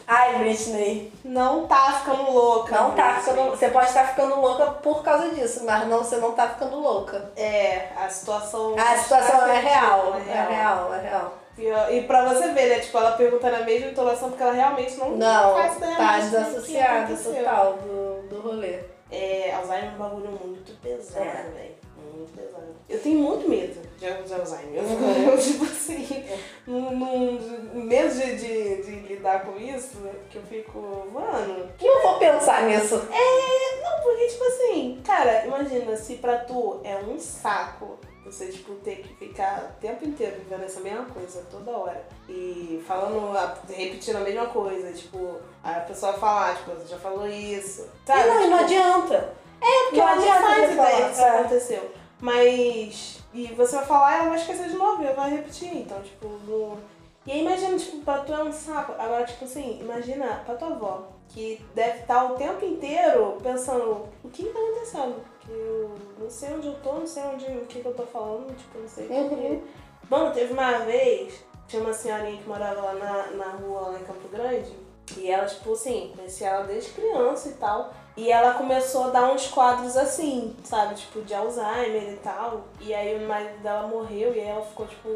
Speaker 1: Ai, Britney,
Speaker 2: Não tá ficando louca.
Speaker 1: não tá
Speaker 2: Britney.
Speaker 1: ficando. Você pode estar ficando louca por causa disso, mas não, você não tá ficando louca.
Speaker 2: É, a situação.
Speaker 1: A situação é
Speaker 2: tá
Speaker 1: real, é
Speaker 2: afetiva,
Speaker 1: real, é real.
Speaker 2: Pior- E pra você ver, né? Tipo, ela pergunta na mesma entonação porque ela realmente não,
Speaker 1: Não,
Speaker 2: faz ideia
Speaker 1: tá
Speaker 2: mais do que
Speaker 1: desassociada
Speaker 2: aconteceu.
Speaker 1: total do, do rolê.
Speaker 2: É, Alzheimer é um bagulho muito pesado,
Speaker 1: É.
Speaker 2: velho. Muito pesado. Eu tenho muito medo de, de Alzheimer.
Speaker 1: Uhum.
Speaker 2: Eu, tipo assim,
Speaker 1: É.
Speaker 2: num, num- medo de, de- de lidar com isso, né, que eu fico, mano.
Speaker 1: Não vou pensar nisso.
Speaker 2: É, não, porque, tipo assim, cara, imagina se pra tu é um saco você, tipo, ter que ficar o tempo inteiro vivendo essa mesma coisa toda hora e falando, a- repetindo a mesma coisa, tipo, a pessoa falar, tipo, você já falou isso, sabe?
Speaker 1: E não, e não
Speaker 2: Tipo,
Speaker 1: adianta. É,
Speaker 2: porque ela não faz
Speaker 1: você
Speaker 2: ideia que isso
Speaker 1: falar. É.
Speaker 2: aconteceu. Mas. E você vai falar, "Ah, ela vai esquecer de novo, e ela vai repetir. Então, tipo, no... E aí imagina, tipo, pra tu é um saco. Agora, tipo assim, imagina pra tua avó, que deve estar o tempo inteiro pensando, o que que tá acontecendo? Que eu não sei onde eu tô, não sei onde o que, que eu tô falando, tipo, não sei o que.
Speaker 1: Uhum.
Speaker 2: Mano, teve uma vez, tinha uma senhorinha que morava lá na, na rua, lá em Campo Grande, e ela, tipo assim, conhecia ela desde criança e tal. E ela começou a dar uns quadros assim, sabe? Tipo, de Alzheimer e tal. E aí o marido dela morreu e ela ficou, tipo,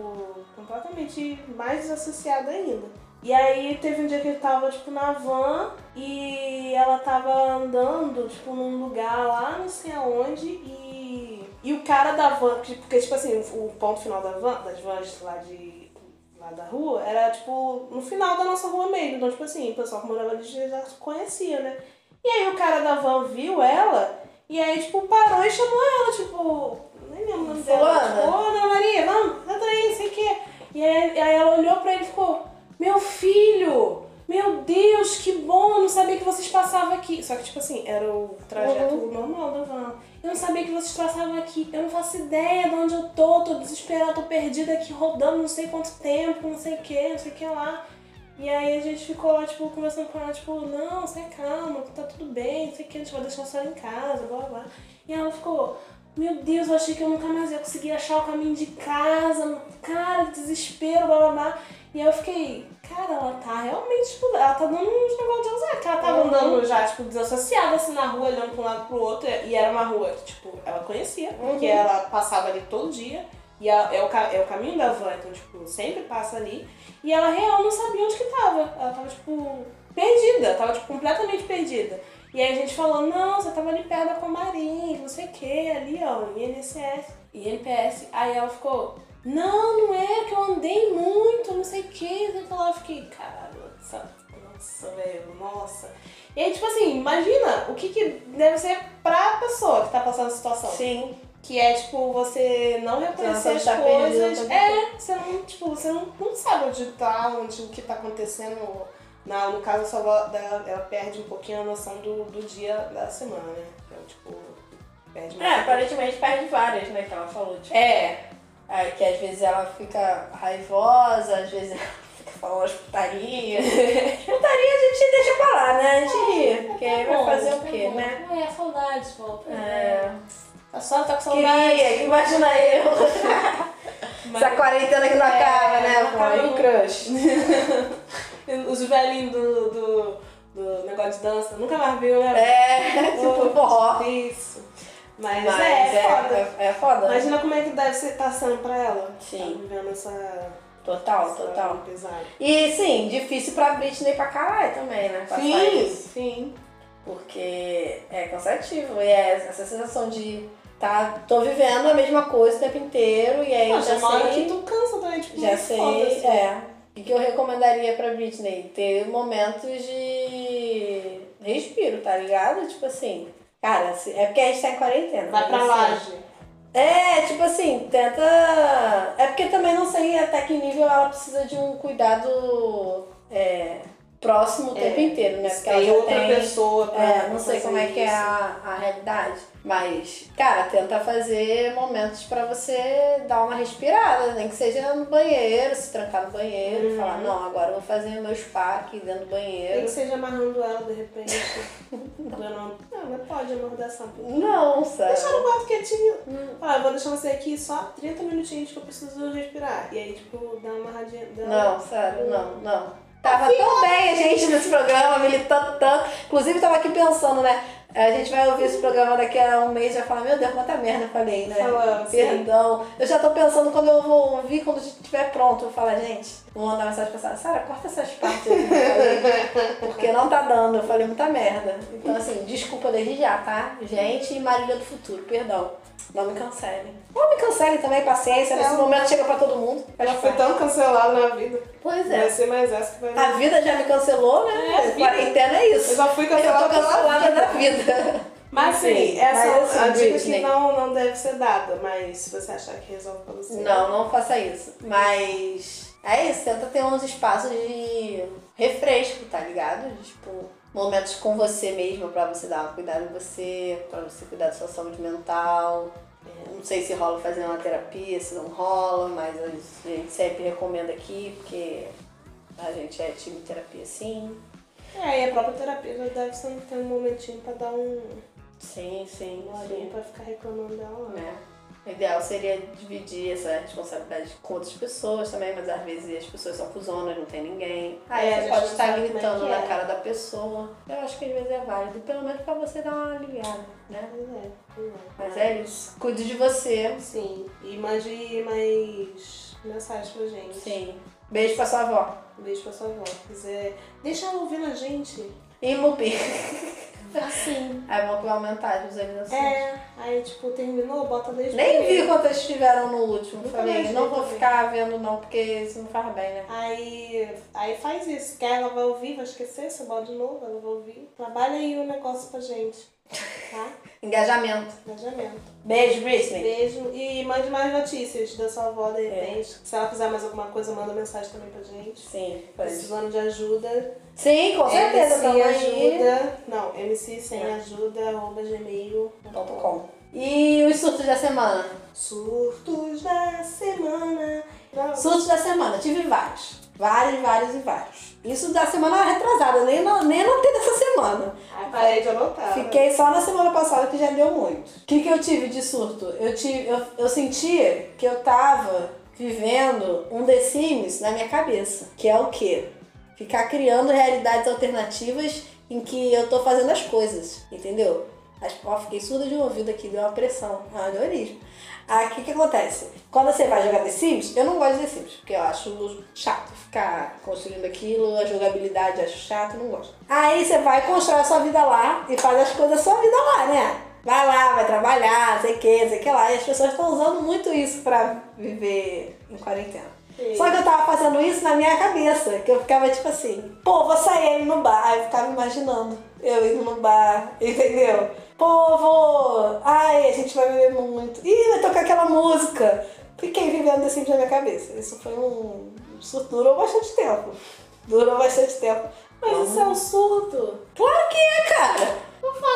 Speaker 2: completamente mais desassociada ainda. E aí teve um dia que eu tava, tipo, na van e ela tava andando, tipo, num lugar lá não sei aonde e. E o cara da van, que- porque, tipo assim, o ponto final da van, das vans lá de. lá da rua, era tipo no final da nossa rua mesmo. Então, tipo assim, o pessoal que morava ali já se conhecia, né? E aí o cara da van viu ela e aí, tipo, parou e chamou ela, tipo, nem lembro o nome dela.
Speaker 1: Fulana.
Speaker 2: Tipo, ô Ana Maria, vamos, entra aí, não sei o quê. E aí, aí ela olhou pra ele e ficou, meu filho! Meu Deus, que bom! Eu não sabia que vocês passavam aqui. Só que, tipo assim, era o trajeto normal da van. Eu não sabia que vocês passavam aqui. Eu não faço ideia de onde eu tô. Tô desesperada, tô perdida aqui rodando não sei quanto tempo, não sei o que, não sei o que lá. E aí a gente ficou lá, tipo, conversando com ela, tipo, não, você calma, que tá tudo bem, não sei o que, a gente vai deixar a senhora em casa, blá blá. blá. E ela ficou, Meu Deus, eu achei que eu nunca mais ia conseguir achar o caminho de casa. Cara, desespero, blá blá blá. E aí eu fiquei, cara, ela tá realmente, tipo, ela tá dando uns negócios de usar. Que ela tava
Speaker 6: Uhum.
Speaker 2: andando já, tipo, desassociada assim na rua, olhando pra um lado pro outro. E era uma rua que, tipo, ela conhecia, porque
Speaker 6: Uhum.
Speaker 2: ela passava ali todo dia. E é, é o, ca- é o caminho da van, então, tipo, sempre passa ali. E ela real não sabia onde que tava. Ela tava, tipo, perdida, tava, tipo, completamente perdida. E aí a gente falou, não, você tava ali perto da Comarim, não sei o que, ali, ó, INSS, INPS. Aí ela ficou, não, não é, que eu andei muito, não sei o que, sei lá, eu fiquei, caralho, nossa, nossa, velho, nossa. E aí, tipo assim, imagina o que, que deve ser pra pessoa que tá passando a situação.
Speaker 1: Sim.
Speaker 2: Que é, tipo, você não
Speaker 1: sabe
Speaker 2: reconhecer as
Speaker 1: onde tá perdido,
Speaker 2: coisas.
Speaker 1: onde tá
Speaker 2: é, você não, tipo, você não, não sabe onde tá, onde o que tá acontecendo. Na, no caso, a sua avó, dela- ela perde um pouquinho a noção do, do dia da semana, né? Então, tipo, perde
Speaker 1: É,
Speaker 2: mais.
Speaker 1: aparentemente perde várias, né? Que ela falou. Tipo,
Speaker 2: É,
Speaker 1: ah, que às vezes ela fica raivosa, às vezes ela fica falando as putarias. Putaria a gente deixa pra lá, né? A gente ri. Porque
Speaker 2: tá
Speaker 1: vai fazer o quê, né?
Speaker 2: É, saudades, volta.
Speaker 1: É.
Speaker 2: A senhora tá com saudade.
Speaker 1: Queria, imagina eu.
Speaker 2: mas-
Speaker 1: Essa quarentena que não
Speaker 2: É,
Speaker 1: acaba,
Speaker 2: não
Speaker 1: né,
Speaker 2: acaba
Speaker 1: pô?
Speaker 2: nunca.
Speaker 6: crush.
Speaker 2: Os velhinhos do, do, do negócio de dança, nunca mais viu, né?
Speaker 1: É, tipo, forró.
Speaker 2: Isso. Mas,
Speaker 1: Mas
Speaker 2: é, é foda.
Speaker 1: é, é foda.
Speaker 2: Imagina como é que deve ser tá sendo pra ela.
Speaker 1: Sim.
Speaker 2: Tá vivendo essa.
Speaker 1: Total,
Speaker 2: essa
Speaker 1: total.
Speaker 2: pesada.
Speaker 1: E sim, difícil pra Britney pra caralho também, né? Passar
Speaker 2: Sim,
Speaker 1: isso.
Speaker 2: sim.
Speaker 1: Porque é cansativo. E é essa sensação de tá, tô vivendo a mesma coisa o tempo inteiro e aí
Speaker 2: Não,
Speaker 1: É, já
Speaker 2: já uma hora
Speaker 1: sei.
Speaker 2: que tu cansa também, tipo,
Speaker 1: Já
Speaker 2: muito
Speaker 1: sei.
Speaker 2: foda-se.
Speaker 1: É. O que eu recomendaria pra Britney? Ter momentos de respiro, tá ligado? Tipo assim. Cara, se- é porque a gente tá em quarentena. mas
Speaker 2: Vai pra né?
Speaker 1: assim,
Speaker 2: laje.
Speaker 1: É, tipo assim, tenta. É porque também não sei até que nível ela precisa de um cuidado é, próximo o
Speaker 2: É,
Speaker 1: tempo inteiro, né? Porque ela
Speaker 2: Tem
Speaker 1: já
Speaker 2: outra
Speaker 1: tem.
Speaker 2: pessoa né, pra.
Speaker 1: É, não sei
Speaker 2: fazer
Speaker 1: como é que é
Speaker 2: isso.
Speaker 1: a, a realidade. Mas, cara, tenta fazer momentos pra você dar uma respirada, nem que seja no banheiro, se trancar no banheiro, e
Speaker 2: Uhum.
Speaker 1: falar, não, agora eu vou fazer o meu spa aqui dentro do
Speaker 2: Tem que
Speaker 1: banheiro.
Speaker 2: seja amarrando ela de repente. não, não, não pode amordar essa porra.
Speaker 1: Não, sabe?
Speaker 2: Deixa no quarto quietinho. Ó, eu vou deixar você aqui só 30 minutinhos que eu preciso respirar. E aí, tipo, dá uma amarradinha. dá uma-
Speaker 1: Não, sério, não, não. Tava tão bem a gente nesse programa, militando tanto. Inclusive, tava aqui pensando, né? A gente vai ouvir esse programa daqui a um mês e vai falar, meu Deus, quanta merda eu falei, né?
Speaker 2: Falamos, sim.
Speaker 1: Perdão. Eu já tô pensando quando eu vou ouvir, quando estiver pronto, eu vou falar, gente, vou mandar mensagem pra Sara, Sara, corta essas partes aí, que eu falei, porque não tá dando, eu falei muita merda. Então, assim, desculpa desde já, tá? Gente e Marília do Futuro, perdão. Não me cancelem. Não me cancelem também, paciência. Nesse
Speaker 2: Não.
Speaker 1: momento chega pra todo mundo.
Speaker 2: Ela foi tão cancelada na vida.
Speaker 1: Pois é.
Speaker 2: Vai ser mais essa que vai
Speaker 1: A vida já me cancelou, né?
Speaker 2: É, a vida.
Speaker 1: Quarentena é
Speaker 2: Eu
Speaker 1: isso.
Speaker 2: já fui
Speaker 1: Eu tô
Speaker 2: cancelada pela
Speaker 1: cancelada da vida.
Speaker 2: Mas
Speaker 1: Enfim,
Speaker 2: assim, essa
Speaker 1: mas,
Speaker 2: é
Speaker 1: assim,
Speaker 2: a dica
Speaker 1: Britney.
Speaker 2: que não, não deve ser dada, mas se você achar que resolve pra você.
Speaker 1: Não, não faça isso. Mas é isso, tenta ter uns espaços de refresco, tá ligado? De, Tipo, momentos com você mesma pra você dar um cuidado em você, pra você cuidar da sua saúde mental. É, Não sei se rola fazer uma terapia, se não rola, mas a gente sempre recomenda aqui, porque a gente é time terapia sim.
Speaker 2: É, e a própria terapia já deve ser ter um momentinho pra dar um
Speaker 1: Sim, sim,
Speaker 2: uma horinha pra ficar reclamando dela. né?
Speaker 1: né? O ideal seria dividir essa responsabilidade com outras pessoas também, mas às vezes as pessoas são fuzonas, não tem ninguém. Aí
Speaker 2: É, a
Speaker 1: você
Speaker 2: gente
Speaker 1: pode
Speaker 2: não
Speaker 1: estar
Speaker 2: sabe como é
Speaker 1: gritando
Speaker 2: que
Speaker 1: na
Speaker 2: é.
Speaker 1: cara da pessoa. Eu acho que às vezes é válido, pelo menos pra você dar uma aliviada, né?
Speaker 2: Pois é, pois é.
Speaker 1: Mas é isso. Cuide de você.
Speaker 2: Sim. E mande mais mensagens pra gente. Um
Speaker 1: Sim. Beijo pra sua avó.
Speaker 2: Beijo pra sua avó. Se quiser. Deixa ela ouvindo a gente.
Speaker 1: E Mupi.
Speaker 2: Assim.
Speaker 1: Aí vão aumentar as visualizações.
Speaker 2: É. Aí, tipo, terminou, bota desde
Speaker 1: Nem
Speaker 2: primeiro.
Speaker 1: vi quantas tiveram no último.
Speaker 2: Nunca mais
Speaker 1: Falei,
Speaker 2: vi
Speaker 1: não vou
Speaker 2: também.
Speaker 1: ficar vendo não, porque isso não faz bem, né?
Speaker 2: Aí, aí faz isso, que aí ela vai ouvir, vai esquecer, você bota de novo, ela vai ouvir. Trabalha aí o negócio pra gente, tá?
Speaker 1: Engajamento.
Speaker 2: Engajamento.
Speaker 1: Beijo, Britney.
Speaker 2: Beijo e mande mais notícias da sua avó,
Speaker 1: É.
Speaker 2: de repente. Se ela fizer mais alguma coisa, manda mensagem também pra gente.
Speaker 1: Sim, pode.
Speaker 2: Precisando de ajuda.
Speaker 1: Sim, com certeza. tá
Speaker 2: MC
Speaker 1: tamo aí.
Speaker 2: ajuda. Não, MC sem ajuda, arroba gmail.
Speaker 1: Tá. Com. E os surtos da semana?
Speaker 2: Surtos da semana. Não.
Speaker 1: Surtos da semana, tive vários. Vários, vários e vários. Isso da semana retrasada, nem, na- nem anotei dessa semana.
Speaker 2: Ai, parei de anotar.
Speaker 1: Fiquei só na semana passada que já deu muito. O que, que eu tive de surto? Eu, tive, eu, eu sentia que eu tava vivendo um The Sims na minha cabeça. Que é o quê? Ficar criando realidades alternativas em que eu tô fazendo as coisas, entendeu? Mas, ó, fiquei surda de um ouvido aqui, deu uma pressão, é um aneurisma. Aí o que, que acontece? Quando você vai jogar The Sims, eu não gosto de The Sims, porque eu acho chato ficar construindo aquilo, a jogabilidade eu acho chato, não gosto. Aí você vai constrói a sua vida lá e faz as coisas da sua vida lá, né? Vai lá, vai trabalhar, sei que, sei que lá. E as pessoas estão usando muito isso pra viver em quarentena. Só que eu tava fazendo isso na minha cabeça, que eu ficava tipo assim, pô, vou sair ali no bar, Aí eu ficava imaginando eu indo no bar, entendeu? Pô, vou, ai, a gente vai beber muito, ih, vai tocar aquela música. Fiquei vivendo assim na minha cabeça, isso foi um, isso durou bastante tempo, durou bastante tempo.
Speaker 2: Mas isso é um surto.
Speaker 1: Claro que é, cara,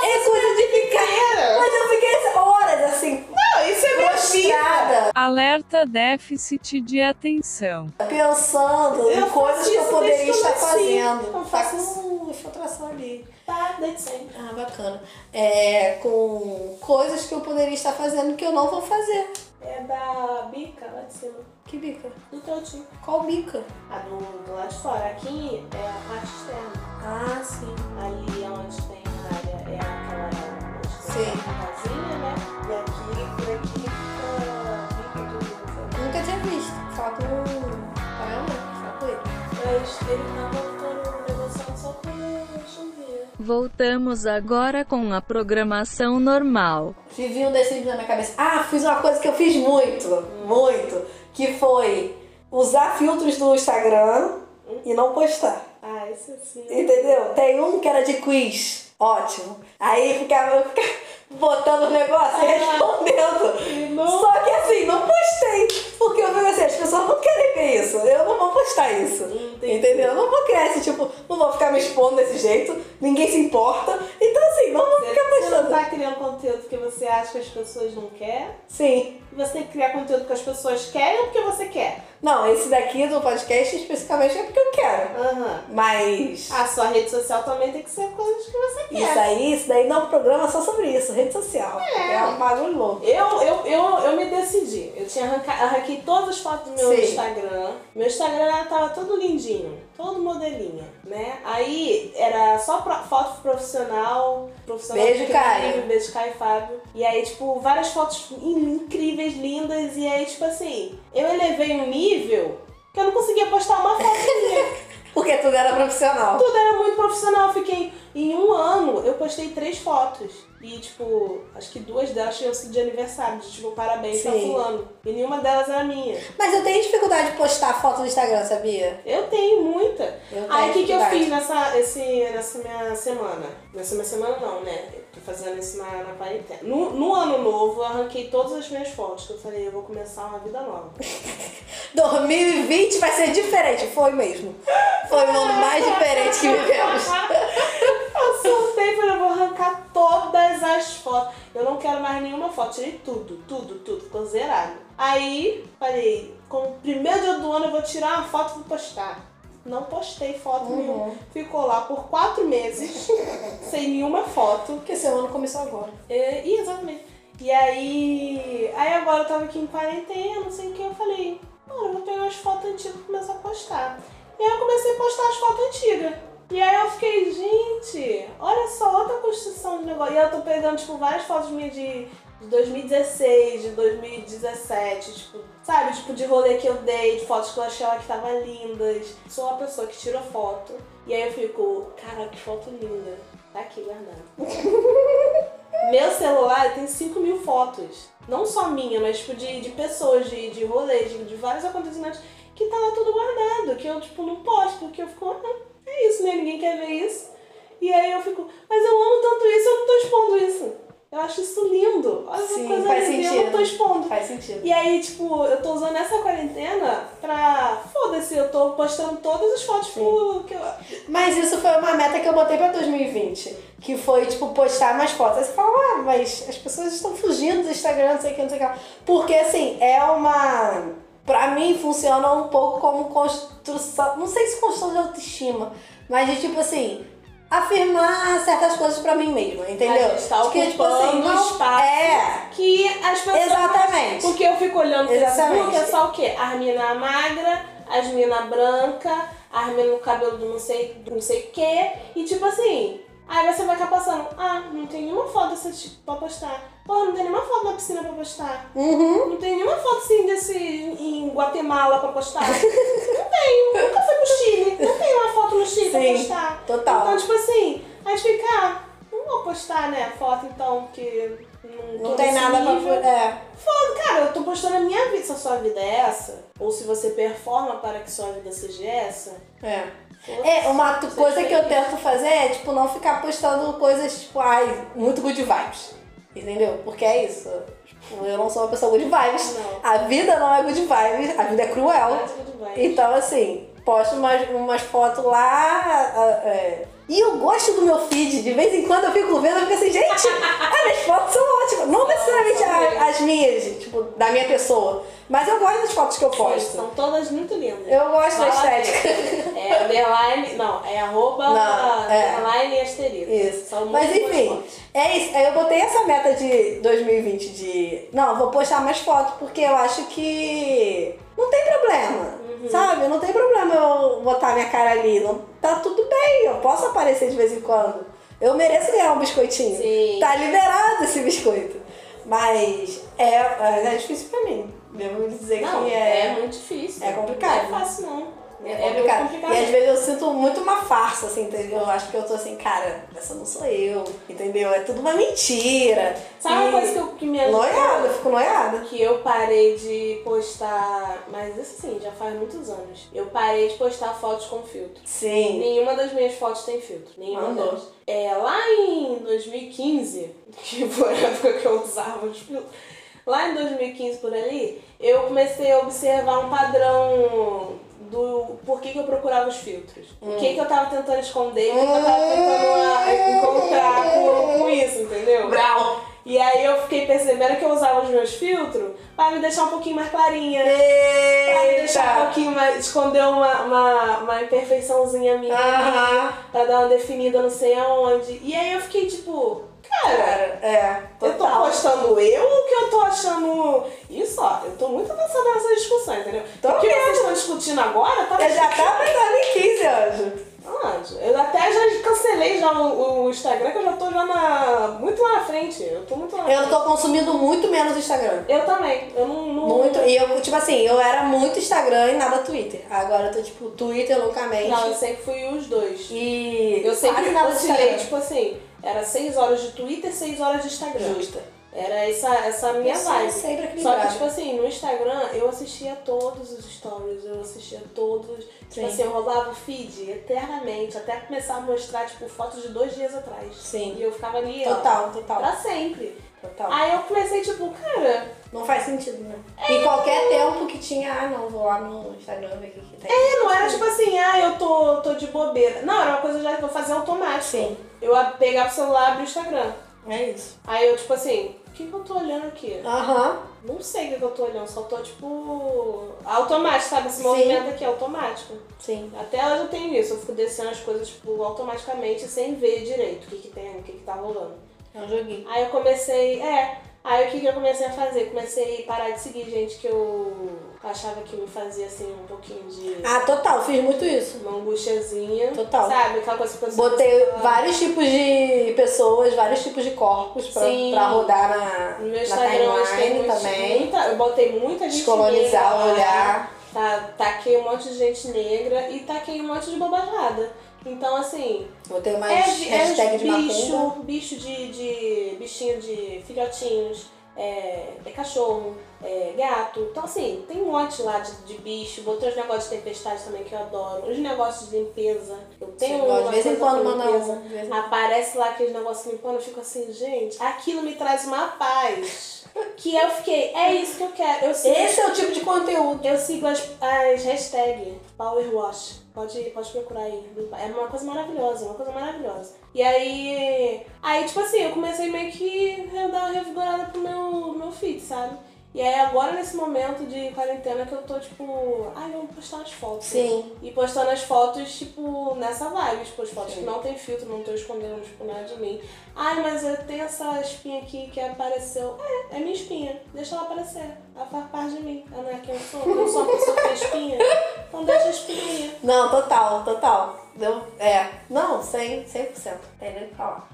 Speaker 1: é coisa de ficar,
Speaker 2: Cara,
Speaker 1: mas eu fiquei horas assim,
Speaker 2: não, isso é minha vida.
Speaker 1: prostrada,
Speaker 7: Alerta déficit de atenção.
Speaker 1: pensando
Speaker 2: Eu
Speaker 1: em
Speaker 2: faço
Speaker 1: coisas que eu
Speaker 2: isso desde
Speaker 1: poderia
Speaker 2: que eu
Speaker 1: estar
Speaker 2: nasci.
Speaker 1: fazendo.
Speaker 2: Eu
Speaker 1: tá
Speaker 2: faço
Speaker 1: com infiltração ali.
Speaker 2: Tá, desde sempre.
Speaker 1: Ah, bacana. É, com coisas que eu poderia estar fazendo que eu não vou fazer.
Speaker 2: É da bica lá de cima.
Speaker 1: Que bica?
Speaker 2: Do teu tio.
Speaker 1: Qual bica?
Speaker 2: A Ah, do, do lado de fora. Aqui é a parte externa.
Speaker 1: Ah, sim.
Speaker 2: Ali é onde tem a área, é aquela onde tem
Speaker 1: Sim.
Speaker 2: a casinha, né? E aqui, por aqui fica bica tudo. sabe?
Speaker 1: Nunca tinha visto. Fala com o Paranã, fala com ele.
Speaker 2: Mas ele tava ficando negociando só quando chovia.
Speaker 8: Voltamos agora com a programação normal.
Speaker 1: Vivi um desses na minha cabeça. Ah, fiz uma coisa que eu fiz muito, muito, que foi usar filtros do Instagram e não postar.
Speaker 2: Ah, isso sim.
Speaker 1: Entendeu? Tem um que era de quiz. Ótimo. Aí ficava, eu ficava botando o negócio e respondendo. Só que assim, não postei. Porque eu falei assim, as pessoas não querem ver isso. Eu não vou postar isso. Entendeu? Eu não vou criar esse tipo, não vou ficar me expondo desse jeito, ninguém se importa. Então assim, não vou ficar
Speaker 2: Você não
Speaker 1: postando.
Speaker 2: tá criando conteúdo que você acha que as pessoas não querem.
Speaker 1: Sim.
Speaker 2: E você tem que criar conteúdo que as pessoas querem ou porque você quer.
Speaker 1: Não, esse daqui do podcast especificamente é porque eu quero.
Speaker 2: Aham.
Speaker 1: Mas.
Speaker 2: A Ah, sua rede social também tem que ser coisas que você quer.
Speaker 1: Isso aí, isso daí dá um programa só sobre isso, rede social. É, um bagulho louco.
Speaker 2: Eu, eu, eu, eu me decidi. Eu tinha arranca... arranquei todas as fotos do meu
Speaker 1: Sim.
Speaker 2: Instagram. Meu Instagram tava todo lindinho, todo modelinho, né? Aí era só pro- foto profissional, profissional
Speaker 1: Beijo,
Speaker 2: incrível,
Speaker 1: Caio.
Speaker 2: beijo Caio e Fábio. E aí, tipo, várias fotos in- incríveis, lindas. E aí, tipo assim, eu elevei um nível que eu não conseguia postar uma foto minha.
Speaker 1: Porque tudo era profissional.
Speaker 2: Tudo era muito profissional. Eu fiquei. Em um ano, eu postei três fotos. E, tipo, acho que duas delas tinham sido de aniversário. De, tipo, parabéns pra
Speaker 1: Sim.
Speaker 2: fulano. E nenhuma delas era minha.
Speaker 1: Mas eu tenho dificuldade de postar foto no Instagram, sabia?
Speaker 2: Eu tenho muita.
Speaker 1: Eu tenho
Speaker 2: Aí, o que, que eu
Speaker 1: dificuldade.
Speaker 2: fiz nessa, esse, nessa minha semana? Nessa minha semana, não, né? Eu tô fazendo isso na, na quarentena. No, no ano novo, eu arranquei todas as minhas fotos. Que eu falei, eu vou começar uma vida nova.
Speaker 1: 2020 vai ser diferente. Foi mesmo. Foi o ano mais diferente que vivemos.
Speaker 2: Eu surtei, falei, eu vou arrancar todas as fotos. Eu não quero mais nenhuma foto. Tirei tudo, tudo, tudo. Ficou zerado. Aí, falei, como primeiro dia do ano eu vou tirar uma foto e vou postar. Não postei foto nenhuma. Ficou lá por quatro meses, sem nenhuma foto.
Speaker 1: Porque seu ano começou agora.
Speaker 2: É, Ih, exatamente. E aí. Aí agora eu tava aqui em quarentena, não sei o que, eu falei, mano, eu vou pegar as fotos antigas e começar a postar. E aí eu comecei a postar as fotos antigas. E aí eu fiquei, gente, olha só, outra construção de negócio. E eu tô pegando, tipo, várias fotos minhas de, de 2016, de 2017, tipo, sabe, tipo, de rolê que eu dei, de fotos que eu achei lá que tava lindas. Sou uma pessoa que tira foto. E aí eu fico, cara, que foto linda. Tá aqui, guardada. Meu celular tem 5 mil fotos. Não só minha, mas tipo de, de pessoas, de, de rolês, de, de vários acontecimentos que tá lá tudo guardado, que eu tipo não posto, porque eu fico, ah, é isso, né? Ninguém quer ver isso. E aí eu fico, mas eu amo tanto isso, eu não tô expondo isso. Eu acho isso lindo. Olha essa
Speaker 1: Sim,
Speaker 2: coisa
Speaker 1: faz
Speaker 2: linda, eu não
Speaker 1: sentido.
Speaker 2: tô expondo.
Speaker 1: Faz sentido.
Speaker 2: E aí, tipo, eu tô usando essa quarentena pra. Foda-se, eu tô postando todas as fotos pro. Que eu...
Speaker 1: Mas isso foi uma meta que eu botei pra 2020. Que foi, tipo, postar mais fotos. Aí você fala, ah, mas as pessoas estão fugindo do Instagram, não sei o que, não sei o que. lá." Porque, assim, é uma pra mim funciona um pouco como construção, não sei se construção de autoestima, mas de tipo assim, afirmar certas coisas pra mim mesma, entendeu?
Speaker 2: A gente tá
Speaker 1: De que, tipo assim,
Speaker 2: ocupando
Speaker 1: não-
Speaker 2: espaço.
Speaker 1: É,
Speaker 2: Que as pessoas.
Speaker 1: exatamente.
Speaker 2: Porque eu fico olhando pro
Speaker 1: Exatamente.
Speaker 2: Facebook, é só o quê? As mina magra, as mina branca, as mina no cabelo do não sei, do não sei o quê. E tipo assim, aí você vai ficar passando, ah, não tem nenhuma foto desse tipo pra postar. Porra, não tem nenhuma foto da piscina pra postar.
Speaker 1: Uhum.
Speaker 2: Não tem nenhuma foto assim desse em Guatemala pra postar. não tenho, nunca fui pro Chile. Não tem uma foto no Chile pra
Speaker 1: Sim.
Speaker 2: postar.
Speaker 1: Total.
Speaker 2: Então, tipo assim, a gente fica, ah, não vou postar, né, foto então, porque não,
Speaker 1: Não
Speaker 2: tô
Speaker 1: tem
Speaker 2: nesse
Speaker 1: nada pra.
Speaker 2: nível.
Speaker 1: É.
Speaker 2: Cara, eu tô postando a minha vida, se a sua vida é essa, ou se você performa para que sua vida seja essa.
Speaker 1: É.
Speaker 2: foda-se.
Speaker 1: É, uma t-
Speaker 2: Seja
Speaker 1: coisa que eu
Speaker 2: feliz.
Speaker 1: tento fazer é, tipo, não ficar postando coisas, tipo, ai, muito good vibes. Entendeu? Porque é isso. Tipo, eu não sou uma pessoa good vibes.
Speaker 2: Não.
Speaker 1: A vida não é good vibes, a vida é cruel.
Speaker 2: Mas tudo bem.
Speaker 1: Então, assim, posto umas, umas fotos lá. a- é. E eu gosto do meu feed, de vez em quando eu fico vendo, eu fico assim, gente, as minhas fotos são ótimas. Não necessariamente a- as minhas, tipo, da minha pessoa. Mas eu gosto das fotos que eu posto.
Speaker 2: São todas muito lindas.
Speaker 1: Eu gosto da
Speaker 2: Fala
Speaker 1: estética.
Speaker 2: É underline, não, é arroba
Speaker 1: Não, é.
Speaker 2: underline e asterisco.
Speaker 1: Isso.
Speaker 2: São muito
Speaker 1: Mas
Speaker 2: boas
Speaker 1: enfim,
Speaker 2: fotos.
Speaker 1: é isso. Aí Eu botei essa meta de 2020 de. Não, vou postar mais foto porque eu acho que. Não tem problema.
Speaker 2: Uhum.
Speaker 1: Sabe? Não tem problema eu botar minha cara ali. Não, tá tudo bem. Eu posso aparecer de vez em quando. Eu mereço ganhar um biscoitinho.
Speaker 2: Sim.
Speaker 1: Tá liberado esse biscoito. Mas é, é difícil pra mim. Devo dizer
Speaker 2: Não,
Speaker 1: que
Speaker 2: é,
Speaker 1: é.
Speaker 2: muito difícil.
Speaker 1: é complicado.
Speaker 2: Não é fácil, não.
Speaker 1: É
Speaker 2: muito
Speaker 1: complicado.
Speaker 2: complicado.
Speaker 1: E às vezes eu sinto muito uma farsa, assim, entendeu? Eu acho que eu tô assim, cara, essa não sou eu, entendeu? É tudo uma mentira.
Speaker 2: Sabe uma
Speaker 1: E
Speaker 2: coisa que, eu, que me ajudou?
Speaker 1: Noiada, eu fico noiada.
Speaker 2: Que eu parei de postar, mas isso sim, já faz muitos anos. Eu parei de postar fotos com filtro.
Speaker 1: Sim.
Speaker 2: Nenhuma das minhas fotos tem filtro. Nenhuma
Speaker 1: Mandou.
Speaker 2: delas. É, lá em 2015, que foi a época que eu usava os filtros, lá em 2015 por ali, eu comecei a observar um padrão do por que, que eu procurava os filtros. O que, que eu tava tentando esconder, o que, que eu tava tentando ah, encontrar com, com isso, entendeu?
Speaker 1: Brau.
Speaker 2: E aí eu fiquei percebendo que eu usava os meus filtros pra me deixar um pouquinho mais clarinha. né? Pra me deixar um
Speaker 1: Eita.
Speaker 2: pouquinho mais. esconder uma, uma, uma imperfeiçãozinha minha.
Speaker 1: Aham.
Speaker 2: Pra dar uma definida não sei aonde. E aí eu fiquei tipo, cara,
Speaker 1: Cara, é.
Speaker 2: eu tô
Speaker 1: Total.
Speaker 2: postando eu ou que eu tô achando. Isso, ó, eu tô muito avançada nessa discussão, entendeu?
Speaker 1: Tô
Speaker 2: o que vocês estão discutindo agora tá
Speaker 1: Eu já tava em 2015, anjo.
Speaker 2: Anjo, eu até já cancelei já o, o Instagram, que eu já tô já na. muito lá na frente. Eu tô muito lá na
Speaker 1: Eu
Speaker 2: frente.
Speaker 1: tô consumindo muito menos Instagram.
Speaker 2: Eu também. Eu não. não-
Speaker 1: Muito. E eu, tipo assim, eu era muito Instagram e nada Twitter. Agora eu tô, tipo, Twitter loucamente.
Speaker 2: Não, eu sempre fui os dois.
Speaker 1: E
Speaker 2: Eu sempre
Speaker 1: quase nada
Speaker 2: oscilei, tipo assim, era 6 horas de Twitter, 6 horas de Instagram.
Speaker 1: Justa.
Speaker 2: Era essa, essa minha
Speaker 1: Eu
Speaker 2: vibe.
Speaker 1: Sempre
Speaker 2: Só que,
Speaker 1: equilibrada.
Speaker 2: tipo assim, no Instagram eu assistia todos os stories, eu assistia todos.
Speaker 1: Sim.
Speaker 2: Tipo assim, eu rolava o feed eternamente, até começar a mostrar, tipo, fotos de dois dias atrás.
Speaker 1: Sim.
Speaker 2: E eu ficava ali, ó,
Speaker 1: Total, total,
Speaker 2: pra sempre.
Speaker 1: total.
Speaker 2: Aí eu comecei, tipo, cara,
Speaker 1: Não faz sentido, né? E qualquer tempo que tinha, ah não, vou lá no Instagram ver o que, que tem.
Speaker 2: e não era tipo assim, ah, eu tô, tô de bobeira. Não, era uma coisa já que eu fazia automático.
Speaker 1: Sim,
Speaker 2: Eu ab- pegava o celular e abria o Instagram.
Speaker 1: é isso.
Speaker 2: Aí eu, tipo assim, o que, que eu tô olhando aqui?
Speaker 1: Aham,
Speaker 2: Não sei o que, que eu tô olhando, só tô, tipo, automático, sabe? Esse movimento aqui é automático.
Speaker 1: sim.
Speaker 2: Até hoje eu tenho isso, eu fico descendo as coisas, tipo, automaticamente, sem ver direito o que que tem, o que que tá rolando.
Speaker 1: É um joguinho.
Speaker 2: Aí eu comecei, é, aí o que que eu comecei a fazer? Comecei a parar de seguir gente que eu achava que me fazia, assim, um pouquinho de...
Speaker 1: Ah, total, fiz muito isso.
Speaker 2: Uma angustiazinha.
Speaker 1: Total.
Speaker 2: Sabe? Aquela coisa que eu
Speaker 1: Botei vários tipos de pessoas, vários tipos de corpos pra,
Speaker 2: Sim.
Speaker 1: pra rodar na,
Speaker 2: No meu
Speaker 1: na
Speaker 2: Instagram hoje tem
Speaker 1: timeline
Speaker 2: muito-
Speaker 1: também.
Speaker 2: muita- eu botei muita gente
Speaker 1: Descolonizar
Speaker 2: negra
Speaker 1: o
Speaker 2: lá.
Speaker 1: olhar.
Speaker 2: Tá, taquei um monte de gente negra e taquei um monte de bobajada. Então, assim,
Speaker 1: Botei mais
Speaker 2: é, é
Speaker 1: hashtag de
Speaker 2: bicho,
Speaker 1: macumba.
Speaker 2: bicho de, de. bichinho de filhotinhos, é, é cachorro, é gato. Então, assim, tem um monte lá de, de bicho. Botei os negócios de tempestade também que eu adoro. Os negócios de limpeza. Eu tenho
Speaker 1: Sim,
Speaker 2: uma
Speaker 1: de vez em
Speaker 2: coisa
Speaker 1: quando
Speaker 2: com
Speaker 1: manda
Speaker 2: limpeza.
Speaker 1: um. de vez em-
Speaker 2: Aparece lá aqueles negócios limpando, eu fico assim, gente, aquilo me traz uma paz. que eu fiquei, é isso que eu quero. Eu sigo,
Speaker 1: Esse é o tipo de conteúdo.
Speaker 2: Então, eu sigo as, as hashtags Powerwash. Pode, pode procurar aí. É uma coisa maravilhosa, uma coisa maravilhosa. E aí. Aí, tipo assim, eu comecei meio que a dar uma revigorada pro meu, meu feed, sabe? E aí agora nesse momento de quarentena que eu tô tipo, ai, vamos postar umas fotos.
Speaker 1: Sim.
Speaker 2: E postando as fotos, tipo, nessa vibe, tipo, as fotos
Speaker 1: Sim.
Speaker 2: que não tem filtro, não tô escondendo, tipo, nada de mim. Ai, mas eu tenho essa espinha aqui que apareceu. É, é minha espinha. Deixa ela aparecer. Ela faz parte de mim. Ela não é quem eu sou. Eu não sou uma pessoa que tem espinha. Então deixa a espinha aí.
Speaker 1: Não, total, total. Deu, é, não, 100%, 100%. Tem nem o que falar.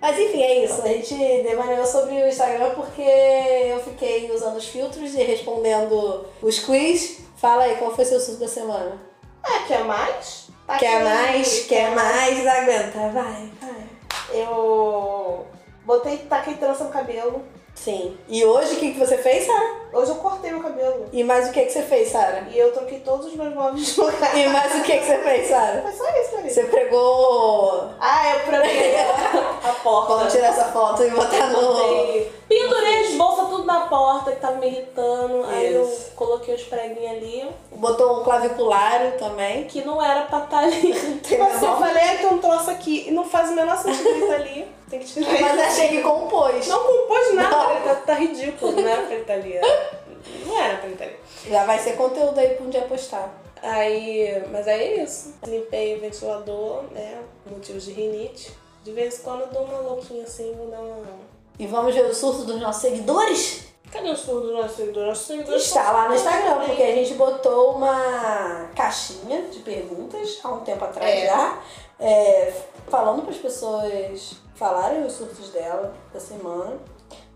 Speaker 1: Mas enfim, é isso. A gente devaneou sobre o Instagram porque eu fiquei usando os filtros e respondendo os quiz. Fala aí, qual foi seu susto da semana?
Speaker 2: Ah, quer mais? Tá
Speaker 1: Quer
Speaker 2: aqui.
Speaker 1: mais? Quer mais? Aguenta, vai, vai.
Speaker 2: Eu botei, taquei trança no cabelo.
Speaker 1: Sim. E hoje o que, que você fez, Sara?
Speaker 2: Hoje eu cortei meu cabelo.
Speaker 1: E mais o que, que você fez, Sara?
Speaker 2: E eu troquei todos os meus móveis de lugar.
Speaker 1: E mais o que, que você fez, Sara?
Speaker 2: Foi só isso, Marisa.
Speaker 1: Você pregou.
Speaker 2: Ah, eu preparei a
Speaker 1: Vamos
Speaker 2: porta.
Speaker 1: tirar essa foto e botar no.
Speaker 2: Botei- Pendurei as bolsas tudo na porta que tava me irritando. Aí
Speaker 1: Isso.
Speaker 2: eu coloquei os preguinhos ali,
Speaker 1: Botou um claviculário também.
Speaker 2: que não era pra estar ali.
Speaker 1: Tem
Speaker 2: Mas eu
Speaker 1: menor.
Speaker 2: falei, ah, tem um troço aqui. E não faz o menor sentido isso ali. Tem que tirar
Speaker 1: Mas
Speaker 2: isso.
Speaker 1: achei que compôs.
Speaker 2: Não compôs nada,
Speaker 1: Não.
Speaker 2: Ele tá, tá ridículo. Não era pra ele tá ali. era- Não era pra ele tá ali.
Speaker 1: Já vai ser conteúdo aí pra um dia postar.
Speaker 2: Aí, mas aí é isso. Limpei o ventilador, né? Motivos de rinite. De vez em quando eu dou uma louquinha assim, vou dar uma.
Speaker 1: E vamos ver o surto dos nossos seguidores?
Speaker 2: Cadê o surdo do nosso seguidor? Nosso seguidor
Speaker 1: Está lá no Instagram, porque a gente botou uma caixinha de perguntas há um tempo atrás
Speaker 2: É.
Speaker 1: já, é, falando para as pessoas falarem os surtos dela da semana.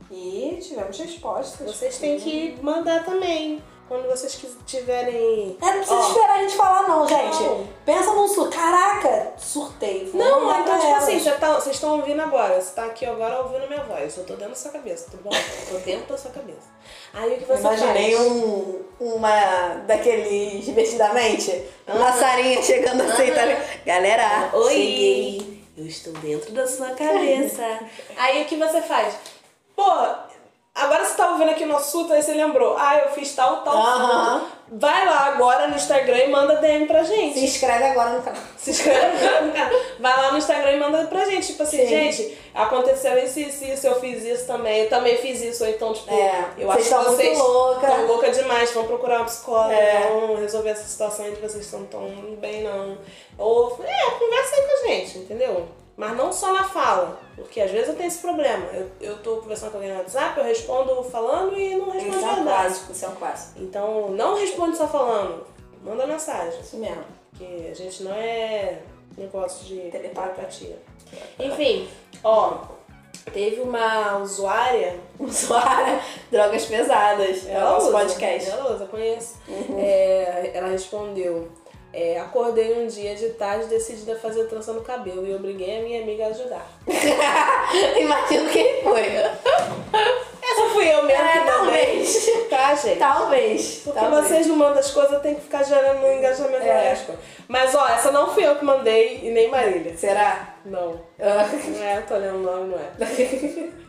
Speaker 1: E tivemos respostas.
Speaker 2: Vocês têm que mandar também. Quando vocês quis- tiverem.
Speaker 1: É, não precisa
Speaker 2: Ó.
Speaker 1: esperar a gente falar, não, gente.
Speaker 2: Não.
Speaker 1: Pensa num surto. Caraca, surtei. Vou
Speaker 2: Não,
Speaker 1: mandar
Speaker 2: então,
Speaker 1: pra
Speaker 2: tipo
Speaker 1: elas.
Speaker 2: assim, já tá- vocês estão ouvindo agora. Você tá aqui agora ouvindo minha voz. Eu tô dentro da sua cabeça, tudo bom? Eu tô dentro da sua cabeça. Aí o que
Speaker 1: Eu
Speaker 2: você
Speaker 1: Imaginei
Speaker 2: faz?
Speaker 1: um, uma daqueles divertidamente. Uma sarinha chegando assim, tá ligado? Galera,
Speaker 2: Oi!
Speaker 1: cheguei.
Speaker 2: Eu estou dentro da sua cabeça. aí o que você faz? Pô, agora você tá ouvindo aqui no assunto, aí você lembrou. Ah, eu fiz tal, tal.
Speaker 1: Aham.
Speaker 2: assunto. Vai lá agora no Instagram e manda DM pra gente.
Speaker 1: Se inscreve agora no canal.
Speaker 2: Se inscreve no canal. Vai lá no Instagram e manda pra gente. Tipo assim,
Speaker 1: Sim.
Speaker 2: gente, aconteceu isso, isso, isso, eu fiz isso também, eu também fiz isso. Ou então, tipo,
Speaker 1: É,
Speaker 2: eu
Speaker 1: vocês
Speaker 2: acho que
Speaker 1: estão muito
Speaker 2: vocês
Speaker 1: louca.
Speaker 2: estão louca demais, vão procurar uma psicóloga,
Speaker 1: É.
Speaker 2: vão resolver essa situação aí de vocês estão tão bem, não. Ou, é, conversa aí com a gente, entendeu? Mas não só na fala, porque às vezes eu tenho esse problema. Eu, eu tô conversando com alguém no WhatsApp, eu respondo falando e não respondo de
Speaker 1: Isso é um
Speaker 2: verdade.
Speaker 1: clássico, isso é um clássico.
Speaker 2: Então, não responde só falando, manda mensagem.
Speaker 1: Isso mesmo.
Speaker 2: Porque a gente não é negócio de
Speaker 1: Telepata.
Speaker 2: telepatia. Enfim, ó, teve uma usuária. né,
Speaker 1: Usuária, né? drogas pesadas. É o nosso
Speaker 2: usa,
Speaker 1: podcast.
Speaker 2: Ela usa, conheço. É, ela respondeu. é, acordei um dia de tarde decidida a fazer trança no cabelo e obriguei a minha amiga a ajudar.
Speaker 1: Imagino quem foi.
Speaker 2: Essa fui eu mesmo
Speaker 1: É,
Speaker 2: que mandei,
Speaker 1: talvez.
Speaker 2: tá, gente? tá
Speaker 1: Talvez.
Speaker 2: Porque
Speaker 1: talvez.
Speaker 2: vocês não mandam as coisas, eu tenho que ficar gerando um engajamento
Speaker 1: É.
Speaker 2: elástico. Mas ó, essa não fui eu que mandei e nem Marília.
Speaker 1: Será?
Speaker 2: Não.
Speaker 1: Ah,
Speaker 2: Não é, eu tô lendo o nome, não é?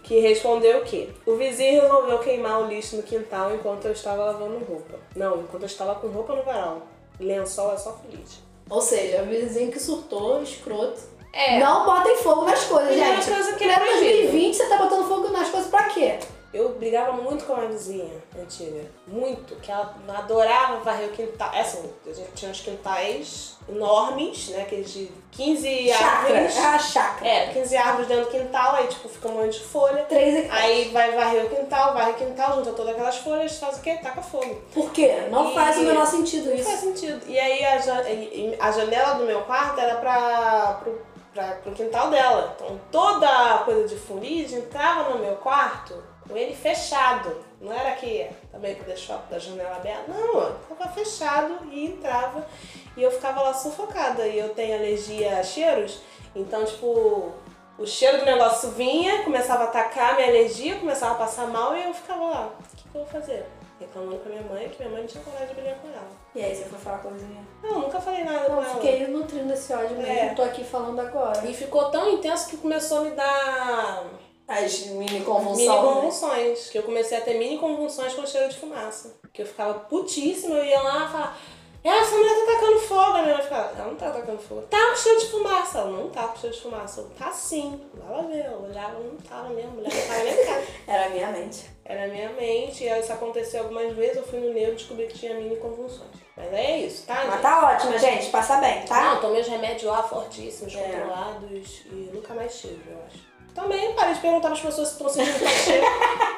Speaker 2: Que respondeu o quê? O vizinho resolveu queimar o lixo no quintal enquanto eu estava lavando roupa. Não, enquanto eu estava com roupa no varal. Lençol é só feliz.
Speaker 1: Ou seja, o vizinho que surtou, escroto.
Speaker 2: É.
Speaker 1: Não botem fogo nas coisas,
Speaker 2: Primeira
Speaker 1: gente.
Speaker 2: coisa que
Speaker 1: Em
Speaker 2: é proibido.
Speaker 1: 2020 você tá botando fogo nas coisas pra quê?
Speaker 2: Eu brigava muito com a minha vizinha antiga. Muito. Que ela adorava varrer o quintal. É assim, a gente tinha uns quintais enormes, né? Aqueles de 15
Speaker 1: Chácara.
Speaker 2: árvores.
Speaker 1: Ah, chácara.
Speaker 2: É, 15 árvores dentro do quintal, aí tipo fica um monte de folha.
Speaker 1: Três aqui.
Speaker 2: Aí vai varrer o quintal, varre o quintal, junta todas aquelas folhas, faz o quê? Taca fogo.
Speaker 1: Por quê? Não
Speaker 2: E-
Speaker 1: faz o menor sentido
Speaker 2: Não faz
Speaker 1: isso.
Speaker 2: sentido. E aí a, ja- e- e a janela do meu quarto era pra, pro, pra, pro quintal dela. Então toda a coisa de fuligem entrava no meu quarto com ele fechado. Não era que também que deixou a janela aberta. Não, tava fechado e entrava. E eu ficava lá sufocada. E eu tenho alergia a cheiros. Então, tipo, o cheiro do negócio vinha, começava a atacar a minha alergia, começava a passar mal e eu ficava lá. O que, que eu vou fazer? Reclamando com a minha mãe, que minha mãe não tinha coragem de brigar com ela.
Speaker 1: E aí, você foi falar com a vizinha?
Speaker 2: Não, nunca falei nada
Speaker 1: Não,
Speaker 2: com ela.
Speaker 1: fiquei nutrindo esse ódio mesmo.
Speaker 2: É.
Speaker 1: Tô aqui falando agora.
Speaker 2: E ficou tão intenso que começou a me dar
Speaker 1: As mini
Speaker 2: mini
Speaker 1: convulsões.
Speaker 2: convulsões. Que eu comecei a ter mini convulsões com cheiro de fumaça. Que eu ficava putíssima, eu ia lá e falava, essa mulher tá atacando fogo. A minha mãe ficava, ela não tá atacando fogo. Tá com cheiro de fumaça. Ela tá, não tá com cheiro de fumaça. Eu, tá sim. Vai lá ver. Eu olhava, não tava mesmo. A mulher não tava nem em casa.
Speaker 1: Era minha mente.
Speaker 2: Era a minha mente, e aí isso aconteceu algumas vezes, eu fui no neuro e descobri que tinha mini convulsões. Mas é isso, tá?
Speaker 1: Mas
Speaker 2: gente?
Speaker 1: tá ótimo, gente. Passa bem, tá?
Speaker 2: Não, tomei os remédios lá fortíssimos,
Speaker 1: É.
Speaker 2: controlados, e nunca mais tive, eu acho. Também parei de perguntar para as pessoas se estão sentindo cachê.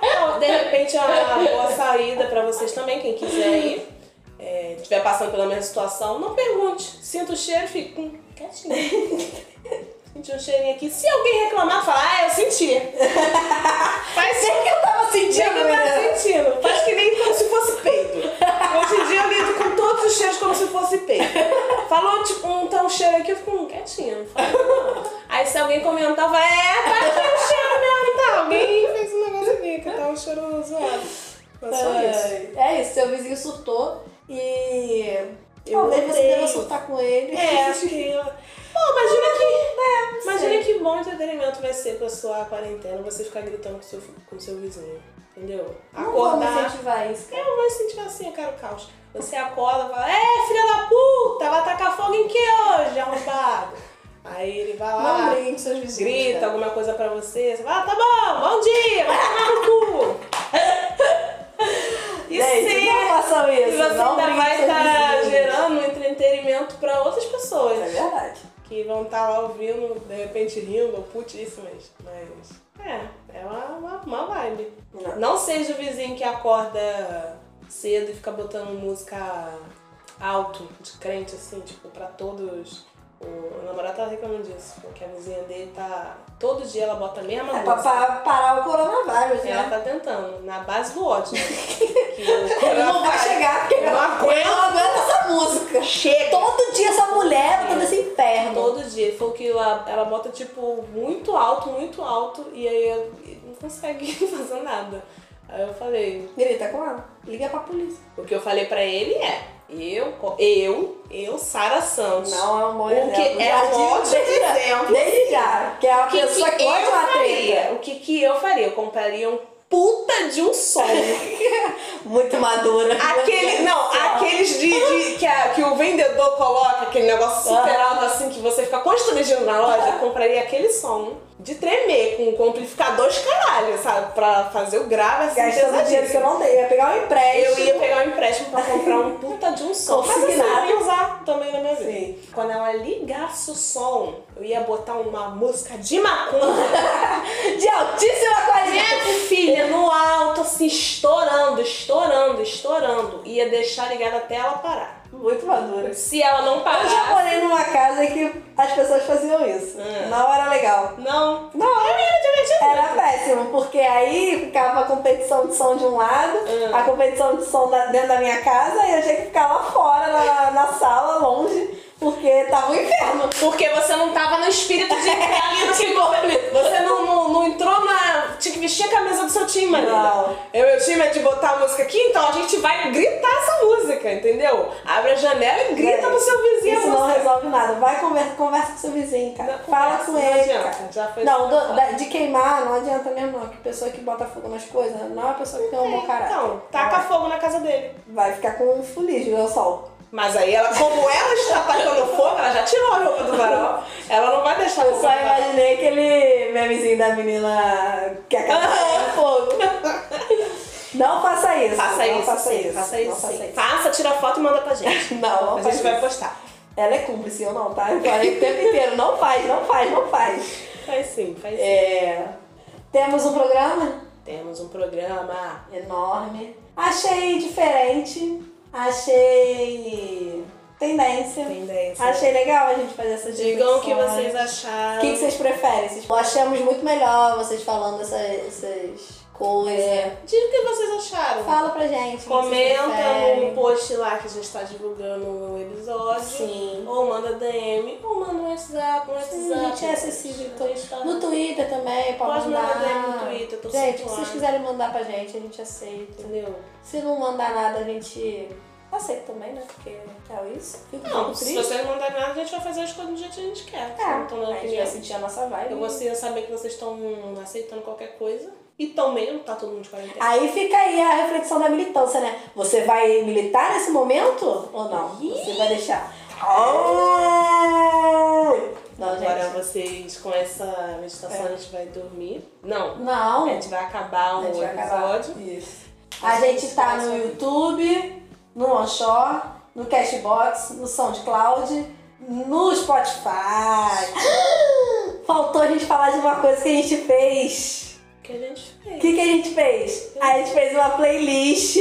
Speaker 2: Então, de repente, é uma boa saída para vocês também, quem quiser ir. É, estiver passando pela mesma situação, não pergunte. Sinta o cheiro e fica hum, quietinho. Senti um cheirinho aqui. Se alguém reclamar, fala, ah, eu senti. Faz
Speaker 1: Nem que eu tava
Speaker 2: dia
Speaker 1: sentindo,
Speaker 2: que eu tava
Speaker 1: né?
Speaker 2: sentindo. Faz que nem como se fosse peido. Hoje em dia eu lido com todos os cheiros como se fosse peido. Falou, tipo, um tão cheiro aqui, eu fico hum, quietinha. Não falo, não. Aí se alguém comentar, vai, é, tá aqui o cheiro mesmo. Tá, alguém fez um negócio aqui, que tá um cheiro zoado. Mas só isso.
Speaker 1: É isso, seu vizinho surtou e.
Speaker 2: Eu
Speaker 1: Talvez você
Speaker 2: odeio.
Speaker 1: deva surtar com ele.
Speaker 2: É, acho que... Pô, imagina
Speaker 1: É,
Speaker 2: que... né, imagina que bom entretenimento vai ser pra sua quarentena, você ficar gritando com seu, com seu vizinho. Entendeu?
Speaker 1: Não vamos
Speaker 2: Acordar...
Speaker 1: incentivar isso. cara.
Speaker 2: Eu vou sentir assim, eu quero caos. Você acorda e fala, é, filha da puta, vai tacar fogo em que hoje, arrombado? Aí ele vai
Speaker 1: Não
Speaker 2: lá,
Speaker 1: briguem com seus vizinhos.
Speaker 2: Ah, grita
Speaker 1: cara.
Speaker 2: alguma coisa pra você, você fala, ah, tá bom, bom dia, vai tomar no cu. E é.
Speaker 1: Gente, não
Speaker 2: sempre
Speaker 1: façam isso.
Speaker 2: você
Speaker 1: não
Speaker 2: ainda
Speaker 1: briguem com
Speaker 2: vai tá
Speaker 1: seus
Speaker 2: estar
Speaker 1: vizinhos.
Speaker 2: gerando entretenimento pra outras pessoas. né?
Speaker 1: É verdade.
Speaker 2: Que vão estar lá ouvindo, de repente rindo, ou putíssimas. Mas, é, é uma, uma, uma vibe.
Speaker 1: Não.
Speaker 2: Não seja o vizinho que acorda cedo e fica botando música alto, de crente, assim, tipo, pra todos. O meu namorado tá reclamando disso, porque a vizinha dele tá. Todo dia ela bota a mesma
Speaker 1: É pra,
Speaker 2: música.
Speaker 1: pra parar o coronavírus,
Speaker 2: E Ela
Speaker 1: né?
Speaker 2: tá tentando, na base do ódio. né? que o
Speaker 1: Ele
Speaker 2: coronavírus-
Speaker 1: não vai chegar, porque
Speaker 2: É. Eu não
Speaker 1: ela
Speaker 2: aguento.
Speaker 1: ela aguenta essa música.
Speaker 2: Chega!
Speaker 1: Todo dia essa mulher tá nesse inferno.
Speaker 2: Todo dia. Foi o que ela, ela bota, tipo, muito alto, muito alto, e aí eu não consegue fazer nada. Aí eu falei,
Speaker 1: Grita com ela. Liga pra polícia.
Speaker 2: O que eu falei pra ele é: eu, co- eu, eu, Sara Santos.
Speaker 1: Não é um bom
Speaker 2: O que
Speaker 1: exemplo.
Speaker 2: é
Speaker 1: Já
Speaker 2: um
Speaker 1: digo
Speaker 2: ótimo
Speaker 1: desde já-
Speaker 2: exemplo.
Speaker 1: Desde já. Que é uma
Speaker 2: o que, que
Speaker 1: pessoa que
Speaker 2: eu
Speaker 1: gosta de uma
Speaker 2: faria?
Speaker 1: treta.
Speaker 2: O que, que eu faria? Eu compraria um puta de um som.
Speaker 1: Muito madura.
Speaker 2: aquele, não, aqueles de, de- que, a- que o vendedor coloca, aquele negócio super alto assim que você fica constrangido na loja. Eu compraria aquele som de tremer com, com amplificador de caralho, sabe? Pra fazer o grave assim.
Speaker 1: Gastando dinheiro que eu
Speaker 2: pesadíssimo.
Speaker 1: não tenho. Ia pegar um
Speaker 2: Eu
Speaker 1: empréstimo.
Speaker 2: ia pegar um empréstimo pra comprar um puta de um som. Mas assim, eu ia usar também na minha vida.
Speaker 1: Sim.
Speaker 2: Quando ela ligasse o som, eu ia botar uma música de macumba.
Speaker 1: De altíssima qualidade.
Speaker 2: É, Minha filha, no alto, assim, estourando, estourando, estourando. Ia deixar ligada até ela parar.
Speaker 1: Muito madura.
Speaker 2: Se ela não
Speaker 1: Eu já
Speaker 2: parar...
Speaker 1: morei numa casa que as pessoas faziam isso.
Speaker 2: Ah.
Speaker 1: Não era legal.
Speaker 2: Não. é
Speaker 1: Não,
Speaker 2: Pra mim era divertido.
Speaker 1: Era péssimo, porque aí ficava a competição de som de um lado,
Speaker 2: É.
Speaker 1: a competição de som da- dentro da minha casa, e eu tinha que ficar lá fora, na, na sala, longe, porque tava um inferno.
Speaker 2: Porque você não tava no espírito de entrar ali no time. Você não, não, não entrou na. Tinha que vestir a camisa do seu time, né? Marina.
Speaker 1: Não.
Speaker 2: Eu, meu time é de botar a música aqui, então a gente vai gritar essa música, entendeu? Abre a janela e grita
Speaker 1: Gente,
Speaker 2: pro seu vizinho.
Speaker 1: Isso
Speaker 2: a
Speaker 1: não
Speaker 2: música.
Speaker 1: resolve nada. Vai, conversa, conversa com seu vizinho, cara.
Speaker 2: Não,
Speaker 1: Fala com
Speaker 2: conversa, não
Speaker 1: ele,
Speaker 2: adianta,
Speaker 1: cara.
Speaker 2: já foi
Speaker 1: não, do-
Speaker 2: falado.
Speaker 1: da- de queimar não adianta mesmo não, que pessoa que bota fogo nas coisas não é uma pessoa que tem um bom caráter.
Speaker 2: Então, taca fogo na casa dele.
Speaker 1: Vai ficar com um fuligem no sol.
Speaker 2: Mas aí ela, como ela está tacando fogo, ela já tirou a roupa do varal. Ela não vai deixar
Speaker 1: Eu
Speaker 2: você.
Speaker 1: só imaginei aquele memezinho da menina que
Speaker 2: é
Speaker 1: acabou com fogo. Não faça isso.
Speaker 2: Faça
Speaker 1: não
Speaker 2: isso,
Speaker 1: faça
Speaker 2: sim,
Speaker 1: isso.
Speaker 2: faça isso.
Speaker 1: Não faça
Speaker 2: sim.
Speaker 1: isso.
Speaker 2: Faça, tira foto e manda pra gente.
Speaker 1: Não, não
Speaker 2: a
Speaker 1: faz
Speaker 2: gente vai
Speaker 1: isso.
Speaker 2: postar.
Speaker 1: Ela é cúmplice, eu não, tá? Eu falei o tempo inteiro. Não faz, não faz, não faz.
Speaker 2: Faz sim, faz sim.
Speaker 1: É, Temos um programa
Speaker 2: Temos um programa.
Speaker 1: enorme. Achei diferente. Achei tendência.
Speaker 2: Tendência.
Speaker 1: Achei legal a gente fazer essas
Speaker 2: Digam o que
Speaker 1: reflexões.
Speaker 2: vocês acharam.
Speaker 1: O que, que vocês preferem? Vocês- Nós achamos muito melhor vocês falando essa- essas coisas.
Speaker 2: Diga o que vocês acharam.
Speaker 1: Fala pra gente. o que vocês
Speaker 2: É. Comenta um
Speaker 1: preferem.
Speaker 2: no post lá que a gente tá divulgando o episódio.
Speaker 1: Sim.
Speaker 2: Ou manda DM, ou manda um WhatsApp, um
Speaker 1: Sim,
Speaker 2: WhatsApp. tá
Speaker 1: gente, é acessível, então.
Speaker 2: Instagram.
Speaker 1: No Twitter também, pode,
Speaker 2: Pode
Speaker 1: mandar.
Speaker 2: mandar DM no Twitter, eu tô
Speaker 1: Gente,
Speaker 2: sempre
Speaker 1: se vocês
Speaker 2: lá.
Speaker 1: quiserem mandar pra gente, a gente aceita.
Speaker 2: Entendeu?
Speaker 1: Se não mandar nada, a gente aceita também, né? Porque é isso. Fico um
Speaker 2: Não,
Speaker 1: pouco
Speaker 2: se
Speaker 1: triste.
Speaker 2: vocês não mandarem nada, a gente vai fazer as coisas do jeito que a gente quer.
Speaker 1: É,
Speaker 2: Então, na
Speaker 1: a gente vai
Speaker 2: opinião.
Speaker 1: sentir a nossa vibe.
Speaker 2: Eu vou assim, saber que vocês estão aceitando qualquer coisa. E tão mesmo, tá todo mundo de quarentena.
Speaker 1: Aí fica aí a reflexão da militância, né? Você vai militar nesse momento ou não? Você vai deixar? Não,
Speaker 2: Ah! Então, Agora
Speaker 1: gente.
Speaker 2: vocês, com essa meditação, a gente vai dormir. Não,
Speaker 1: Não.
Speaker 2: a gente vai acabar
Speaker 1: A gente
Speaker 2: o
Speaker 1: vai acabar.
Speaker 2: é um episódio.
Speaker 6: Isso.
Speaker 1: A gente tá no YouTube, no Onshore, no Cashbox, no SoundCloud, no Spotify. Faltou a gente falar de uma coisa que a gente fez.
Speaker 2: O que a gente
Speaker 1: O
Speaker 2: fez?
Speaker 1: que, que a gente fez? A gente fez uma playlist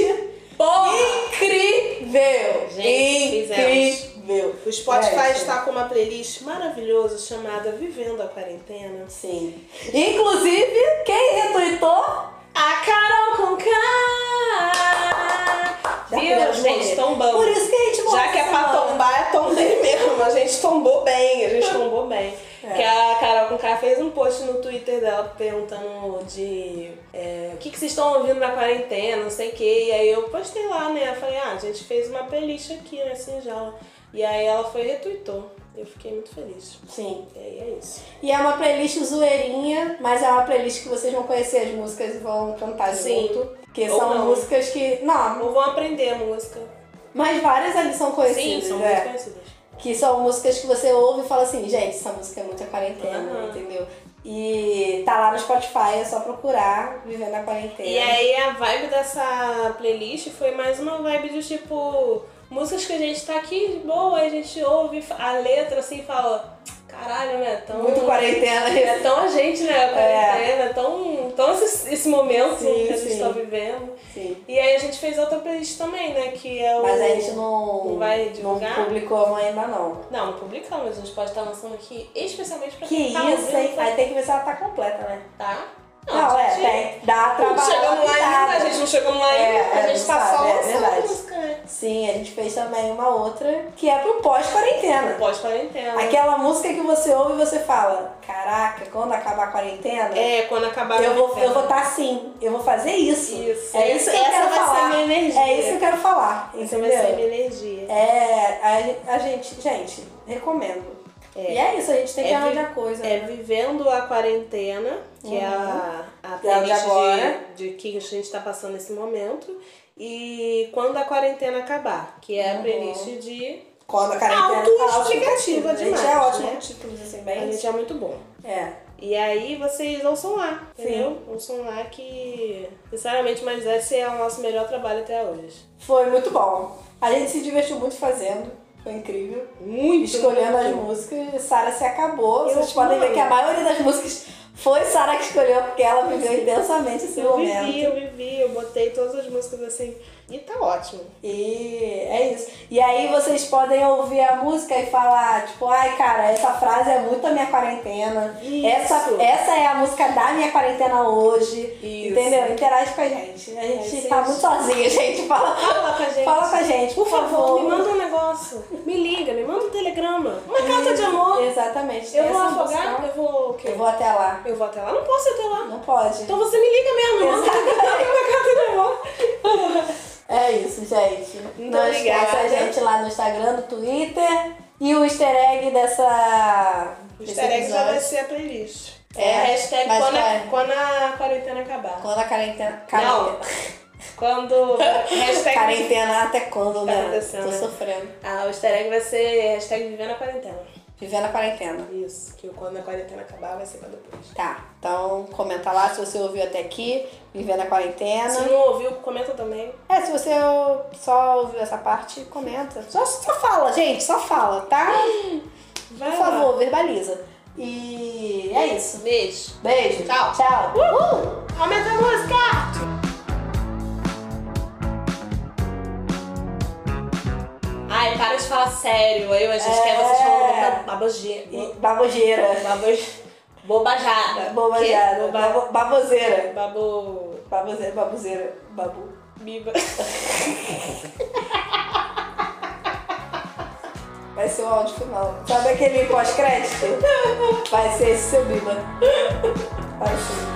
Speaker 1: incrível!
Speaker 2: Gente, fizemos.
Speaker 1: incrível!
Speaker 2: O Spotify
Speaker 1: É, isso.
Speaker 2: está com uma playlist maravilhosa chamada Vivendo a Quarentena.
Speaker 1: Sim. Inclusive, quem retweetou?
Speaker 2: A Carol com
Speaker 1: Ah!
Speaker 2: K!
Speaker 1: Já
Speaker 2: Viu,
Speaker 1: podemos
Speaker 2: gente?
Speaker 1: morrer.
Speaker 2: Tombamos.
Speaker 1: Por isso que a gente morreu
Speaker 2: Já que é
Speaker 1: essa
Speaker 2: pra
Speaker 1: semana.
Speaker 2: tombar, é tombei mesmo. A gente tombou bem, a gente tombou bem. Que a Carol com K fez um post no Twitter dela perguntando de é, o que, que vocês estão ouvindo na quarentena, não sei o que. E aí eu postei lá, né? Eu falei, ah, a gente fez uma playlist aqui, né, singela. E aí ela foi e retweetou. Eu fiquei muito feliz.
Speaker 1: Sim.
Speaker 2: E aí é isso.
Speaker 1: E é uma playlist zoeirinha, mas é uma playlist que vocês vão conhecer as músicas e vão cantar
Speaker 2: Sim.
Speaker 1: junto. Que
Speaker 2: Ou
Speaker 1: são
Speaker 2: não.
Speaker 1: músicas que. Não,
Speaker 2: Ou vão aprender a música.
Speaker 1: mas várias ali são
Speaker 2: Sim,
Speaker 1: conhecidas.
Speaker 2: são
Speaker 1: é.
Speaker 2: muito conhecidas.
Speaker 1: Que são músicas que você ouve e fala assim, gente, essa música é muito a quarentena,
Speaker 2: Aham.
Speaker 1: entendeu? E tá lá no Spotify, é só procurar Vivendo a Quarentena.
Speaker 2: E aí a vibe dessa playlist foi mais uma vibe de tipo músicas que a gente tá aqui de boa, a gente ouve a letra assim e fala, caralho, né? Tão,
Speaker 1: Muito quarentena.
Speaker 2: É tão a gente, né? A quarentena, é. tão, tão esse, esse momento
Speaker 1: Sim,
Speaker 2: que a gente
Speaker 1: sim.
Speaker 2: tá vivendo.
Speaker 1: Sim.
Speaker 2: E aí a gente fez outra playlist também, né? Que é o.
Speaker 1: Mas a gente não,
Speaker 2: Não vai
Speaker 1: não
Speaker 2: divulgar?
Speaker 1: publicou ainda não.
Speaker 2: Não, não publicamos, a gente pode estar lançando aqui especialmente pra
Speaker 1: Que
Speaker 2: quem tá
Speaker 1: isso,
Speaker 2: ouvindo,
Speaker 1: hein? Aí tem que ver se ela tá completa, né?
Speaker 2: Tá?
Speaker 1: Não, é, tem. Dá
Speaker 2: Não
Speaker 1: trabalho.
Speaker 2: chegamos lá ainda, a gente não chegamos lá
Speaker 1: É,
Speaker 2: ainda,
Speaker 1: é,
Speaker 2: a gente tá
Speaker 1: não
Speaker 2: só
Speaker 1: sabe, é
Speaker 2: lançando
Speaker 1: verdade.
Speaker 2: música, né?
Speaker 1: Sim, a gente fez também uma outra que é pro pós-quarentena.
Speaker 2: Pós-quarentena.
Speaker 1: Aquela música que você ouve e você fala: Caraca, quando acabar a quarentena,
Speaker 2: É, quando acabar a
Speaker 1: eu vou
Speaker 2: quarentena.
Speaker 1: eu vou estar assim, eu vou fazer isso.
Speaker 2: Isso.
Speaker 1: É isso que eu
Speaker 2: Essa
Speaker 1: quero
Speaker 2: vai ser
Speaker 1: falar.
Speaker 2: minha energia.
Speaker 1: É isso que eu quero falar.
Speaker 2: Essa
Speaker 1: entendeu?
Speaker 2: vai ser a minha energia.
Speaker 1: É, a, gen- a gente, gente, recomendo. E é isso, a gente tem que
Speaker 2: É
Speaker 1: arranjar coisa.
Speaker 2: É Vivendo a Quarentena, que é a,
Speaker 1: Uhum.
Speaker 2: a playlist de,
Speaker 1: agora.
Speaker 2: de que a gente tá passando nesse momento. E Quando a Quarentena Acabar, que
Speaker 1: Uhum.
Speaker 2: é a playlist de...
Speaker 1: Quando a quarentena
Speaker 2: Autoexplicativa
Speaker 1: A gente é
Speaker 2: demais,
Speaker 1: tá ótimo
Speaker 2: né?
Speaker 1: com títulos assim,
Speaker 2: A
Speaker 1: bem.
Speaker 2: gente é muito bom.
Speaker 1: É.
Speaker 2: E aí vocês ouçam lá, entendeu? Ouçam lá que, sinceramente, mas esse é o nosso melhor trabalho até hoje.
Speaker 1: Foi muito bom. A gente se divertiu muito fazendo. Foi incrível.
Speaker 2: Muito!
Speaker 1: escolhendo as
Speaker 2: muito.
Speaker 1: músicas, Sara se acabou.
Speaker 2: Eu
Speaker 1: Vocês podem ver
Speaker 2: fui.
Speaker 1: que a maioria das músicas foi Sara que escolheu, porque ela viveu intensamente esse
Speaker 2: Eu
Speaker 1: momento.
Speaker 2: vivi, eu vivi, eu botei todas as músicas assim. E tá ótimo.
Speaker 1: E é isso. E aí vocês podem ouvir a música e falar, tipo, ai cara, essa frase é muito a minha quarentena.
Speaker 2: Isso.
Speaker 1: Essa, essa é a música da minha quarentena hoje.
Speaker 2: Isso.
Speaker 1: Entendeu? Interage com a gente. A gente
Speaker 2: isso.
Speaker 1: tá muito sozinha, gente. Fala,
Speaker 2: Fala com a gente.
Speaker 1: fala com a gente, por,
Speaker 2: Por favor, me manda um negócio. Me liga, me manda um telegrama. Uma carta de amor.
Speaker 1: Exatamente.
Speaker 2: um Eu vou
Speaker 1: É. Essa
Speaker 2: afogar,
Speaker 1: música-
Speaker 2: eu vou o quê?
Speaker 1: Eu vou até lá.
Speaker 2: Eu vou até lá? Não posso ir até lá.
Speaker 1: Não pode.
Speaker 2: Então você me liga mesmo, me manda um telegrama, uma carta de amor.
Speaker 1: É isso, gente.
Speaker 2: Muito
Speaker 1: Não esqueça a
Speaker 2: obrigada.
Speaker 1: gente lá no Instagram, no Twitter. E o easter egg dessa.
Speaker 2: O
Speaker 1: desse
Speaker 2: easter egg já
Speaker 1: episódio.
Speaker 2: vai ser a playlist.
Speaker 1: É,
Speaker 2: É a hashtag
Speaker 1: mas
Speaker 2: quando a,
Speaker 1: vai.
Speaker 2: quando a quarentena acabar.
Speaker 1: Quando a quarentena.
Speaker 2: Não. Quando. hashtag.
Speaker 1: Quarentena até quando,
Speaker 2: Tá
Speaker 1: né?
Speaker 2: acontecendo,
Speaker 1: Tô
Speaker 2: né?
Speaker 1: sofrendo.
Speaker 2: Ah, o easter egg vai ser hashtag vivendo a quarentena.
Speaker 1: Vivendo a quarentena.
Speaker 2: Isso, que quando a quarentena acabar vai ser pra depois.
Speaker 1: Tá. Então comenta lá se você ouviu até aqui. Vivendo a quarentena.
Speaker 2: Se não ouviu, comenta também.
Speaker 1: É, se você só ouviu essa parte, comenta. Só, só fala, gente, só fala, tá?
Speaker 2: Vai
Speaker 1: Por
Speaker 2: lá.
Speaker 1: favor, verbaliza. E é isso.
Speaker 2: Beijo.
Speaker 1: Beijo.
Speaker 2: Tchau.
Speaker 1: Tchau. Uh!
Speaker 2: Aumenta a música! Ai, para de falar sério. Eu, a gente quer vocês falando bo- babogeira.
Speaker 1: E
Speaker 2: bo-
Speaker 1: babogeira.
Speaker 2: baboj- Bobajada.
Speaker 1: Bobajada.
Speaker 2: Que? Boba...
Speaker 1: Babo- Baboseira.
Speaker 2: Babo...
Speaker 1: Baboseira, baboseira. Babu.
Speaker 2: Biba.
Speaker 1: Vai ser um o áudio final. Sabe aquele pós-crédito? Vai ser esse seu biba. Vai ser.